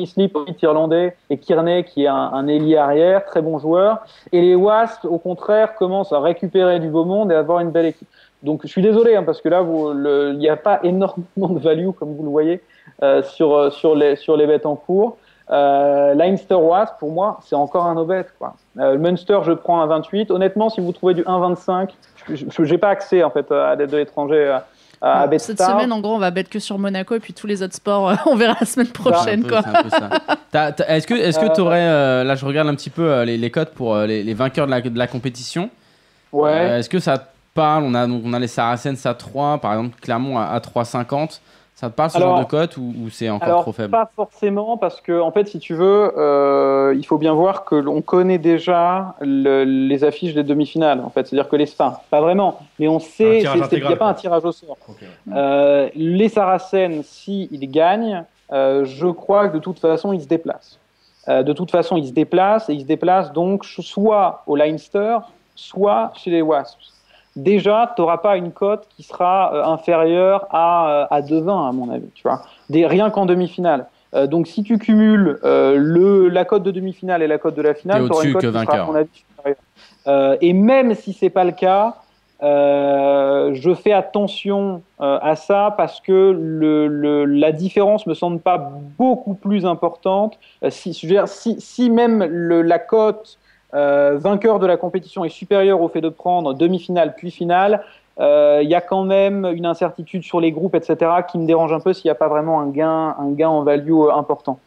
Sleep, irlandais, et Kearney, qui est un, un ailier arrière, très bon joueur. Et les Wasps, au contraire, commencent à récupérer du beau monde et à avoir une belle équipe. Donc je suis désolé, hein, parce que là, vous- le- il n'y a pas énormément de value, comme vous le voyez, euh, sur, euh, sur, les, sur les bêtes en cours. Euh, Leinster Wasp, pour moi, c'est encore un obète. Quoi. Euh, le Munster, je prends un 28. Honnêtement, si vous trouvez du 1,25, je n'ai pas accès en fait, à l'aide de l'étranger à, à, à
Bon, cette
Betstar.
semaine, en gros, on va bête que sur Monaco et puis tous les autres sports, euh, on verra la semaine
C'est un
prochaine.
peu-
quoi.
c'est un peu ça.
[laughs]
T'as- t'as- Est-ce que est-ce que t'aurais euh, là je regarde un petit peu euh, les, les codes pour euh, les, les vainqueurs de la, de la compétition.
Ouais.
Euh, Est-ce que ça te parle on a, donc, on a les Saracens à 3, par exemple Clermont à, à 3,50. Ça te parle ce genre
Alors-
de cote ou, ou c'est encore
Alors,
trop faible
Pas forcément, parce que, en fait, si tu veux, euh, il faut bien voir que l'on connaît déjà le- les affiches des demi-finales, en fait. C'est-à-dire que les enfin, pas vraiment, mais on
Un
sait,
tirage
c'est- c'est- il n'y
intégral,
a pas
quoi.
un tirage au sort. Euh, les Saracens, s'ils gagnent, euh, je crois que de toute façon, ils se déplacent. Euh, de toute façon, ils se déplacent, et ils se déplacent donc soit au Leinster, soit chez les Wasps. Déjà, tu n'auras pas une cote qui sera euh, inférieure à, euh, à 2,20, à mon avis, tu vois. Des, rien qu'en demi-finale. Euh, donc, si tu cumules euh, le, la cote de demi-finale et la cote de la finale,
T'es
tu auras une
au-dessus
cote
que
qui sera, à
vainqueur.
mon avis, supérieure. Euh, et même si c'est pas le cas, euh, je fais attention euh, à ça parce que le, le- la différence me semble pas beaucoup plus importante. Euh, si, je veux dire, si, si même le- la cote euh, vainqueur de la compétition est supérieure au fait de prendre demi-finale puis finale, euh, il y a quand même une incertitude sur les groupes, etc., qui me dérange un peu s'il n'y a pas vraiment un gain, un gain en value euh, important.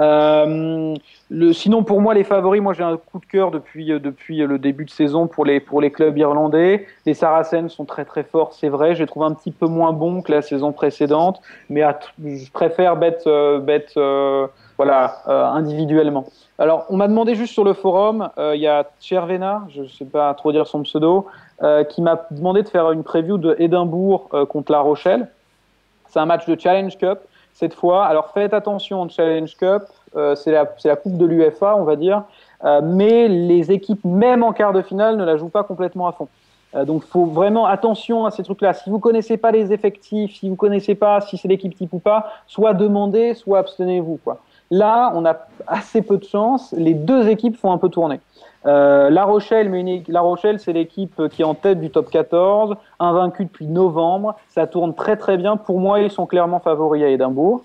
Euh, le, sinon, pour moi, les favoris, moi j'ai un coup de cœur depuis, euh, depuis le début de saison pour les, pour les clubs irlandais. Les Saracens sont très très forts, c'est vrai. Je les trouve un petit peu moins bons que la saison précédente, mais à t- je préfère bête, euh, bête euh, voilà, euh, individuellement. Alors, on m'a demandé juste sur le forum, euh, il y a Chervena, je ne sais pas trop dire son pseudo, euh, qui m'a demandé de faire une preview de Édimbourg euh, contre La Rochelle. C'est un match de Challenge Cup cette fois. Alors faites attention en Challenge Cup, euh, c'est la, c'est la coupe de l'UFA, on va dire. Euh, mais les équipes, même en quart de finale, ne la jouent pas complètement à fond. Euh, donc, faut vraiment attention à ces trucs-là. Si vous connaissez pas les effectifs, si vous connaissez pas si c'est l'équipe type ou pas, soit demandez, soit abstenez-vous. Quoi. Là, on a assez peu de chance. Les deux équipes font un peu tourner. Euh, la Rochelle, mais une é- La Rochelle, c'est l'équipe qui est en tête du top 14, invaincue depuis novembre. Ça tourne très très bien. Pour moi, ils sont clairement favoris à Édimbourg.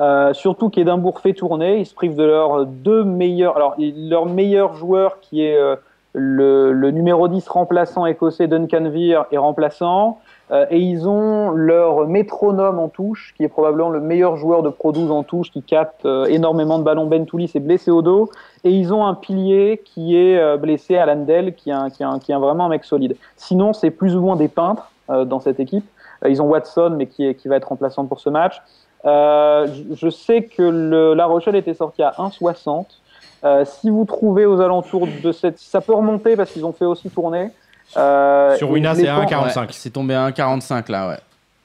Euh, surtout qu'Édimbourg fait tourner, ils se privent de leurs deux meilleurs, alors il- leur meilleur joueur qui est euh, le, le numéro 10 remplaçant écossais Duncan Veer est remplaçant. Euh, et ils ont leur métronome en touche, qui est probablement le meilleur joueur de Pro 12 en touche, qui capte euh, énormément de ballons. Ben Toulis est blessé au dos. Et ils ont un pilier qui est euh, blessé, à Landel, qui est, un- qui est un- qui est un- vraiment un mec solide. Sinon, c'est plus ou moins des peintres euh, dans cette équipe. Euh, ils ont Watson, mais qui, est- qui va être remplaçant pour ce match. Euh, je- je sais que le- La Rochelle était sortie à 1,60. Euh, si vous trouvez aux alentours de cette... Ça peut remonter parce qu'ils ont fait aussi tourner. Euh,
Sur
et
Wina,
les
c'est à
pentes-
1,45.
Ouais, c'est tombé à 1,45 là, ouais.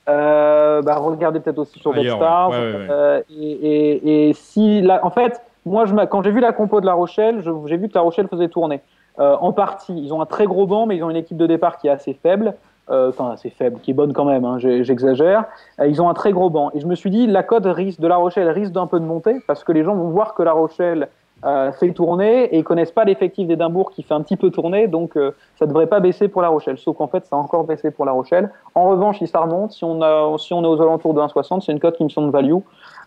euh, bah, regardez peut-être aussi sur
Ailleurs,
Rockstar.
ouais, ouais, ouais.
Euh, et, et- et si, la- en fait, moi, je m'a- quand j'ai vu la compo de La Rochelle, je- j'ai vu que La Rochelle faisait tourner. Euh, en partie, ils ont un très gros banc, mais ils ont une équipe de départ qui est assez faible. Euh, Enfin, assez faible, qui est bonne quand même, hein, j'ai- j'exagère. Euh, ils ont un très gros banc. Et je me suis dit, la cote risque, de La Rochelle risque d'un peu de monter, parce que les gens vont voir que La Rochelle euh, fait tourner, et ils connaissent pas l'effectif d'Édimbourg qui fait un petit peu tourner, donc euh, ça devrait pas baisser pour La Rochelle. Sauf qu'en fait, ça a encore baissé pour La Rochelle. En revanche, si ça remonte, si on, a, si on est aux alentours de 1,60, c'est une cote qui me semble value.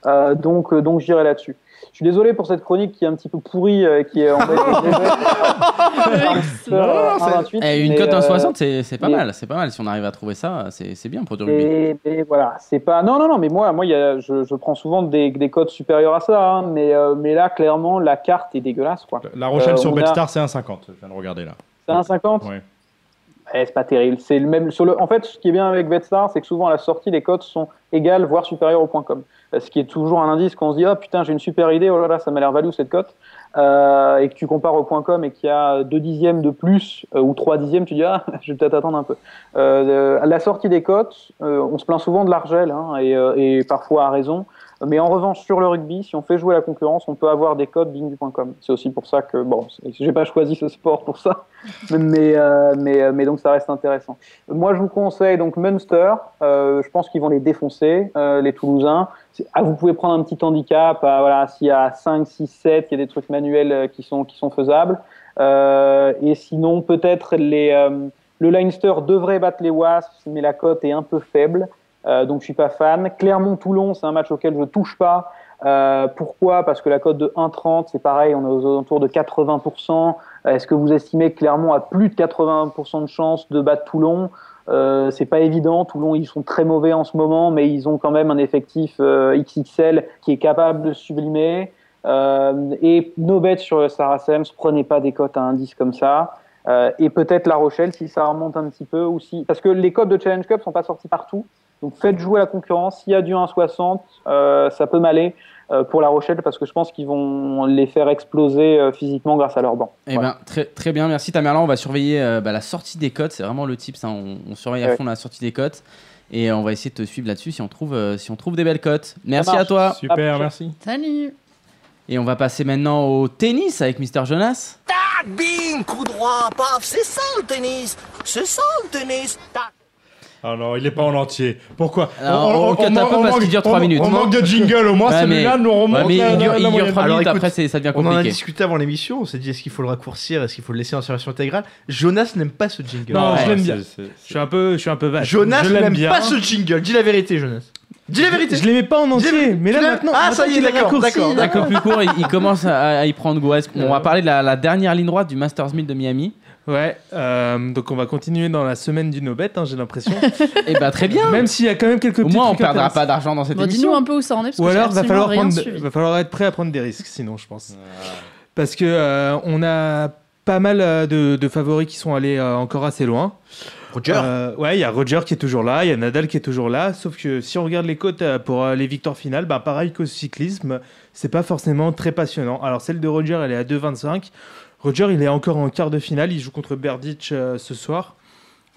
Euh, donc, euh, donc j'irai là-dessus. Je suis désolé pour cette chronique qui est un petit peu pourrie, euh, qui est en fait
Et Eh, une
euh,
cote 1,60, c'est- c'est pas mal, c'est pas mal. Si on arrive à trouver ça, c'est c'est bien pour du rugby.
Et, et voilà, c'est pas. Non, non, non, mais moi, moi il y a- je, je prends souvent des, des codes supérieurs à ça, hein, mais, euh, mais là, clairement, la carte est dégueulasse, quoi.
La Rochelle
Euh,
sur
on a-
Betstar, c'est 1,50. Je viens de regarder là.
C'est 1,50
Ouais.
Eh, C'est pas terrible. C'est le même. Sur le... En fait, ce qui est bien avec Betstar, c'est que souvent à la sortie, les cotes sont égales, voire supérieures au point com. Euh, Ce qui est toujours un indice qu'on se dit Ah putain, j'ai une super idée, oh là là, ça m'a l'air value cette cote. Euh, et que tu compares au point com et qu'il y a deux dixièmes de plus euh, ou trois dixièmes, tu dis Ah, [laughs] je vais peut-être attendre un peu. Euh, euh, à la sortie des cotes, euh, on se plaint souvent de l'argel hein, et, euh, et parfois à raison. Mais en revanche, sur le rugby, si on fait jouer la concurrence, on peut avoir des codes dignes du point com. C'est aussi pour ça que, bon, c'est- j'ai pas choisi ce sport pour ça mais, euh, mais, euh, mais donc ça reste intéressant. Moi, je vous conseille donc Munster. Euh, je pense qu'ils vont les défoncer, euh, les Toulousains. C'est- Ah, vous pouvez prendre un petit handicap. ah, voilà, s'il y a 5, 6, 7, il y a des trucs manuels euh, qui sont, qui sont faisables. Euh, et sinon, peut-être les, euh, le Leinster devrait battre les Wasps, mais la cote est un peu faible. Euh, donc, je suis pas fan. Clermont-Toulon, c'est un match auquel je touche pas. Euh, pourquoi Parce que la cote de 1,30, c'est pareil, on est aux alentours de 80%. Est-ce que vous estimez que Clermont a plus de 80% de chances de battre Toulon Euh, C'est pas évident. Toulon, ils sont très mauvais en ce moment, mais ils ont quand même un effectif euh, XXL qui est capable de sublimer. Euh, et no bet sur le Saracems, prenez pas des cotes à indice comme ça. Euh, et peut-être La Rochelle si ça remonte un petit peu aussi. Parce que les cotes de Challenge Cup sont pas sorties partout. Donc faites jouer la concurrence. S'il y a du 1,60, euh, ça peut m'aller euh, pour La Rochelle parce que je pense qu'ils vont les faire exploser euh, physiquement grâce à leur banc.
Eh
Voilà.
ben, très, très bien, merci Tamerlan. On va surveiller euh, bah, la sortie des cotes. C'est vraiment le type, ça. On, on surveille à
Ouais.
fond la sortie des cotes. Et euh, on va essayer de te suivre là-dessus si, on trouve, euh, si on trouve des belles cotes. Merci à
marche.
toi.
Super,
Ah,
merci.
Salut
Et on va passer maintenant au tennis avec Mister Jonas.
Bing, coup droit, paf, c'est ça le tennis, c'est ça le tennis. Tac.
Ah non, il n'est pas en entier. Pourquoi
Alors, Ah, on cut un peu parce
manque-
qu'il dure trois
on-
minutes.
On manque de jingle, au moins
Ouais,
celui-là
mais-
nous remonte.
Ouais, mais
la-
il dure,
la-
il
la
dure
moyenne.
trois
Alors,
minutes,
écoute,
après c'est- ça devient
On en a
compliqué.
discuté avant l'émission, on s'est dit est-ce qu'il faut le raccourcir, est-ce qu'il faut le laisser en version intégrale. Jonas n'aime pas ce jingle.
Non,
Ouais,
je l'aime
c'est-
bien.
c'est-
Je suis un peu, je suis un peu vache.
Jonas
je l'aime
n'aime
bien.
pas ce jingle. Dis la vérité, Jonas. Dis la vérité.
Je l'aimais pas en entier, mais là
l'aimes-
maintenant.
Ah, ça
maintenant
y est,
qu'il a
d'accord,
raccourci,
d'accord,
là.
Un peu plus court, il, il commence à, à y prendre goût. Est-ce qu'on- On va parler de la, la dernière ligne droite du Masters 1000 de Miami.
Ouais, euh, donc on va continuer dans la semaine du Nobet, hein, j'ai
[laughs]
l'impression.
Et bah, très bien.
Même s'il y a quand même quelques
Au
petits
moins, on
trucs
perdra
intéressants.
pas d'argent dans cette
Bon,
émission.
dis-nous un peu où ça en est, parce
Ou
que j'ai
alors, va
absolument
falloir,
rien
prendre-
suivi.
va falloir être prêt à prendre des risques, sinon, je pense. Parce que euh, on a pas mal euh, de, de favoris qui sont allés euh, encore assez loin.
Roger.
Euh, ouais, il y a Roger qui est toujours là, il y a Nadal qui est toujours là. Sauf que si on regarde les cotes euh, pour euh, les victoires finales, bah, pareil qu'au cyclisme, c'est pas forcément très passionnant. Alors celle de Roger, elle est à 2,25. Roger, il est encore en quart de finale, il joue contre Berdych euh, ce soir.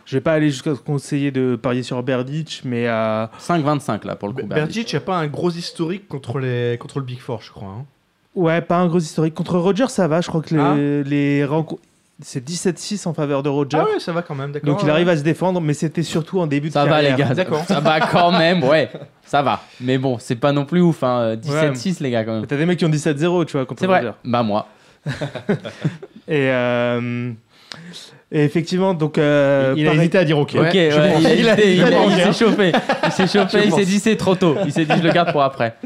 Je vais pas aller jusqu'à te conseiller de parier sur Berdych, mais euh,
5,25 là pour le coup. Berdy.
Berdic, il a pas un gros historique contre, les... contre le Big Four, je crois. hein.
ouais, pas un gros historique. Contre Roger, ça va, je crois que les,
Ah.
les rencontres. C'est 17-6 en faveur de Roger.
Ah ouais, ça va quand même, d'accord.
Donc il arrive à se défendre, mais c'était surtout en début
Ça
de
va
carrière.
les gars,
D'accord.
ça va quand même, ouais, ça va. Mais bon, c'est pas non plus ouf, hein. 17-6 les gars quand même.
Mais T'as des mecs qui ont 17-0, tu vois, contre
C'est vrai.
Roger.
Bah moi.
Et, euh, et effectivement, donc. euh,
Il a
pareil-
hésité à dire OK.
Ok, ouais, il, a-
Il a-
il a-
il a-
il a- il
il a-
s'est chauffé, il s'est chauffé, il s'est dit c'est trop tôt, il s'est dit je le garde pour après.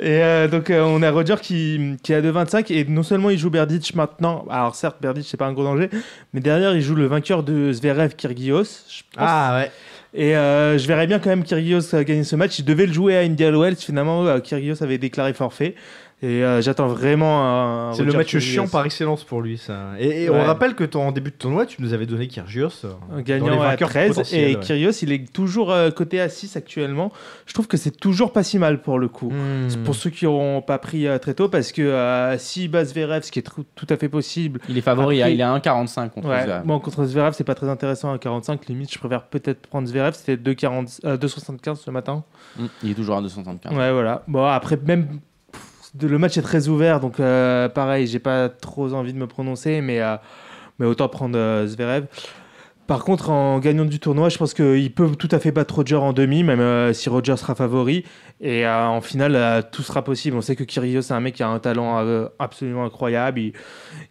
Et euh, donc, euh, on a Roger qui, qui a 2,25 et non seulement il joue Berdych maintenant, alors certes, Berdych, c'est pas un gros danger, mais derrière, il joue le vainqueur de Zverev Kyrgios. Je pense
Ah ouais.
et euh, je verrais bien quand même Kyrgios euh, gagner ce match. Il devait le jouer à Indian Wells. Finalement, euh, Kyrgios avait déclaré forfait. Et euh, j'attends vraiment un.
C'est le
Roger
match
Kyrgios
chiant par excellence pour lui, ça. Et, et
Ouais.
on rappelle que ton- en début de tournoi, tu nous avais donné Kyrgios. euh,
Un
dans
Gagnant
les
à
vainqueurs
13.
potentiels,
Et
ouais.
Kyrgios, il est toujours euh, coté à 6 actuellement. Je trouve que c'est toujours pas si mal pour le
Mm.
coup.
Hmm.
C'est
Hmm.
Pour ceux qui n'auront pas pris euh, très tôt, parce que euh, si bat Zverev, ce qui est tr- tout à fait possible,
Il est favori,
Après-
hein, il est à 1,45 contre
Ouais,
Zverev.
Bon, contre Zverev, c'est pas très intéressant à 45. Limite, je préfère peut-être prendre Zverev. C'était 2,40 euh, 2,75 ce matin.
Mm, Il est toujours à 275.
Ouais, voilà. Bon, après, même. pff, Le match est très ouvert, donc euh, pareil, j'ai pas trop envie de me prononcer, mais, euh, mais autant prendre euh, Zverev. Par contre, en gagnant du tournoi, je pense qu'il peut tout à fait battre Roger en demi, même euh, si Roger sera favori. Et euh, en finale, euh, tout sera possible. On sait que Kyrgios, c'est un mec qui a un talent euh, absolument incroyable. Il,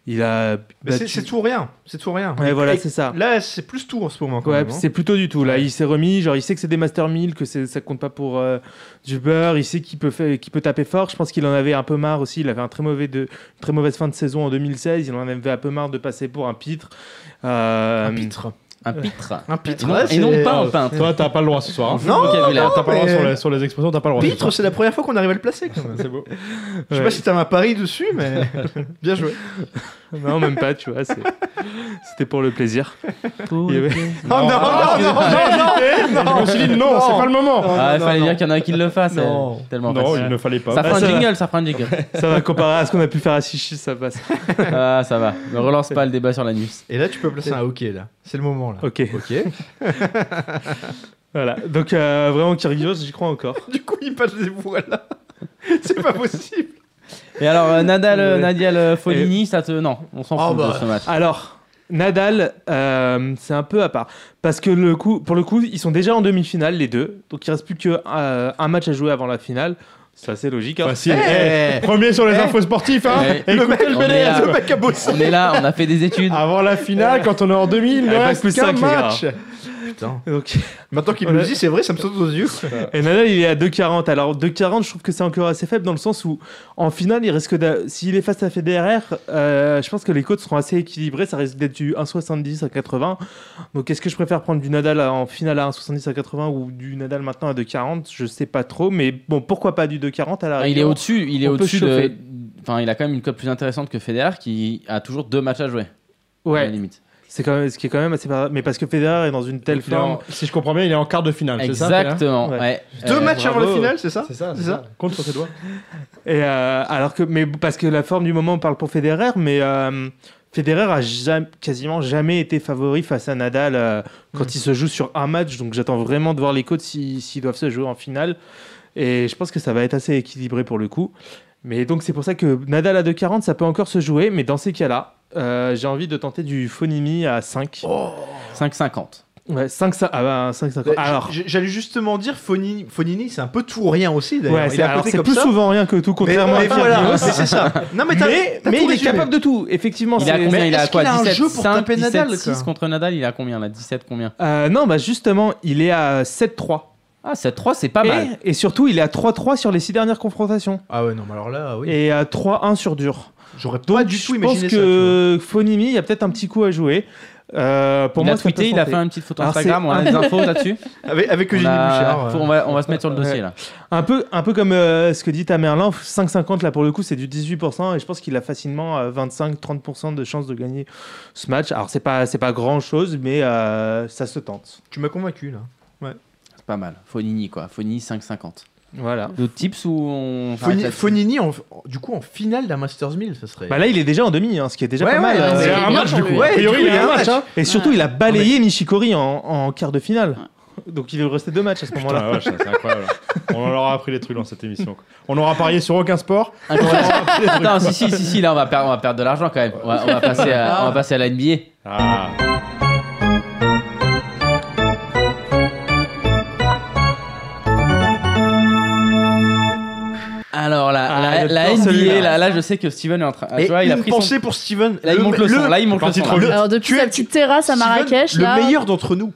il a.
Mais c'est
battu-
c'est tout ou rien. C'est tout ou rien.
Ouais, voilà,
Et-
c'est ça.
Là, c'est plus tout en ce moment. Quand
Ouais,
même, hein.
c'est plutôt du tout. Là, il s'est remis. Genre, il sait que c'est des Master 1000, que c'est- ça compte pas pour euh, du beurre. Il sait qu'il peut, faire- qu'il peut taper fort. Je pense qu'il en avait un peu marre aussi. Il avait un très mauvais de, une très mauvaise fin de saison en 2016. Il en avait un peu marre de passer pour un pitre. Euh,
Un pitre.
Un pitre.
Un pitre.
Et non-
ouais,
et non
c'est-
pas un peintre.
Toi, t'as pas le droit ce soir. hein.
Non,
T'as
Vocabulaire.
t'as pas le droit
mais-
sur les, sur les expressions, t'as
[laughs]
pas le droit.
Pitre, c'est la première fois qu'on arrive à le placer. Quand même.
[laughs] c'est beau.
Je sais
ouais.
pas si t'as un pari dessus, mais [laughs] bien joué.
Non, même pas. Tu vois, c'est- [laughs] c'était pour le plaisir. Il y avait-
Oh non, non, non, non, non,
Je me suis dit Eh, non, c'est pas le moment.
Ah,
Non,
il
non,
fallait
non.
dire qu'il y en a qui le fassent.
Non.
euh, Tellement
Non,
facile.
il ne fallait pas.
Ça
Bah,
fera
ça
un
va.
jingle, ça fera un
[laughs]
jingle.
Ça va comparer à ce qu'on a pu faire à Chichi, ça passe.
ah, ça va. Ne relance pas le débat sur l'anus.
Et là, tu peux placer un OK là. C'est le moment là.
Ok.
Ok. [laughs]
Voilà. Donc euh, vraiment, Kyrgios, j'y crois encore.
du coup, il passe des voiles là. [laughs] C'est pas possible.
Et alors, euh, Nadal, euh,
Ouais.
Nadial euh, Foligny, ça te. Non, on s'en
Oh,
fout
bah.
de ce match.
Alors, Nadal, euh, c'est un peu à part. Parce que le coup, pour le coup, ils sont déjà en demi-finale, les deux. Donc il reste plus qu'un match à jouer avant la finale. C'est assez logique. hein.
Facile.
Eh.
Eh, Premier sur les
Eh.
infos sportives, hein.
Eh.
Et Écoutez le
on est
BDS.
là.
Le mec a bossé.
On est là, on a fait des études.
Ah,
Avant la finale, quand on est en 2000, il ne
Avec
reste
Eh, plus
qu'un
cinq, les gars.
match.
Putain.
[laughs] Donc,
Maintenant qu'il me le dit, c'est vrai, ça me saute aux yeux.
et Nadal, il est à 2,40. Alors 2,40, je trouve que c'est encore assez faible dans le sens où, en finale, il risque d'a- s'il est face à Federer, euh, je pense que les cotes seront assez équilibrées. Ça risque d'être du 1,70 à 80. Donc est-ce que je préfère prendre du Nadal en finale à 1,70 à 80 ou du Nadal maintenant à 2,40 Je sais pas trop, mais bon, pourquoi pas du 2,40 à la
Ah, il est
rigueur.
au-dessus, il est
on peut
au-dessus
se
de.
chauffer.
Enfin, il a quand même une cote plus intéressante que Federer qui a toujours deux matchs à jouer. À la
Ouais,
limite.
c'est quand même ce qui est quand même assez par- mais parce que Federer est dans une telle
Il est en-
forme.
Bah, Si je comprends bien, il est en quart de finale. c'est ça, Félix
Exactement.
Ouais.
ouais.
Deux
Euh,
matchs avant la
bravo.
finale, c'est ça
C'est ça,
C'est ça.
Compte sur ses doigts.
Et euh, alors que mais parce que la forme du moment on parle pour Federer mais euh, Federer a jam- quasiment jamais été favori face à Nadal euh, quand il se joue sur un match donc j'attends vraiment de voir les codes si- s'ils doivent se jouer en finale et je pense que ça va être assez équilibré pour le coup. Mais donc c'est pour ça que Nadal à 2,40 ça peut encore se jouer mais dans ces cas-là euh, j'ai envie de tenter du Fonimi à 5.
5,50.
Ouais, 5 ça ah bah, 5,50. Alors
J- j'allais justement dire Fonini, Fonini c'est un peu tout ou rien aussi d'ailleurs.
Ouais,
il
c'est-
est à
alors,
côté
c'est
comme
plus
ça.
souvent rien que tout,
Mais,
contrairement
mais
à
voilà,
Kyrgios.
c'est c'est ça. Non mais t'as-
Mais,
t'as
mais
tout
il est
résumé.
capable de tout, effectivement.
Il a
c'est-
combien
Oh, mais
Il a
est-ce
quoi
qu'il a un
17,
jeu pour
5,
taper Nadal,
17, 6
quoi
contre Nadal, il a combien là 17 combien
Euh, non, bah justement, il est à 7-3.
Ah, 7-3, c'est pas mal.
Et, et surtout, il est à 3-3 sur les six dernières confrontations.
Ah ouais non mais alors là oui.
Et à 3-1 sur dur.
J'aurais pas du tout
Je
imaginé
pense
ça. tu vois.
que Fonimi, il y a peut-être un petit coup à jouer. Euh, pour
il
moi,
a
ça peut
tweeté, il a fait
tenter.
une petite photo
Alors,
Instagram,
c'est-
on a des [laughs] infos là-dessus.
Avec, avec
On,
Eugénie
a-
Bouchard.
faut- on va, on va se mettre sur le dossier là.
un peu, un peu comme euh, ce que dit Tamerlan, 5,50 là pour le coup, c'est du 18% et je pense qu'il a facilement euh, 25-30% de chances de gagner ce match. Alors c'est pas, c'est pas grand chose, mais euh, ça se tente.
Tu m'as convaincu là.
C'est pas mal. Fonini quoi, Fonini 5,50.
Voilà.
D'autres tips ou on.
Ah,
s'arrête
Foni-
là-dessus
Fonini en- en- du coup en finale d'un Masters 1000 ça serait.
Bah là, il est déjà en demi, hein, ce qui est déjà
Ouais,
pas mal.
ouais, ah ouais,
euh,
Il y
c'est
a un
bien
match
pour
du
lui.
coup.
Ouais,
A priori,
du coup,
il y a un match. hein.
Et surtout, il a balayé Nishikori en, en quart de finale. Donc il lui restait deux matchs à ce moment-là.
Putain, la vache, Ah, c'est incroyable. On leur a appris les trucs dans cette émission. quoi. On aura parié sur aucun sport.
[laughs] Incroyable. non, si, si, si, si, là on va perdre, on va perdre de l'argent quand même. On va, on va passer à, on va passer à la NBA.
Ah.
Alors là,
Ah,
la,
il
la
adore
NBA,
celui-là.
là, là, je sais que Steven est en train. ah,
Et
tu vois, il a
une
pris son-
pensée pour Steven.
Là, il monte le, son. Là, il monte le
Parti
son.
trop
là.
Alors, depuis
Tu es-
sa petite terrasse à
Steven,
Marrakech, là.
le meilleur d'entre nous.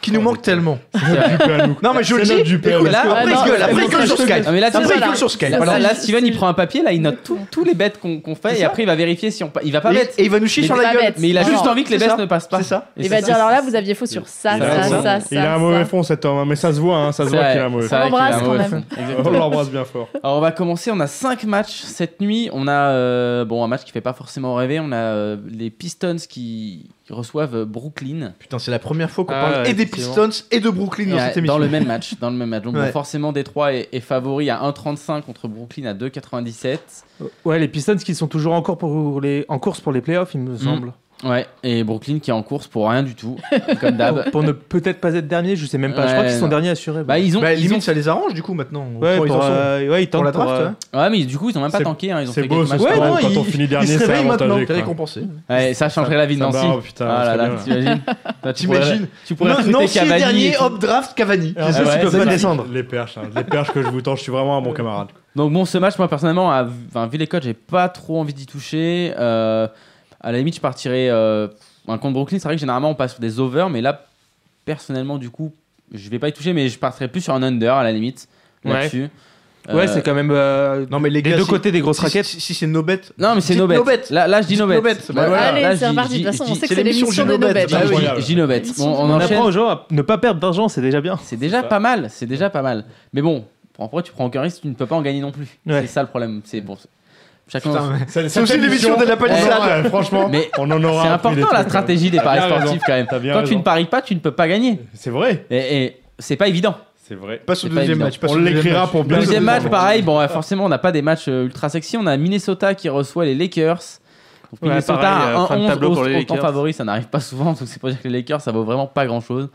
qui nous manque tellement.
[laughs]
Non, mais je
C'est
le
notre
dis.
Dupé,
écoute,
ouais.
là, après,
Ah, non,
il gueule, après, il gueule
c'est
sur
ça,
Skype.
Non, mais là,
Après,
tu vois,
il
là,
gueule sur Skype.
Là,
Alors,
là, Steven, il prend un papier, là, il note tout- tous les bêtes qu'on qu'on fait, et après, il va vérifier si on. pa- Il va pas
et-
bête.
Et il va nous chier
Mais
sur
il
la
est pas
gueule.
bête.
Mais il a
Non,
juste
non,
envie que les
c'est
bêtes
ça.
ne passent pas.
C'est ça.
Et
Il
ça,
va
ça,
dire
ça,
Eh ben, alors là, vous aviez faux sur ça,
Il a
ça,
raison.
ça, ça.
Il a un mauvais fond cet homme, hein, mais ça se voit, hein, ça se voit
C'est
qu'il a un
vrai,
mauvais
c'est
fond.
vrai qu'il a
embrasse
un
quand
mauvais
même.
fond.
[laughs]
On
Exactement.
l'embrasse bien
[laughs]
fort.
Alors on va commencer, on a 5 matchs cette nuit. On a euh, bon, un match qui fait pas forcément rêver, on a euh, les Pistons qui reçoivent euh, Brooklyn
Putain, c'est la première fois qu'on
Ah,
parle
ouais,
et des
effectivement.
Pistons et de Brooklyn dans
Euh,
cette émission.
le même match. Dans le même match. Donc bon,
Ouais.
forcément Détroit est, est favori à 1,35 contre Brooklyn à 2,97.
Ouais, les Pistons qui sont toujours encore pour les... en course pour les playoffs,
Mm.
il me semble.
Ouais, et Brooklyn qui est en course pour rien du
[laughs]
tout, comme
Bah,
d'hab.
Pour ne peut-être pas être dernier, je sais même pas. je crois
Ouais,
qu'ils sont
non.
derniers assurés.
Bah, ils ont,
Bah,
ils
limite,
ont-
ça les arrange du coup maintenant.
Ouais,
Quand
pour,
ils en sont.
euh, ouais, ils tentent
Pour la draft,
euh,
hein.
ouais, Ah, mais du coup, ils ont même pas
C'est-
tanké. hein, Ils ont fait
C'est beau
quelques
ce
matchs.
Ouais,
sport,
non,
quand
il-
on finit
Ils
dernier,
se
c'est
réveillent maintenant,
avantagé.
t'es
quoi.
récompensé.
Ouais, ça changerait la vie de
Ça
Nancy.
barre, oh, putain,
ah là
c'est
là,
bien.
t'imagines Toi,
[laughs]
tu pourrais-
T'imagines
Tu pourrais recruter
Non, si
Cavani et
dernier,
tout.
hop, draft Cavani.
Ah,
Les
ouais,
autres, ils peuvent
c'est
pas
ça.
descendre.
Les perches, hein, les perches que je vous tends, je suis vraiment
Euh,
un bon camarade.
Donc bon, ce match, moi personnellement, à, enfin, vu les codes, j'ai pas trop envie d'y toucher. Euh, à la limite, je partirais euh, un contre Brooklyn. C'est vrai que généralement, on passe sur des overs, mais là, personnellement, du coup, je vais pas y toucher, mais je partirais plus sur un under à la limite
Ouais.
là-dessus.
Ouais,
Euh,
c'est quand même. euh,
Non, mais les
des
gars,
deux
si-
côtés des grosses
si-
raquettes.
Si si c'est no bet.
non, mais c'est
Dites
no bet.
no bet.
Là, là, je dis
Dites
no bet.
no bet. Bah
Là,
voilà.
là,
Allez,
je
c'est
dis-
reparti. De toute
je
façon,
dis-
on sait
c'est
que c'est
l'émission
l'émission
des
des
no
no
bets.
bets.
Bah
je dis-
oui.
je dis no bet. Bon, on
On
enchaîne.
apprend aux gens à ne pas perdre d'argent, c'est déjà bien.
C'est déjà pas mal, c'est déjà pas mal. Mais bon, en vrai, tu prends aucun risque, tu ne peux pas en gagner non plus.
Ouais.
C'est ça le problème. C'est bon. c'est- Chacun.
C'est aussi l'émission de la palissade.
Ouais, Franchement,
Mais
on en aura.
c'est
appris des
important la
trucs, hein.
stratégie des
T'as
paris
bien raison.
sportifs quand même.
T'as bien
Quand tu
raison.
ne paries pas, tu ne peux pas gagner.
C'est vrai,
Et, et c'est pas évident.
c'est vrai.
Passe
C'est
au
pas
deuxième
évident.
match. passe
On
au deuxième
l'écrira
match.
pour bien-
Deuxième
Bien
match,
sûr.
pareil. Bon, ouais, forcément, on n'a pas des matchs euh, ultra sexy. On a Minnesota qui reçoit les Lakers. Donc,
Ouais,
Minnesota
pareil, euh,
à
fin de
1-11
tableau pour les
autant
Lakers.
favori, ça n'arrive pas souvent. Donc, c'est pour dire que les Lakers, ça vaut vraiment pas grand chose.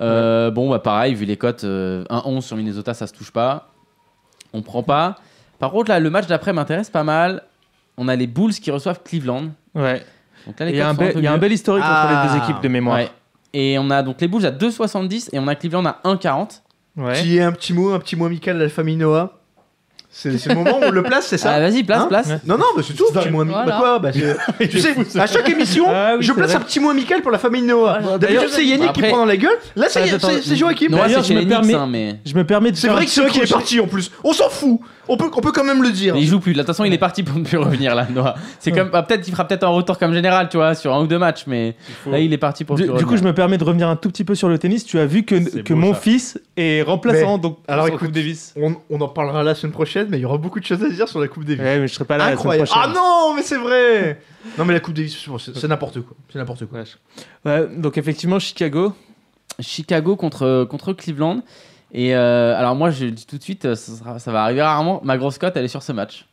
Euh, Bon, bah, pareil, vu les cotes, euh, 1-11 sur Minnesota, ça se touche pas. On prend pas. Par contre, là, le match d'après m'intéresse pas mal. On a les Bulls qui reçoivent Cleveland.
Ouais.
Donc là, les
Il y a
cotes
un
sont
bel
peu
il y a un
mieux.
bel historique
Ah.
entre les deux équipes de mémoire.
Ouais. Et on a donc les Bulls à 2,70 et on a Cleveland à 1,40.
Ouais.
Qui est un petit mot, un petit mot amical de la famille Noah. C'est c'est le moment où on le place, c'est
Ah,
ça
vas-y, place,
Hein
place.
Non, non, bah c'est tout. Petit mot amical. Bah
Voilà.
quoi bah, [laughs] c'est- Tu sais, à chaque émission,
Ah oui,
je
c'est
place un
vrai.
petit mot amical pour la famille Noah. D'habitude, c'est Yannick qui
Après-
prend dans la gueule. Là, c'est
Attends,
c'est- c'est Joachim.
Noah,
D'ailleurs,
c'est chez
je me
les Knicks,
permets-
hein, mais...
Je me permets de
C'est
faire
vrai
un
que c'est eux
petit
qui est
crochet.
parti en plus. On s'en fout. On peut, on peut quand même le dire.
Mais il joue plus. De toute façon, il est parti pour ne plus revenir là, Noah. C'est comme ah, peut-être qu'il fera peut-être un retour comme général, tu vois, sur un ou deux matchs, mais là il est parti pour.
Du,
plus
du coup,
revenir.
je me permets de revenir un tout petit peu sur le tennis. Tu as vu que,
C'est
que
beau,
mon
ça.
fils est remplaçant
Mais-
donc
alors,
sur la
écoute.
Coupe Davis.
On, on en parlera la semaine prochaine, mais il y aura beaucoup de choses à dire sur la Coupe Davis.
Ouais, mais je serai pas là
Incroyable.
la semaine
Ah
prochaine.
non, mais c'est vrai. Non, mais la Coupe Davis, bon, c'est c'est n'importe quoi. C'est n'importe quoi.
Ah,
Ouais, donc effectivement, Chicago.
Chicago contre contre Cleveland. Et euh, alors moi, je le dis tout de suite, euh, ça, sera- ça va arriver rarement. Ma grosse cote, elle est sur ce match.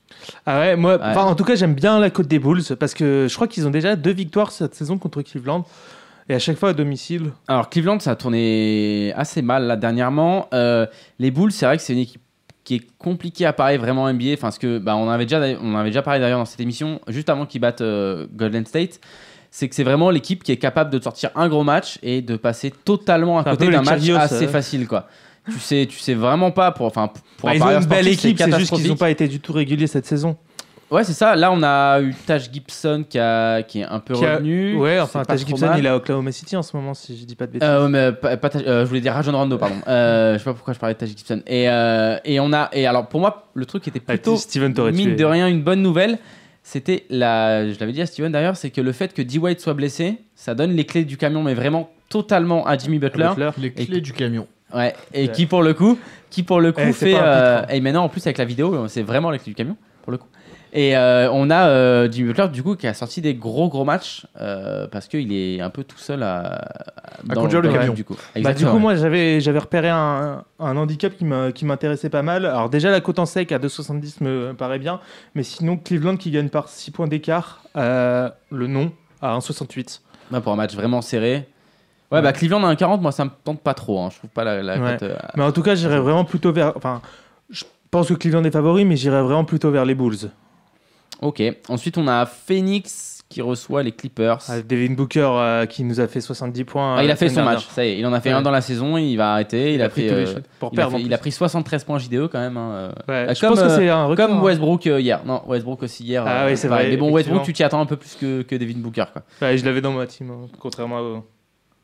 Ah ouais, moi,
Ouais.
enfin, en tout cas, j'aime bien la côte des Bulls parce que je crois qu'ils ont déjà deux victoires cette saison contre Cleveland et à chaque fois à domicile.
Alors Cleveland, ça a tourné assez mal là dernièrement. Euh, les Bulls, c'est vrai que c'est une équipe qui est compliquée à parler vraiment NBA. Enfin, ce que bah, on avait déjà on avait déjà parlé d'ailleurs dans cette émission juste avant qu'ils battent euh, Golden State. C'est que c'est vraiment l'équipe qui est capable de te sortir un gros match et de passer totalement à
C'est un
côté
peu
d'un
les
match
Chariots,
assez
euh.
facile quoi. Tu sais, tu sais vraiment pas pour enfin pour
Bah,
un
ils ont
parieur
une belle
sportif,
équipe, c'est juste qu'ils n'ont
catastrophique.
pas été du tout réguliers cette saison.
Ouais, c'est ça. Là, on a eu Taj Gibson qui, a- qui est un peu
Qui a-
revenu.
Ouais, enfin,
C'est pas
Taj
trop
Gibson,
mal.
il est à Oklahoma City en ce moment, si je dis pas de bêtises.
Euh, ouais, mais pas- pas Taj- euh, je voulais dire Rajon Rondo, pardon. Euh, je sais pas pourquoi je parlais de Taj Gibson. Et, euh, et on a et alors pour moi le truc était
Ah,
plutôt
Steven t'aurait tué.
mine de rien une bonne nouvelle. C'était la, je l'avais dit à Steven d'ailleurs, c'est que le fait que D White soit blessé, ça donne les clés du camion, mais vraiment totalement à Jimmy Butler.
Butler.
Les
clés
du camion.
Ouais. Et
Ouais.
qui pour le coup, qui pour le coup
Eh, c'est
fait
pas un
euh,
pitre,
et maintenant en plus avec la vidéo, c'est vraiment les clés du camion pour le coup. Et euh, on a euh, Jimmy Butler du coup qui a sorti des gros gros matchs euh, parce qu'il est un peu tout seul à, dans
conduire le
dans
camion.
du coup.
Bah, du
Exactement.
coup, moi, j'avais j'avais repéré un, un handicap qui m'a- qui m'intéressait pas mal. Alors, déjà, la cote en sec à 2,70 me paraît bien. Mais sinon, Cleveland qui gagne par 6 points d'écart, euh, le non à 1,68.
Ouais, pour un match vraiment serré. Ouais, bah Cleveland à 1,40, moi ça me tente pas trop. hein. Je trouve pas la, la
Ouais.
cote, euh,
Mais en tout cas, j'irais vraiment plutôt vers. Enfin, je pense que Cleveland est favori, mais j'irais vraiment plutôt vers les Bulls.
Ok. Ensuite, on a Phoenix qui reçoit les Clippers.
Ah, Devin Booker euh, qui nous a fait 70 points.
Ah,
euh,
il
la
a fait
semaine
son
dernière.
match. Ça y est, il en a fait
Ouais.
un dans la saison. Il va arrêter. Il, a, fait.
tous les
euh,
shots pour
il, a
perdre.
fait-
en
il
plus.
a pris 73 points JDE quand même. hein, euh.
Ouais,
Euh,
je
comme,
pense que
euh,
c'est un record.
Comme
hein.
Westbrook euh, hier. Non, Westbrook aussi hier. euh,
Ah oui, c'est vrai,
pareil. Mais bon, Westbrook,
effectivement.
tu t'y attends un peu plus que, que Devin Booker. Quoi.
Ouais, je l'avais dans ma team, hein, contrairement à.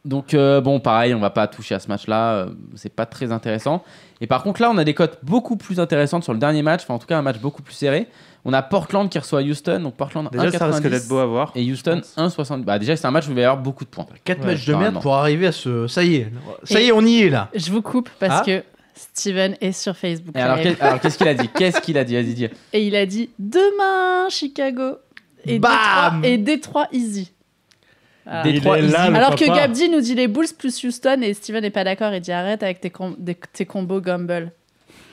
Donc euh, bon, pareil, on va pas toucher à ce match-là, euh, c'est pas très intéressant. Et par contre là, on a des cotes beaucoup plus intéressantes sur le dernier match, enfin en tout cas un match beaucoup plus serré. On a Portland qui reçoit Houston, donc Portland
Déjà, ça risque
1,90,
d'être beau à voir.
et Houston 1,60. Bah déjà c'est un match où il va y avoir beaucoup de points.
4
Ouais,
matchs de merde
carrément.
pour arriver à ce. Ça y est, ça
Et-
y est, on y est là.
Je vous coupe parce
Ah.
que Steven est sur Facebook
Et alors
Live.
qu'est- alors, qu'est-ce qu'il a dit Qu'est-ce qu'il a dit Vas-y dis.
et il a dit demain Chicago et
Bam
Détroit, et Détroit easy. Voilà.
Détroit,
Il est
easy.
là, le
Alors que
papa.
Gabdi nous dit les Bulls plus Houston et Steven n'est pas d'accord et dit arrête avec tes, com- des- tes combos Gumball.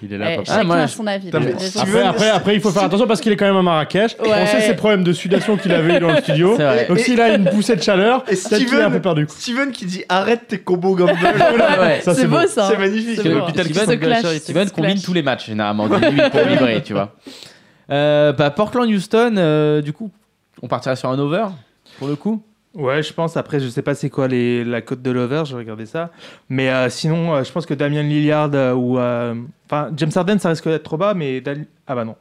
Il est
Eh,
là,
chacun
Ah, moi,
a
je-
son avis.
Putain,
là,
mais
désolé.
Steven-
Après, après, après, il faut faire attention parce qu'il est quand même à Marrakech. On
Ouais.
sait ses problèmes de sudation qu'il avait eu dans le studio.
C'est vrai.
Donc
[laughs]
s'il a une poussée de chaleur,
Et
peut-être qu'il est un peu
Steven,
perdu.
Steven qui dit arrête tes combos [laughs] Gumball.
Ouais.
Ça,
C'est
c'est
beau
beau.
ça.
Ah, [laughs] C'est magnifique.
C'est beau.
L'hôpital
Ils
qui
se
se
clashent,
clash,
ils se
Steven combine
clashent.
tous les matchs généralement du huit
[laughs]
pour vibrer, tu vois. Euh, bah, Portland Houston, euh, du coup, on partira sur un over pour le coup.
Ouais, je pense. Après, je sais pas c'est quoi les, la cote de l'over, je regardais ça. Mais euh, sinon, euh, je pense que Damien Lillard euh, ou. euh, Enfin, James Harden, ça risque d'être trop bas, mais. Dal- Ah bah non.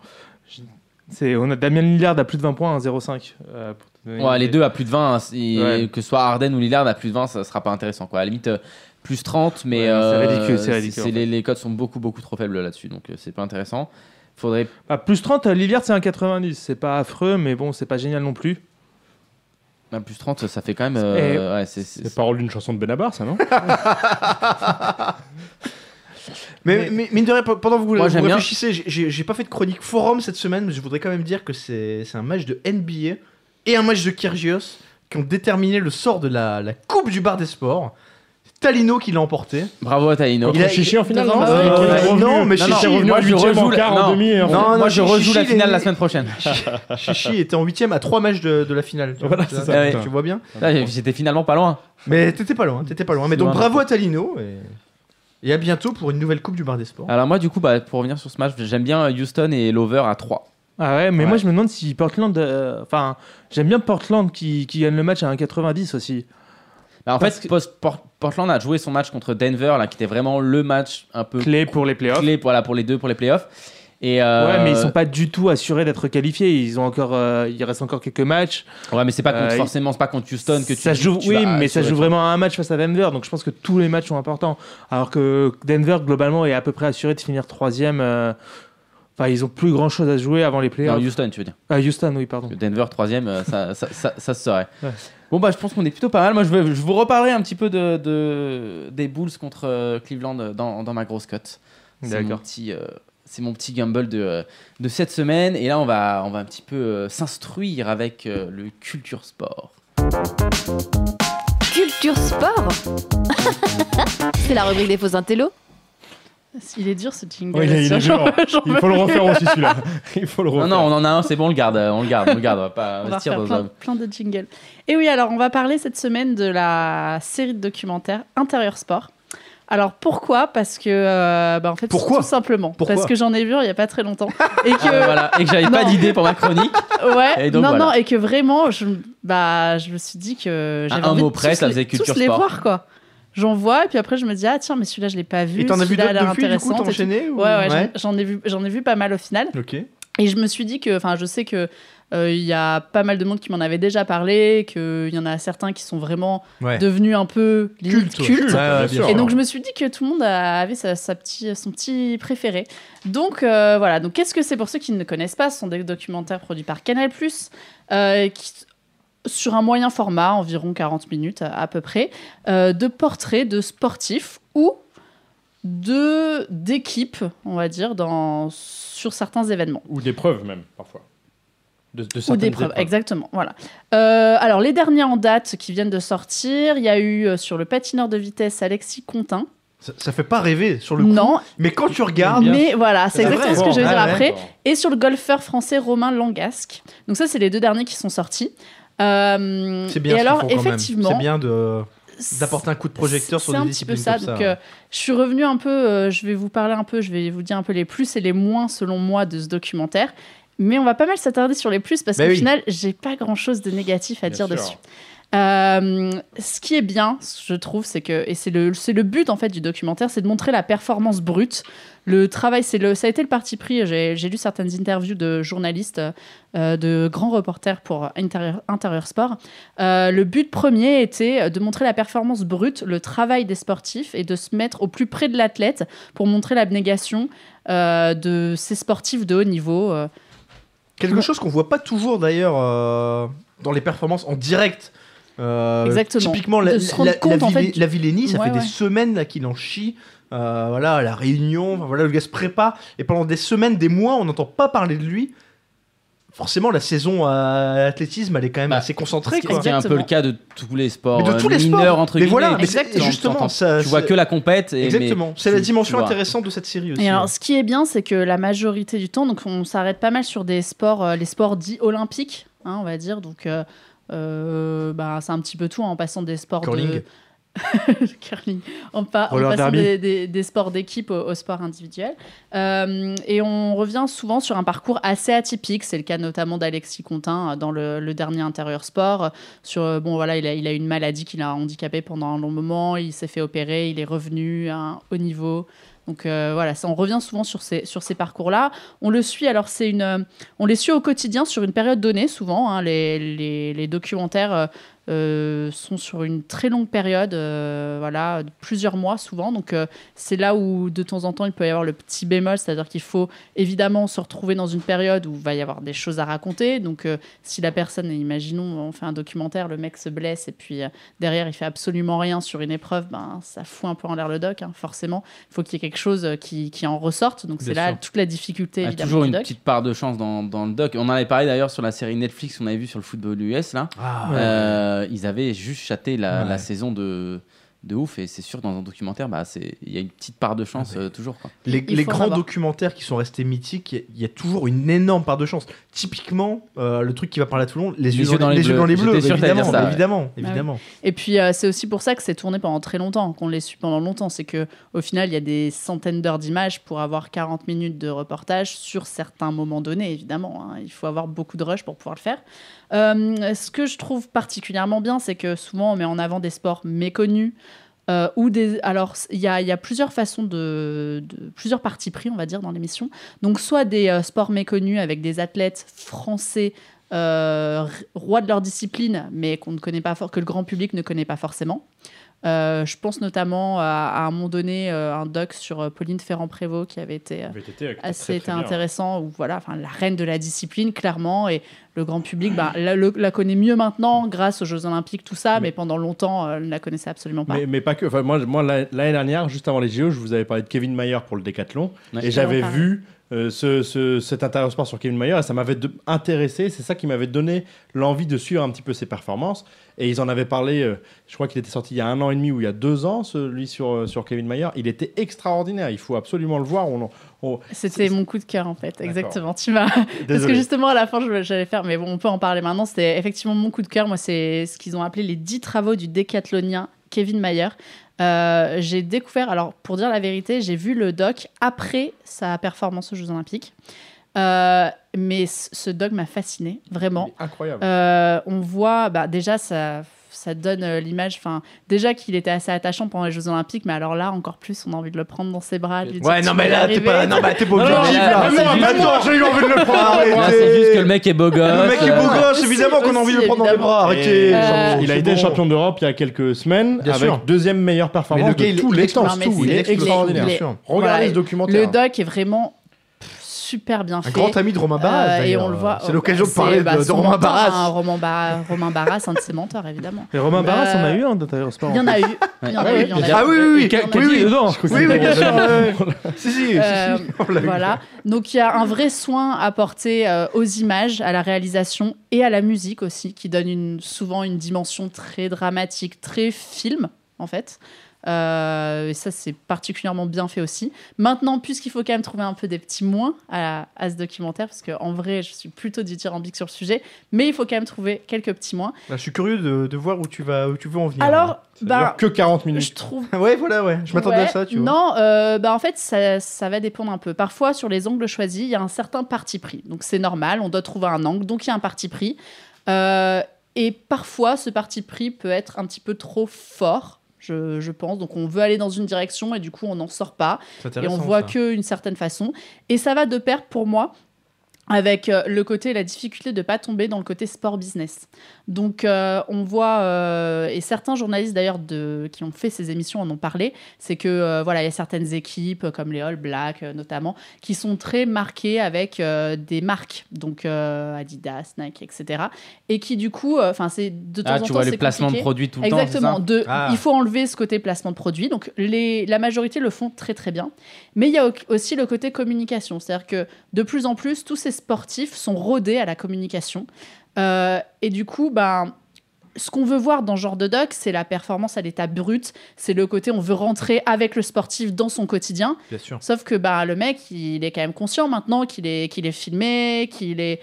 Je- C'est, on a Damien Lillard à plus de 20 points, 1,05. euh, pour te donner une
Ouais, les
idée.
deux à plus de 20, hein, si-
Ouais.
que ce soit Harden ou Lillard à plus de 20, ça sera pas intéressant quoi. À la limite euh, plus 30, mais
Ouais, non, c'est
euh,
ridicule, c'est ridicule, en fait.
les, les codes sont beaucoup beaucoup trop faibles là-dessus, donc euh, c'est pas intéressant. Faudrait
Ah, plus 30, euh, Lillard, c'est 1,90. C'est pas affreux, mais bon, c'est pas génial non plus.
bah, plus 30, ça fait quand même.
Eh,
euh, ouais, c'est- c'est-
C'est parole d'une chanson de Benabar, ça, non
Mais, mais mine de rien, pe- pendant que vous,
Moi,
vous
j'aime bien.
réfléchissez, j'ai- j'ai j'ai pas fait de chronique forum cette semaine, mais je voudrais quand même dire que c'est c'est un match de NBA et un match de Kyrgios qui ont déterminé le sort de la, la Coupe du Bar des Sports. C'est Talino qui l'a emporté.
Bravo à Taïno.
Il a-
Contre Chichi en finale,
Devant
non
Marseille.
Qui est
Euh,
revenu-
non, mais
qui est
Chichi,
revenu
moi,
en
je
huitième, en
rejoue
quart,
la-
en
non.
demi. et en-
Non, non,
Moi je
Chichi,
rejoue la
il est-
finale la semaine prochaine.
Chichi était en huitième à trois matchs de, de la finale. Tu,
Voilà,
vois,
c'est
tu-
ça,
tu
putain.
vois bien.
Là, J'étais finalement pas loin.
Mais t'étais pas loin, t'étais pas loin. Mais
C'est
donc
loin,
bravo à Talino et, et à bientôt pour une nouvelle Coupe du Bar des Sports.
Ah.
Alors moi du coup bah, pour revenir sur ce match, j'aime bien euh, Houston et l'over à 3.
Ah ouais, mais
Ouais.
moi, je me demande si Portland. euh, Enfin, j'aime bien Portland qui, qui gagne le match à 1,90 aussi.
Bah, en
Parce
fait, Post- Port- Portland a joué son match contre Denver là qui était vraiment le match un peu
Clé pour les playoffs.
clé voilà, pour les deux pour les playoffs. Et euh,
Ouais, mais ils sont pas du tout assurés d'être qualifiés. Ils ont encore, euh, il reste encore quelques matchs.
ouais, mais c'est pas contre,
Euh,
forcément c'est pas contre Houston que tu
ça se joue,
tu
oui,
vas
mais ça se
assurer.
joue vraiment à un match face à Denver. Donc je pense que tous les matchs sont importants. Alors que Denver globalement est à peu près assuré de finir troisième. euh, Enfin, ils ont plus grand chose à jouer avant les
Non,
playoffs.
Houston, tu veux dire.
Ah, Houston, oui, pardon.
Que Denver troisième, euh, ça, ça, ça, ça se saurait.
Ouais.
Bon bah je pense qu'on est plutôt pas mal. Moi je, veux- je vous reparlerai un petit peu de, de- des Bulls contre euh, Cleveland euh, dans, dans ma grosse cote. C'est mon
D'accord.
petit, euh, c'est mon petit gamble de, euh, de cette semaine. Et là on va, on va un petit peu euh, s'instruire avec euh, le culture sport.
Culture sport [laughs] C'est la rubrique des faux intellos
Il est dur ce jingle.
Ouais, il est- il est
J'en-
dur.
j'en
Il
veux
faut le
plus. [laughs]
refaire aussi, celui-là. Il faut le
Non
refaire.
non on en a un, c'est bon on le garde, euh, on le garde, on le garde. On va pas
[laughs] On va
investir
refaire
dans
plein,
un.
plein de jingles. Et oui, alors on va parler cette semaine de la série de documentaires Intérieur Sport. Alors pourquoi Parce que, euh, bah, en fait,
Pourquoi
tout simplement.
Pourquoi
parce que j'en ai vu un il n'y a pas très longtemps. Et que,
Ah, bah, voilà. Et que j'avais pas
Non.
d'idée pour ma chronique.
[laughs] ouais,
Et donc,
non,
voilà.
non, et que vraiment, je, bah, je me suis dit que j'avais
un
envie
mot
de
près,
tous
ça
les-
faisait culture
tous les
sport.
voir, quoi. J'en vois, et puis après, je me dis, ah tiens, mais celui-là, je l'ai pas vu.
Et t'en as vu
celui-là, a
d'autres
l'air
depuis du coup
intéressant,
t'as
et tout.
enchaîné ou-
Ouais, ouais, j'en- j'en ai, vu- j'en ai vu pas mal au final.
Ok.
Et je me suis dit que, enfin, je sais que euh, il y a pas mal de monde qui m'en avait déjà parlé, qu'il y en a certains qui sont vraiment
Ouais.
devenus un peu limite
ouais.
cultes.
Ouais, ouais,
bien
bien
sûr.
Et donc je me suis dit que tout le monde a- avait sa, sa petit, son petit préféré. Donc euh, voilà, donc qu'est-ce que c'est pour ceux qui ne connaissent pas Ce sont des documentaires produits par Canal+, euh, qui, sur un moyen format, environ 40 minutes à, à peu près, euh, de portraits de sportifs ou de d'équipes, on va dire, dans, sur certains événements.
Ou des preuves, même, parfois. De, de
Ou
certaines
des preuves, exactement. Voilà. Euh, alors, les derniers en date qui viennent de sortir, il y a eu euh, sur le patineur de vitesse Alexis Contin.
Ça, ça fait pas rêver sur le coup.
non,
Mais quand tu regardes,
mais voilà, c'est
C'est
exactement
vrai.
ce que je vais
Ah
dire
ouais.
après. Et sur le golfeur français Romain Langasque. Donc, ça, c'est les deux derniers qui sont sortis. Euh,
c'est bien.
et
ce qu'ils
alors,
font quand même.
effectivement,
c'est bien de d'apporter un coup de projecteur
c'est-
sur
c'est
des
un petit peu
disciplines
ça.
comme
donc,
ça.
euh, je suis revenue un peu, euh, je vais vous parler un peu, je vais vous dire un peu les plus et les moins selon moi de ce documentaire. Mais on va pas mal s'attarder sur les plus parce
Bah
qu'au
oui.
final, j'ai pas grand chose de négatif à dire dessus. Euh, ce qui est bien, je trouve, c'est que, et c'est le, c'est le but en fait du documentaire, c'est de montrer la performance brute. Le travail, c'est le, ça a été le parti pris. J'ai, j'ai lu certaines interviews de journalistes, euh, de grands reporters pour Intérieur, Intérieur Sport. Euh, le but premier était de montrer la performance brute, le travail des sportifs et de se mettre au plus près de l'athlète pour montrer l'abnégation euh, de ces sportifs de haut niveau. euh,
Quelque chose qu'on voit pas toujours d'ailleurs euh, dans les performances en direct. Euh,
Exactement.
Typiquement, la,
De se
la,
rendre compte,
la
en
Vilé-
fait, du-
la Villénie, ça
Ouais,
fait des
ouais.
semaines là qu'il en chie. Euh, voilà, à la réunion, enfin, voilà, le gars se prépare. Et pendant des semaines, des mois, on n'entend pas parler de lui. Forcément, la saison à l'athlétisme, elle est quand même
Bah,
assez
Ce
concentrée.
qui ce
Quoi.
qui est un peu
Exactement.
le cas de tous les sports
Mais de
euh,
tous les sports.
mineurs entre
mais
guillemets.
voilà, mais c'est-
Exactement.
T'entends-
justement,
t'entends-
ça,
tu vois
c'est-
que la compète. et-
Exactement,
mais
c'est
tu-
la
tu
dimension
vois.
intéressante de cette série aussi. hein.
Et
ouais.
alors, ce qui est bien, c'est que la majorité du temps, donc on s'arrête pas mal sur des sports, euh, les sports dits olympiques, hein, on va dire. Donc, euh, euh, bah, c'est un petit peu tout hein, en passant des sports
Curling.
de [laughs] Le curling, en, pa- en
Roller
passant
derby.
des, des- des sports d'équipe au, au sport individuel. Euh, et on revient souvent sur un parcours assez atypique. C'est le cas notamment d'Alexis Contin euh, dans le, le dernier intérieur sport. euh, Sur euh, bon voilà, il a, il a une maladie qui l'a handicapé pendant un long moment. Il s'est fait opérer, il est revenu à un haut niveau. Donc euh, voilà, ça, on revient souvent sur ces, sur ces parcours-là. On le suit, alors c'est une, euh, on les suit au quotidien sur une période donnée, souvent. hein. les, les- les documentaires euh, euh, sont sur une très longue période, euh, voilà, de plusieurs mois souvent. Donc euh, c'est là où de temps en temps il peut y avoir le petit bémol, c'est-à-dire qu'il faut évidemment se retrouver dans une période où il va y avoir des choses à raconter. Donc euh, si la personne, et imaginons, on fait un documentaire, le mec se blesse et puis euh, derrière il fait absolument rien sur une épreuve, ben ça fout un peu en l'air le doc, hein, forcément. Il faut qu'il y ait quelque chose euh, qui, qui en ressorte. Donc
Bien
c'est là
sûr.
toute la difficulté
Il y a
évidemment
toujours
du
une
doc.
petite part de chance dans, dans le doc. On en avait parlé d'ailleurs sur la série Netflix qu'on avait vu sur le football US là.
Ah,
Euh, ils avaient juste châté la,
Ouais.
la saison de, de ouf et c'est sûr dans un documentaire bah c'est il y a une petite part de chance
Ah ouais.
euh, toujours quoi.
Les,
Il
les
faut en
grands
avoir.
documentaires qui sont restés mythiques, il y a- il y, a toujours une énorme part de chance. Typiquement, euh, le truc qui va parler à tout le monde, les, yeux, dans les, yeux
bleus.
dans les bleus,
J'étais sûr que t'allais
évidemment,
dire ça, ouais.
évidemment, évidemment.
Et puis euh, c'est aussi pour ça que c'est tourné pendant très longtemps, qu'on les suit pendant longtemps. C'est que au final, il y a des centaines d'heures d'images pour avoir 40 minutes de reportage sur certains moments donnés, évidemment. hein. Il faut avoir beaucoup de rush pour pouvoir le faire. Euh, ce que je trouve particulièrement bien, c'est que souvent on met en avant des sports méconnus. euh, ou des, alors, il y a, il y a plusieurs façons de, de- plusieurs parties pris, on va dire, dans l'émission. Donc, soit des euh, sports méconnus avec des athlètes français euh, r- rois de leur discipline, mais qu'on ne connaît pas fort, que le grand public ne connaît pas forcément. Euh, je pense notamment à, à un moment donné euh, un doc sur euh, Pauline Ferrand-Prévot qui avait été euh, assez été intéressant où voilà enfin la reine de la discipline clairement et le grand public bah, la, le- la connaît mieux maintenant grâce aux Jeux Olympiques tout ça mais,
Mais-
pendant longtemps euh, elle ne la connaissait absolument pas
Mais, mais pas que. Enfin, moi, moi la- l'année dernière, juste avant les JO, je vous avais parlé de Kevin Mayer pour le décathlon.
Ouais.
Et j'avais
Ouais.
vu euh, ce, ce- cet intérieur sport sur Kevin Mayer et ça m'avait de- intéressé. C'est ça qui m'avait donné l'envie de suivre un petit peu ses performances. Et ils en avaient parlé, euh, je crois qu'il était sorti il y a un an et demi ou il y a deux ans, celui sur, euh, sur Kevin Mayer. Il était extraordinaire. Il faut absolument le voir. On en-
c'était
c'est-
mon coup de cœur en fait
D'accord.
exactement tu m'as Parce que
Désolé.
justement, à la fin, je- j'allais faire, mais bon, on peut en parler maintenant. C'était effectivement mon coup de cœur. Moi, c'est ce qu'ils ont appelé les 10 travaux du décathlonien Kevin Mayer. Euh, j'ai découvert, alors pour dire la vérité, j'ai vu le doc après sa performance aux Jeux Olympiques. Euh, mais c- ce doc m'a fasciné, vraiment.
Incroyable.
Euh, on voit, bah, déjà, ça, ça donne euh, l'image. Enfin, déjà qu'il était assez attachant pendant les Jeux Olympiques, mais alors là, encore plus, on a envie de le prendre dans ses bras. lui dire,
Ouais,
Tu
non, mais
vas y
là, t'es
arriver.
pas, non, bah, t'es pas
Non, non,
objectif,
là,
là.
Ah,
là,
Attends,
c'est juste-
attends,
j'ai eu envie de le
Là,
arrêtez.
c'est juste que le mec est beau gosse.
Le mec est beau
euh,
gosse,
aussi,
évidemment qu'on a envie de le
aussi,
prendre dans les
évidemment.
bras. Arrêtez.
Et-
euh,
Jean-Michel,
Euh, Il a
c'est
été
bon.
champion d'europe il y a quelques semaines
Bien
avec
sûr.
deuxième meilleure
Mais
performance
le gars,
de
il
tous les temps.
explose
Non, mais
tout. Il est
c'est- il est-
extraordinaire.
il est-
bien sûr.
Regardez
Voilà,
ce documentaire.
Le doc est vraiment pff, super bien
Un
fait.
grand ami de Romain Barras.
Euh, et
d'ailleurs.
on le voit.
C'est l'occasion de
c'est,
parler
bah,
de de
son
Romain
mentor, hein,
Barras.
Romain, Ba- Romain Barras, un de ses mentors, évidemment.
Et Romain
Bah,
Barras, on a eu un d'intérieur sport. Ah,
Il y en a eu. Il y en a eu. il y en a eu.
Ah oui, oui, oui.
Il y en a
Oui,
eu.
oui.
dedans.
Oui, oui, bien sûr. ouais, ouais. Si, si, si,
Euh,
si. [laughs] On l'a eu.
Voilà. Donc il y a un vrai soin apporté euh, aux images, à la réalisation et à la musique aussi, qui donne une, souvent une dimension très dramatique, très film en fait. Euh, et ça, c'est particulièrement bien fait aussi. Maintenant, puisqu'il faut quand même trouver un peu des petits moins à, à ce documentaire, parce qu'en vrai, je suis plutôt dithyrambique sur le sujet, mais il faut quand même trouver quelques petits moins.
Bah, Je suis curieux de de voir où tu vas où tu veux en venir.
Alors,
Alors
bah,
que 40 minutes.
je trouve
[laughs] Ouais, voilà, ouais. Je m'attendais à
Ouais,
ça, tu vois.
Non, euh, bah en fait, ça, ça va dépendre un peu. Parfois, sur les angles choisis, il y a un certain parti pris. Donc, c'est normal, on doit trouver un angle, donc il y a un parti pris. Euh, Et parfois, ce parti pris peut être un petit peu trop fort, je, je pense. Donc, on veut aller dans une direction et du coup, on n'en sort pas.
C'est
Et on
intéressant,
voit
ça.
qu'une certaine façon. Et ça va de pair pour moi avec euh, le côté, la difficulté de ne pas tomber dans le côté sport-business. Donc, euh, on voit, euh, et certains journalistes d'ailleurs de- qui ont fait ces émissions en ont parlé, c'est que euh, voilà, il y a certaines équipes, comme les All Blacks euh, notamment, qui sont très marquées avec euh, des marques, donc euh, Adidas, Nike, etc. Et qui du coup, euh, enfin, c'est de temps
Ah,
en temps.
tu vois les
c'est
placements de
compliqué.
produits tout le temps. c'est ça
Exactement. de-
Ah.
Il faut enlever ce côté placement de produit. Donc, les, la majorité le font très, très bien. Mais il y a au- aussi le côté communication. C'est-à-dire que de plus en plus, tous ces sportifs sont rodés à la communication. Euh, et du coup, ben. Ce qu'on veut voir dans ce genre de doc, c'est la performance à l'état brut, c'est le côté on veut rentrer avec le sportif dans son quotidien,
Bien sûr.
Sauf que bah, le mec, il est quand même conscient maintenant qu'il est, qu'il est filmé, qu'il est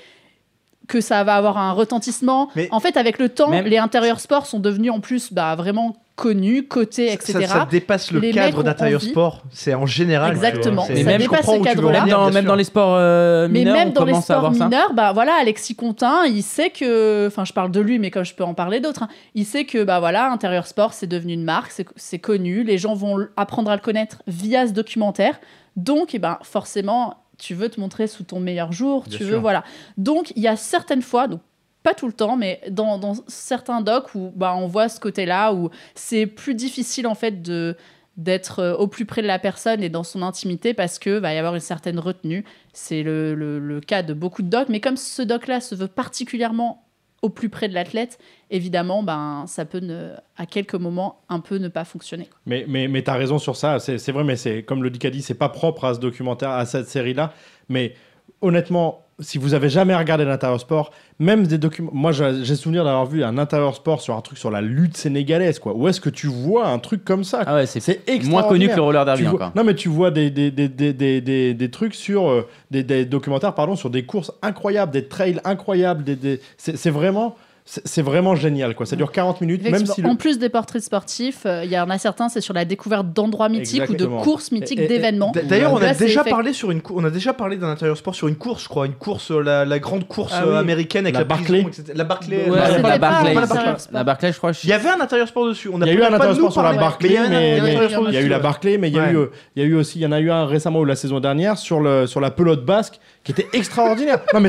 que ça va avoir un retentissement.
Mais-
en fait, avec le temps,
Même-
les intérieurs sports sont devenus en plus bah, vraiment connus, cotés, etc.
Ça, ça dépasse le
Les mecs
cadre
ont
d'intérieur
envie.
sport. C'est en général.
Exactement.
tu vois.
Mais
C'est-
même-
je
dépasse
comprends
ces
où tu veux en
cadres-là.
venir,
Même
bien
dans, même
sûr.
dans les sports euh,
Mais
mineurs,
même
on
dans les
commence à
sports
avoir ça.
mineurs, bah voilà, Alexis Contin, il sait que, enfin, je parle de lui, mais comme je peux en parler d'autres, hein, il sait que, bah voilà, Intérieur Sport, c'est devenu une marque, c'est- c'est connu, les gens vont l- apprendre à le connaître via ce documentaire. Donc, eh ben, forcément, tu veux te montrer sous ton meilleur jour,
Bien
tu veux,
sûr.
voilà. Donc, il y a certaines fois, donc pas tout le temps, mais dans, dans certains docs où bah, on voit ce côté-là, où c'est plus difficile en fait de d'être euh, au plus près de la personne et dans son intimité parce que bah, va y avoir une certaine retenue. C'est le, le- le cas de beaucoup de docs, mais comme ce doc-là se veut particulièrement au plus près de l'athlète, évidemment, ben, ça peut ne- à quelques moments un peu ne pas fonctionner.
Mais, mais, mais t'as raison sur ça, c'est c'est vrai, mais c'est comme le dit Caddy, c'est pas propre à ce documentaire, à cette série-là. Mais honnêtement, si vous avez jamais regardé l'intérieur sport, même des documents. Moi, j'ai j'ai souvenir d'avoir vu un intérieur sport sur un truc sur la lutte sénégalaise, quoi. Où est-ce que tu vois un truc comme ça
Ah ouais, c'est
C'est
moins
extraordinaire.
connu que le roller
Tu
derby
vois-
encore.
Non, mais tu vois des, des, des, des, des, des- des trucs sur. euh, des, des documentaires, pardon, sur des courses incroyables, des trails incroyables. Des, des- C'est c'est vraiment. C'est c'est vraiment génial, quoi. Ça dure 40 minutes, même
Effectivement,
si. le-
En plus des portraits sportifs, euh, il y en a certains, c'est sur la découverte d'endroits mythiques ou
Exactement.
de courses mythiques,
Et- et-
d'événements.
D- D'ailleurs, on
Là,
a
c'est
déjà
effect-
parlé sur une cou- on a déjà parlé d'un intérieur sport sur une course, je crois, une course, euh, la, la grande course
Ah
euh,
oui.
américaine avec
La
la,
Barclay.
prison, etc. La Barclay.
Ouais,
la-
c'était
la,
pas-
Barclay,
pas la
c'est-
Barclay.
la Barclay, je crois. je-
Il y avait un intérieur sport dessus. On a
Il y a eu
pas
un
de
intérêt
nous
sport sur la
parler.
Barclay,
Mais il y a un- il y
mais
a un
mais-
intérêt sport
il y a eu
dessus,
la
ouais.
Barclay, mais il y a
Ouais.
eu, euh, il y a eu aussi, il y en a eu un récemment ou la saison dernière sur le sur la pelote basque qui était extraordinaire. non mais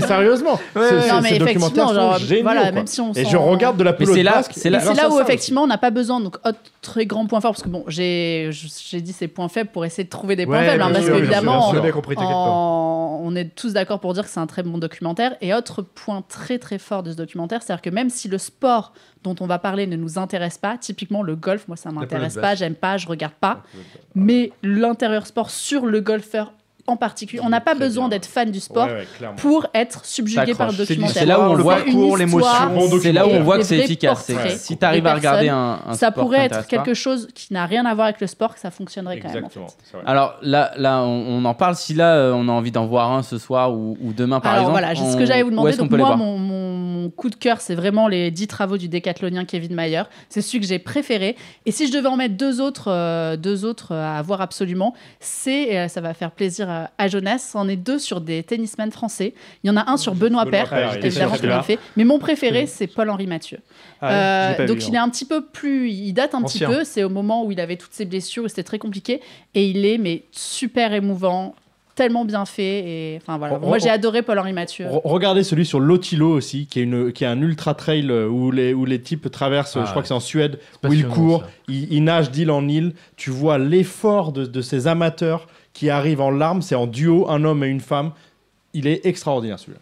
[laughs]
sérieusement,
Ouais,
ce-
ouais.
ce-
Non, mais
ces documentaires
effectivement,
sont
genre,
géniaux.
voilà,
quoi.
même si on
Et
s'en-
je regarde de la
Mais
pelote
c'est là,
basque.
c'est
Mais
là.
c'est
ça,
là où
ça,
effectivement on n'a pas besoin. Donc autre grand point fort parce que bon j'ai j'ai dit ces points faibles pour essayer de trouver des points
Ouais,
faibles hein,
bien
parce
sûr, bien sûr, bien
qu'évidemment
sûr.
on-
On a bien compris, t'inquiète pas.
en- on est tous d'accord pour dire que c'est un très bon documentaire. Et autre point très très fort de ce documentaire, c'est-à-dire que même si le sport dont on va parler ne nous intéresse pas, typiquement le golf, moi ça m'intéresse
pelote
pas,
basque.
j'aime pas, je regarde pas, mais l'intérieur sport sur le golfeur en particulier, on n'a pas
Très
besoin
bien.
d'être fan du sport
Ouais, ouais, clairement.
pour être subjugué
T'accroches.
par le
C'est
documentaire.
c'est là où on
le
voit
parcours,
une
l'émotion.
histoire.
Bon
C'est là où on
documentaire.
voit que
Des
c'est
vrais
efficace. c'est que
portraits
Si t'arrives à
des personnes,
regarder un, un
ça
sport
pourrait
qui
être
t'intéresse
quelque
pas-
chose qui n'a rien à voir avec le sport, que ça fonctionnerait quand même. en fait. Ah,
c'est vrai.
Alors là, là, on, on en parle. Si là, euh, on a envie d'en voir un ce soir ou, ou demain, par
Alors
exemple.
voilà, c'est ce
on-
que j'allais vous
Où
demander.
est-ce qu'on
Donc
peut les
moi,
voir
mon, mon- mon coup de cœur, c'est vraiment les 10 travaux du décathlonien Kevin Mayer. C'est celui que j'ai préféré. Et si je devais en mettre deux autres, euh, deux autres euh, à voir absolument, c'est, et, euh, ça va faire plaisir à, à Jonas, c'en est deux sur des tennismen français. Il y en a un sur Benoît
Benoît
Paire,
Paire, il est
évidemment,
sur
je l'ai
celui-là.
fait. Mais mon préféré, c'est Paul-Henri Mathieu.
Ah,
Euh,
j'ai pas
donc
vu,
il est un petit peu plus, il date un
Ancien.
petit peu. C'est au moment où il avait toutes ses blessures, et c'était très compliqué, et il est mais super émouvant, tellement bien fait. Et enfin voilà,
On-
moi
on-
j'ai adoré Paul Henri Mathieu.
Re- Regardez celui sur l'Otilo aussi, qui est, une, qui est un ultra trail euh, où les, où les types traversent, euh,
Ah
je crois
ouais.
que c'est en Suède,
C'est
où ils
passionnant,
courent,
ça.
ils, ils nagent d'île en île. Tu vois l'effort de, de ces amateurs qui arrivent en larmes. C'est en duo, un homme et une femme. Il est extraordinaire celui-là.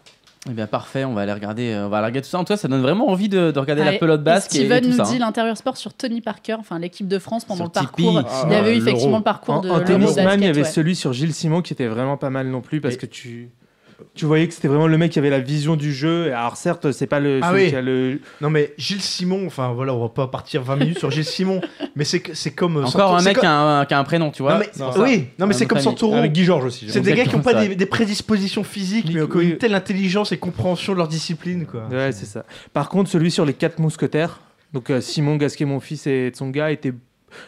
Eh bien, parfait. On va aller regarder. euh, On va aller regarder tout ça. En tout cas, ça donne vraiment envie de, de regarder
Allez,
la pelote basque et, et
Steven
tout
nous
ça.
dit
hein.
l'intérieur sport sur Tony Parker, enfin l'équipe de France pendant
Sur
le
Tipeee.
parcours.
Ah,
il y avait eu
l'Euro.
effectivement le parcours
En,
de
en
l'Euro
tennis,
basket,
man, il y avait
ouais.
celui sur Gilles Simon qui était vraiment pas mal non plus parce que tu. Tu voyais que c'était vraiment le mec qui avait la vision du jeu. Et Alors certes, c'est pas le
Ah
celui
oui.
qui a le.
Non mais Gilles Simon, enfin voilà, on va pas partir 20 minutes sur Gilles Simon, mais c'est que- c'est comme euh,
Encore
Santoro-
un
c'est
mec
comme-
qui a un, qui a un prénom, tu vois.
Non, mais-
C'est pour ça.
oui, non mais
Un
c'est
autre
comme
ami.
Santoro.
Ah,
Avec Guy Georges aussi. j'ai
C'est des gars qui n'ont
Exactement
pas
ça.
des, des prédispositions physiques, mais
Oui,
qui ont
oui.
une telle intelligence et compréhension de leur discipline, quoi.
Ouais, c'est ça. Par contre, celui sur les quatre mousquetaires, donc euh, Simon Gasquet, mon fils et Tsonga, était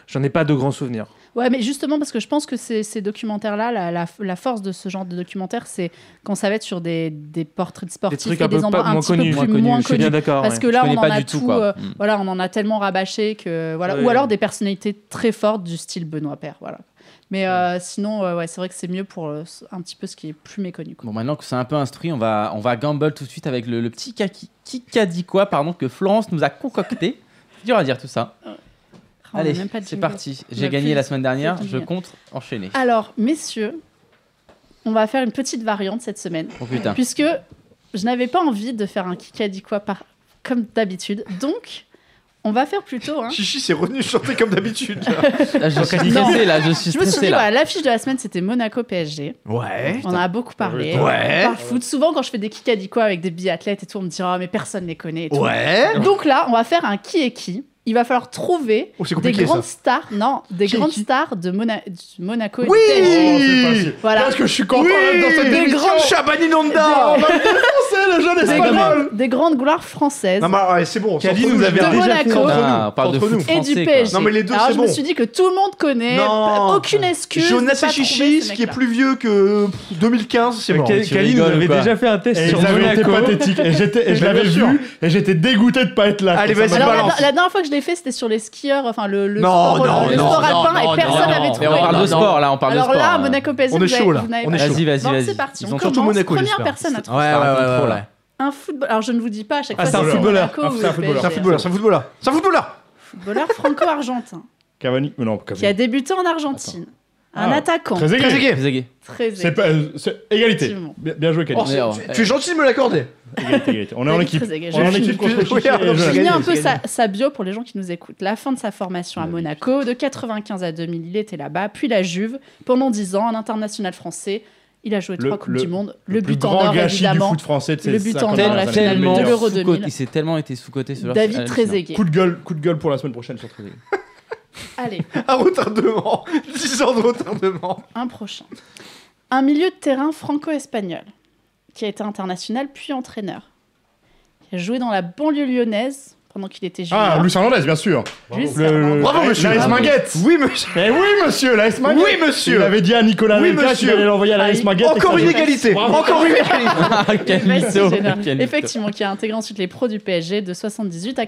j'en ai pas de grands souvenirs.
Ouais, mais justement, parce que je pense que ces, ces documentaires-là, la, la- la force de ce genre de documentaire, c'est quand ça va être sur des, des portraits de
Des
sportifs
trucs
et
un peu
des endroits
pas-
un
moins
petit peu
connus.
plus-
Moins connus,
moins
Je suis bien
connus.
d'accord.
Parce
ouais.
que là,
Je
on
connais
en
pas
a
du tout, quoi.
euh,
Mm.
voilà, on en a tellement rabâché que voilà,
Ouais.
ou alors des personnalités très fortes du style Benoît Père, voilà. Mais euh, sinon, euh, ouais, c'est vrai que c'est mieux pour euh, un petit peu ce qui est plus méconnu. quoi.
Bon, maintenant que c'est un peu instruit, on va, on va gamble tout de suite avec le, le petit kaki- kikadi quoi, pardon, que Florence nous a
[laughs]
concocté. C'est dur à dire tout ça.
On a
Allez,
même pas de
c'est
jingle.
parti.
On
J'ai
a
gagné
plus-
la semaine dernière,
plus de
je
jingle. Ah.
compte enchaîner.
Alors, messieurs, on va faire une petite variante cette semaine,
Oh
[laughs]
putain.
puisque je n'avais pas envie de faire un kikadi quoi par comme d'habitude. Donc, on va faire plutôt hein. un
Chichi, c'est revenu chanter comme d'habitude.
Là, je suis
Non.
stressé, là, je suis
Je me suis
stressé,
dit,
là.
voilà, l'affiche de la semaine, c'était Monaco PSG.
Ouais.
On en a beaucoup parlé.
Ouais.
Par foot. Souvent, quand je fais des kikadi quoi avec des biathlètes et tout, on me dit, oh, mais personne ne les connaît. et tout.
Ouais.
Donc là, on va faire un qui est qui. Il va falloir trouver
Oh, c'est
des
compliqué ça.
grandes stars, non, des
Qui est
grandes
qui Oh,
stars de Mona- du Monaco
Oui.
et du PSG. Voilà.
Parce que je suis content
Oui.
d'être dans cette
Des
émission.
grands-
Chabaninanda
C'est le jeune
Des,
espagnol.
grandes- des grandes gloires françaises
Non, mais ouais, c'est bon. on s'en
Kali
fout,
nous
je
avait
viens.
déjà fait Monaco. entre
Ah, on parle de
Entre
foot
nous.
et
français,
du
quoi.
PSG.
Non, mais les deux,
Alors
c'est
je me
bon.
suis dit que tout le monde connaît,
Non.
aucune excuse. de
Jonas
pas
et
trouver
Chichi,
ce
ce qui est
mec-là.
plus vieux que pff, 2015, c'est bon.
Ca-
tu
Kali nous
rigoles
avait
ou quoi
déjà fait un test
Et
sur
ils avaient été
Monaco.
pathétiques. Et, j'étais- et je
[laughs] Bien
l'avais
sûr.
vu et j'étais dégoûté de pas être là.
Allez,
Ça m'a
vas-y,
Alors, la,
balance.
la dernière fois que je l'ai fait, c'était sur les skieurs, enfin le, le
Non,
sport,
non,
le
non,
sport
non,
alpin
non,
et personne
non,
n'avait
non,
trouvé.
Mais on parle de sport, là, on parle
Alors
de sport.
là,
hein.
Monaco PSG,
On est
vous avez-
chaud, là.
vous n'avez
On
pas
est
trouvé.
Vas-y,
chaud.
vas-y,
Donc,
vas-y.
c'est parti,
Ils
on
ont
Surtout
commence.
Monaco,
Première
j'espère.
personne à
C'est-
trouver.
Ouais,
Ça va
ouais,
être
ouais,
trop,
ouais.
là.
Un football. Alors je ne vous dis pas à chaque
Ah,
fois.
c'est un
si
footballeur.
Monaco
Ah,
ou
c'est un
le
footballeur.
C'est un
PSG.
footballeur, c'est un footballeur. C'est un footballeur.
Footballeur franco-argentin
Cavani. Mais non,
qui a
Cavani.
débuté en Argentine. Un
Ah.
attaquant.
Très
Très
égalité.
égay.
Très aigué.
Très
C'est pas- euh, c'est- égalité.
Effectivement.
Bien bien joué, Cali.
Oh, c'est-
Merde.
tu- tu es gentil de me l'accorder.
Égalité, égalité. On est en
Très
équipe.
égay.
On est en
Je-
équipe contre
Oui,
Chichi
alors,
et
je
Jonas.
J'ai mis un
c'est
peu
gagné.
sa, sa bio pour les gens qui nous écoutent. La fin de sa formation à Monaco, de 95 à 2000, il était là-bas, puis la Juve, pendant 10 ans, un international français. Il a joué
Le-
trois Coupes
le-
du Monde, le,
Le plus
but en
grand
or,
gâchis du
évidemment.
foot français de
Le
ces
but en
50
or,
dernières
la
années.
finale,
Meilleur.
Tellement
meilleur. L'Euro
sous-coté.
2000.
Il s'est tellement été sous-coté ce joueur, c'est
David
hallucinant.
Trezeguet.
Coup de gueule, coup de gueule pour la semaine prochaine sur Twitter.
Allez,
[laughs] Un retardement. 10 ans de retardement.
un prochain. Un milieu de terrain franco-espagnol, qui a été international puis entraîneur. Il a joué dans la banlieue lyonnaise pendant qu'il était junior.
Ah, Luis Hernandez, bien sûr.
Luis
Le-
Fernandez.
le-
Bravo, monsieur.
L'AS
Bravo.
Minguette.
Oui, monsieur.
Eh oui, monsieur, l'AS Minguette.
Oui, monsieur.
Il avait dit à Nicolas
Oui,
Anelka qu'il
monsieur.
allait l'envoyer à l'AS
Allez,
Minguette.
Encore
et que ça
une
jouait.
égalité.
Bravo.
Encore une égalité.
Ah, quel
Vas-y,
mytho.
Génard.
Quel mytho.
Effectivement, qui a intégré ensuite les pros du PSG de 78 à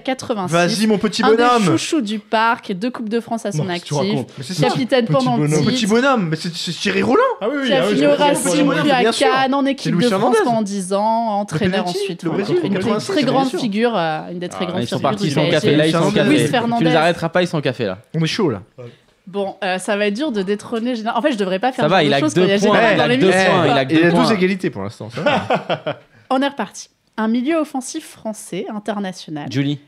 [laughs]
86.
Vas-y, Ah, mon petit
un des
bonhomme.
chouchous du parc, deux Coupes de France à son
Non, qu'est-ce que tu
actif,
racontes
Mais c'est ça.
capitaine
Petit
pendant
bonhomme.
Mon
10,
petit bonhomme. Mais c'est c'est Thierry Roland.
Ah oui, oui,
qui a
ah oui,
fini
je-
au
je- je-
Racing,
Racing,
je-
puis
bien
à
sûr.
Cannes, en équipe
Luis
de
Fernandez.
France pendant 10 ans, entraîneur
penalty,
ensuite.
le
voilà.
Brésil,
Une des
86,
très grande
bien sûr.
figure, euh, une des très
Ah,
grandes
Ils sont
figures
partis,
du
ils sont
PSG.
café. Là, ils sont
Luis
café. Tu
Fernandez.
les arrêteras pas, ils sont café, là.
On est chaud là.
Bon, euh, ça va être dur de détrôner Génard. En fait, je devrais pas faire
Ça va,
ce
il
genre de
a
choses
deux
quand il y a
points,
Génard
il a
dans
deux
l'émission.
points. il a que
Il
deux
a
points.
deux égalités pour l'instant. [laughs] ça va.
On est reparti. Un milieu offensif français, international.
Julie.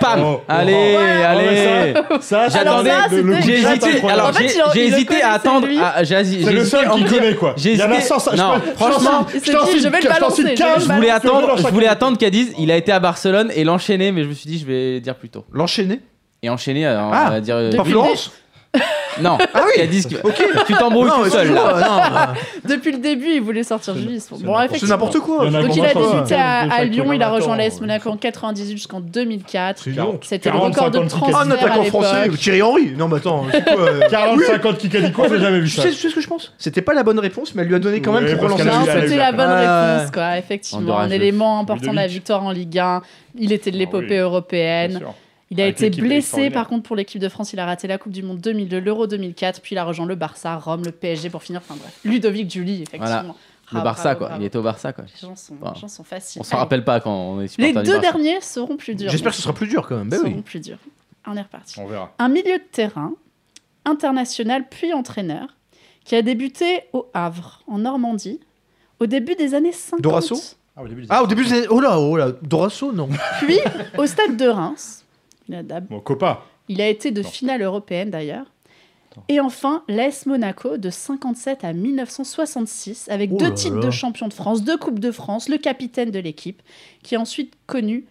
Pam
Oh, oh.
Allez,
Ah,
allez
ouais, Ça, ça,
Alors
J'attendais
ça,
le- le
c'était-
coup de
J'ai
chat,
hésité,
incroyable.
alors
En fait,
j'ai-
il en-
j'ai
il le
hésité à
connaissait,
attendre.
lui.
à- j'ai hési-
C'est
j'ai
le
hésité
seul
à en
qui
dire-
connaît quoi.
j'ai
Il y en a
hésité-
100, ça- je
non,
peux-
franchement,
je t'en cite-
il s'est
je t'en
dit,
cite
je vais le
15, t'en
balancer,
cite
je vais
15,
Je
le
voulais
tu vas
attendre,
dans
je
chaque-
voulais attendre qu'elle dise il a été à Barcelone et l'enchaîner, mais je me suis dit je vais dire plus tôt.
L'enchaîner.
Et enchaîner, euh, on
Ah,
va dire. euh,
Par
Julie.
Florence
Non,
Ah oui.
qu'elle dise que- tu t'embrouilles
Non,
tout
mais
seul
c'est
là.
ça, non,
Depuis le début, il voulait sortir Julie. Bon,
C'est
effectivement.
n'importe quoi.
Il y en
Donc
Ah,
il a
bon, ça,
débuté
ouais.
à, à
Ouais,
Lyon, il a
attends,
rejoint
hein.
euh,
l'AS Monaco en 98 jusqu'en 2004.
une honte.
C'était le record de
40, 50,
transfert
Ah, un attaquant
à
français,
l'époque.
Thierry Henry. Non, mais attends, c'est quoi euh,
40-50 qui a dit quoi, j'ai jamais vu
tu
ça.
sais, tu sais ce que je pense C'était pas la bonne réponse, mais elle lui a donné quand même
Oui,
pour
parce
relancer
qu'elle a
Non,
eu la-
la
C'était la bonne
Ah.
Ouais.
réponse, quoi, effectivement. Un
Endourageux.
élément important de la
Ludovic.
victoire en Ligue 1. Il était de
Ah
l'épopée
oui.
européenne. Il a
Avec
été
l'équipe
blessé,
extraordinaire.
par contre, pour l'équipe de France. Il a raté la Coupe du Monde 2002, l'Euro 2004, puis il a rejoint le Barça, Rome, le PSG pour finir. Enfin bref, Ludovic Julie, effectivement.
Voilà. Le
Ah,
Barça
bravo,
quoi,
bravo.
il était au Barça quoi.
Les gens sont,
Voilà.
les gens sont faciles.
On s'en
Allez.
rappelle pas quand on est
Les
supporter du
deux
Barça.
derniers seront plus durs.
J'espère que ce sera plus dur quand même. Ben
seront
oui.
plus durs. On est reparti.
On verra.
un milieu de terrain, international puis entraîneur, qui a débuté au Havre, en Normandie, au début des années 50.
Dorasso Ah, au début, c'est. Oh là, oh là, Dorasso, non.
Puis au stade de Reims. Il a, d'ab-
Mon copain.
il a été de finale européenne d'ailleurs. Et enfin, l'AS Monaco de 57 à 1966, avec
Oh
deux
là
titres
là.
de champion de France, deux Coupes de France, le capitaine de l'équipe, qui a ensuite connu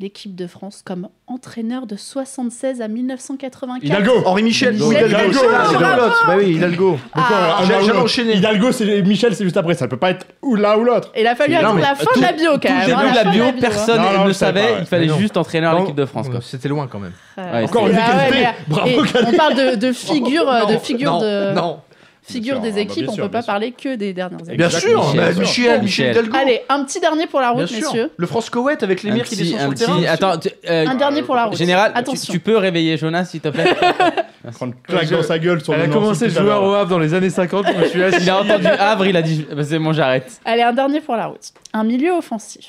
l'équipe de France comme entraîneur de 76 à 1984.
Hidalgo
Henri Michel,
Hidalgo.
ou Hidalgo,
Hidalgo,
c'est la- c'est la
bravo.
pilote. Bah oui, Oh, Hidalgo.
Ah.
un
J'ai-
ou
j'ai
l'autre.
enchaîné.
Hidalgo, c'est Michel, c'est juste après. Ça peut pas être ou l'un ou l'autre.
Il a fallu
Non,
attendre
mais
la fin de la bio quand
Tout le
même. hein,
début de la
fin
bio,
hein.
personne
Non, non,
ne
je savais
savait.
pas, ouais.
il fallait
Mais non.
juste entraîneur à l'équipe de France. Quoi.
C'était loin quand même.
Ouais,
Encore
c'est-
une
ah ouais,
qualité.
mais-
Bravo,
et On parle de, de figure, euh, de figure,
non,
de,
Non,
figure
Bien sûr,
des
bah,
équipes.
bien
on
sûr,
peut pas
bien sûr.
parler que des dernières équipes.
bien sûr,
Michel,
bah,
bien
Michel,
sûr.
Michel Hidalgo.
Allez, un petit dernier pour la
Bien
route,
sûr.
messieurs.
Le France Koweït avec les
Un
mires qui
petit,
descend sur
un
le terrain.
petit. Attends, tu- euh,
Un dernier pour la route.
Général, tu-
attention.
tu peux réveiller Jonas s'il te plaît
Prendre une claque dans sa gueule sur
Elle
le
a
Nancy
commencé
tout à
joueur
l'heure.
au Havre dans les années 50. Je me suis assis.
Il a entendu Havre, il a dit bah, c'est bon, j'arrête.
Allez, un dernier pour la route. Un milieu offensif.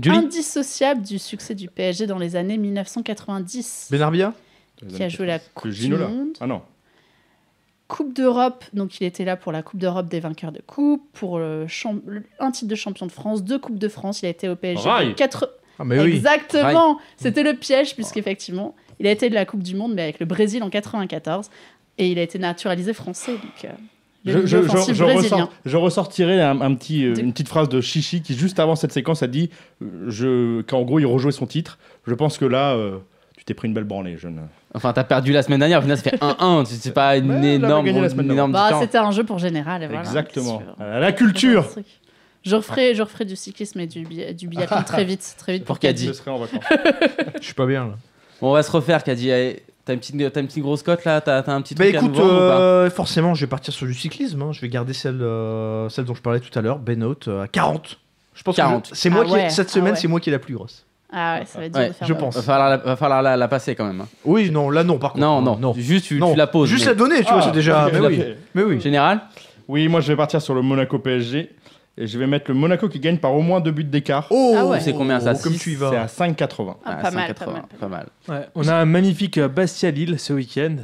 Julie
Indissociable du succès du PSG dans les années 1990,
Benarbia
qui a joué la Coupe du
Ginola.
Monde,
Ah non.
Coupe d'Europe, donc il était là pour la Coupe d'Europe des vainqueurs de Coupe, pour le cham- le- un titre de champion de France, deux Coupes de France, il a été au PSG.
Rail.
de quatre...
Ah, mais oui.
Exactement C'était le piège, puisqu'effectivement, il a été de la Coupe du Monde, mais avec le Brésil en 94, et il a été naturalisé français, donc euh, le
Je, je-
milieu
je-
offensif
je
brésilien.
ressort- je ressortirai un, un petit, euh,
De-
une petite phrase de Chichi qui, juste avant cette séquence, a dit euh, je, qu'en gros, il rejouait son titre. Je pense que là, euh, tu t'es pris une belle branlée, jeune.
Enfin, t'as perdu la semaine dernière, au final, ça fait 1-1. C'est- C'est pas une
Ouais, elle avait
énorme,
gagné la semaine
une énorme
Bah,
différence.
c'était un jeu pour général, et voilà.
Exactement.
Qu'est-ce que tu veux
À la culture
Je referai, je referai du cyclisme et du, bi- du biathlon très vite, très vite
Pour
pour
Caddy.
Je serai en vacances.
Je suis pas bien là.
Bon, on va se refaire, Caddy. allez. T'as une, petite- t'as une petite grosse cote là T'as t'as un petit
Bah
truc à
écoute,
nous vendre ou pas
euh, forcément, je vais partir sur du cyclisme. hein. Je vais garder celle, euh, celle dont je parlais tout à l'heure, Benote, à 40. Je pense
40.
que je- c'est
Ah
moi qui
ouais,
cette
ah
semaine,
ouais.
c'est moi qui est la plus grosse.
Ah ouais, ça va être dur
Ouais,
de faire
je
mal.
pense.
Va falloir, la, va falloir la, la passer quand même. hein.
Oui, non, là non, par contre.
Non, non,
non.
Juste, tu,
Non.
tu la poses.
Juste
mais-
la donner, [laughs] tu
Ah,
vois, c'est déjà.
ok,
Mais
ok.
oui. Mais oui.
Général
Oui, moi je vais partir sur le Monaco PSG et je vais mettre le Monaco qui gagne par au moins deux buts d'écart.
Oh,
Ah ouais.
C'est combien, ça,
Comme
six
tu y
C'est
vas.
à 5,80.
Ah,
Ah, pas, mal, pas
180,
mal,
pas mal.
Ouais, on a un magnifique euh, Bastia-Lille ce week-end.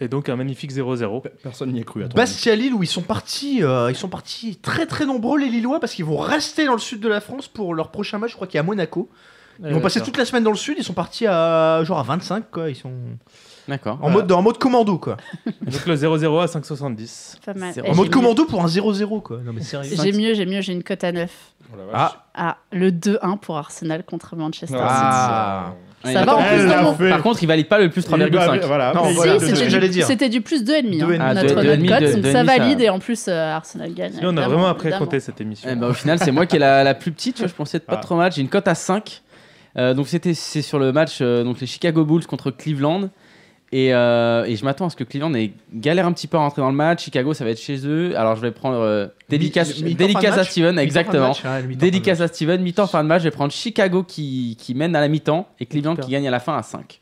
Et donc un magnifique 0-0.
Personne n'y a cru. attends.
Bastia Lille où ils sont partis, euh, ils sont partis très très nombreux les Lillois parce qu'ils vont rester dans le sud de la France pour leur prochain match, je crois qu'il est à Monaco. Ils vont passer toute la semaine dans le sud, ils sont partis à genre à 25 quoi, ils sont
D'accord.
en mode dans- en mode commando quoi.
Donc le 0-0 à 5,70.
Pas mal.
C'est-
Eh,
En
En
j'ai
mode
mieux-
commando pour un 0-0 quoi. Non mais sérieux.
J'ai mieux, j'ai mieux, j'ai une cote à 9.
Oh la vache.
Ah.
Ah, le 2-1 pour Arsenal contre Manchester
bah,
Ah.
Ouais,
Ça
il-
va, en plus,
Elle
dans
l'a
mon-
fait.
Par contre, il valide pas le plus
Il doit-
3,5.
Voilà.
Non,
Mais
voilà,
City. Si,
il doit-
c'est ce que
c'était
j'allais
du-
dire.
C'était du plus 2,5.
Deux et
hein,
demi.
Ah,
notre
deux- deux et demi,
notre cote,
deux-
donc
deux et
ça
demi, ça-
valide et en plus euh, Arsenal gagne.
Et on a
évidemment,
vraiment après
évidemment.
compté cette émission.
Eh ben, au final, c'est moi qui ai la, la plus petite. tu vois, je pensais être pas
Ah.
trop mal. J'ai une cote à 5. Euh, donc, c'était c'est sur le match euh, donc les Chicago Bulls contre Cleveland. Et, euh, et je m'attends à ce que Cleveland ait galère un petit peu à rentrer dans le match. Chicago, ça va être chez eux. Alors, je vais prendre euh, délicat,
Mi- mi-temps, fin de
délicace à
match hein,
Steven, exactement. Dédicace
Dédicace.
à Steven, mi-temps, fin de match, je vais prendre Chicago qui, qui mène à la mi-temps et Cleveland
Super.
qui gagne à la fin à 5.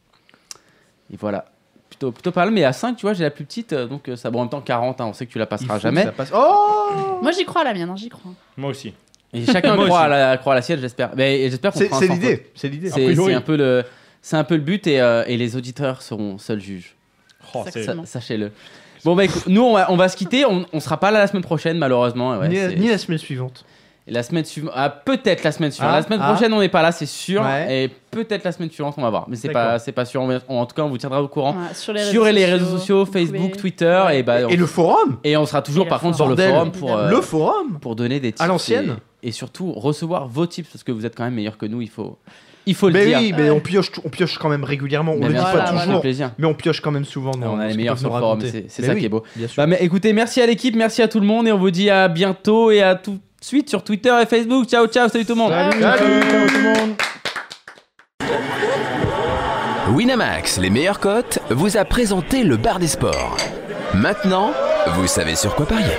Et voilà. Plutôt, plutôt pas mal, mais à 5, tu vois, j'ai la plus petite, euh, donc euh, ça bon, en même temps 40, hein, on sait que tu la passeras jamais.
Oh
Moi j'y crois à la mienne, hein, j'y crois.
Moi aussi.
Et chacun
Moi
croit
aussi.
à, la, croit à la sienne, j'espère. Mais et j'espère qu'on
C'est
fera un
c'est
sans faute.
l'idée, c'est l'idée.
C'est
priori.
c'est un peu le. C'est un peu le but et, euh, et les auditeurs seront seuls juges.
Oh, c'est-
Exactement.
Ça- Sachez-le. Bon, bah écoute, nous on va, on va se quitter. On, on sera pas là la semaine prochaine, malheureusement. et Ah ouais,
Ni la-
c'est-
Ni la semaine suivante.
Et La semaine suivante, ah, peut-être la semaine suivante.
Ah,
la semaine
ah.
prochaine, on n'est pas là, c'est sûr.
Ouais.
Et peut-être la semaine suivante, on va voir. Mais c'est
D'accord.
pas, c'est pas sûr. On va- on- en tout cas, on vous tiendra au courant
Ouais, sur
sur les réseaux sociaux,
vous
Facebook,
pouvez-
Twitter, et bah, on-
Et le forum
et on sera toujours
Et le
par contre sur
forum.
le
Bordel.
forum pour euh,
Le forum
pour donner des tips
À l'ancienne.
et, et surtout recevoir vos tips parce que vous êtes quand même meilleurs que nous. Il faut, il faut le
Mais
dire.
oui, mais on pioche, on pioche quand même régulièrement. On
Mais
le dit
bien
voilà,
sûr,
pas
ça fait
voilà.
toujours,
plaisir.
mais on pioche quand même souvent. dans
on a
ce
les
qu'ils
meilleurs
peuvent
sur
nous
le forum,
raconter.
c'est- c'est
Mais
ça
oui,
qui est beau.
bien sûr.
Bah, mais écoutez, merci à l'équipe, merci à tout le monde et on vous dit à bientôt et à tout de suite sur Twitter et Facebook. Ciao, ciao, salut tout le monde.
Salut
Winamax, les meilleures cotes, vous a présenté le bar des sports. Maintenant, vous savez sur quoi parier.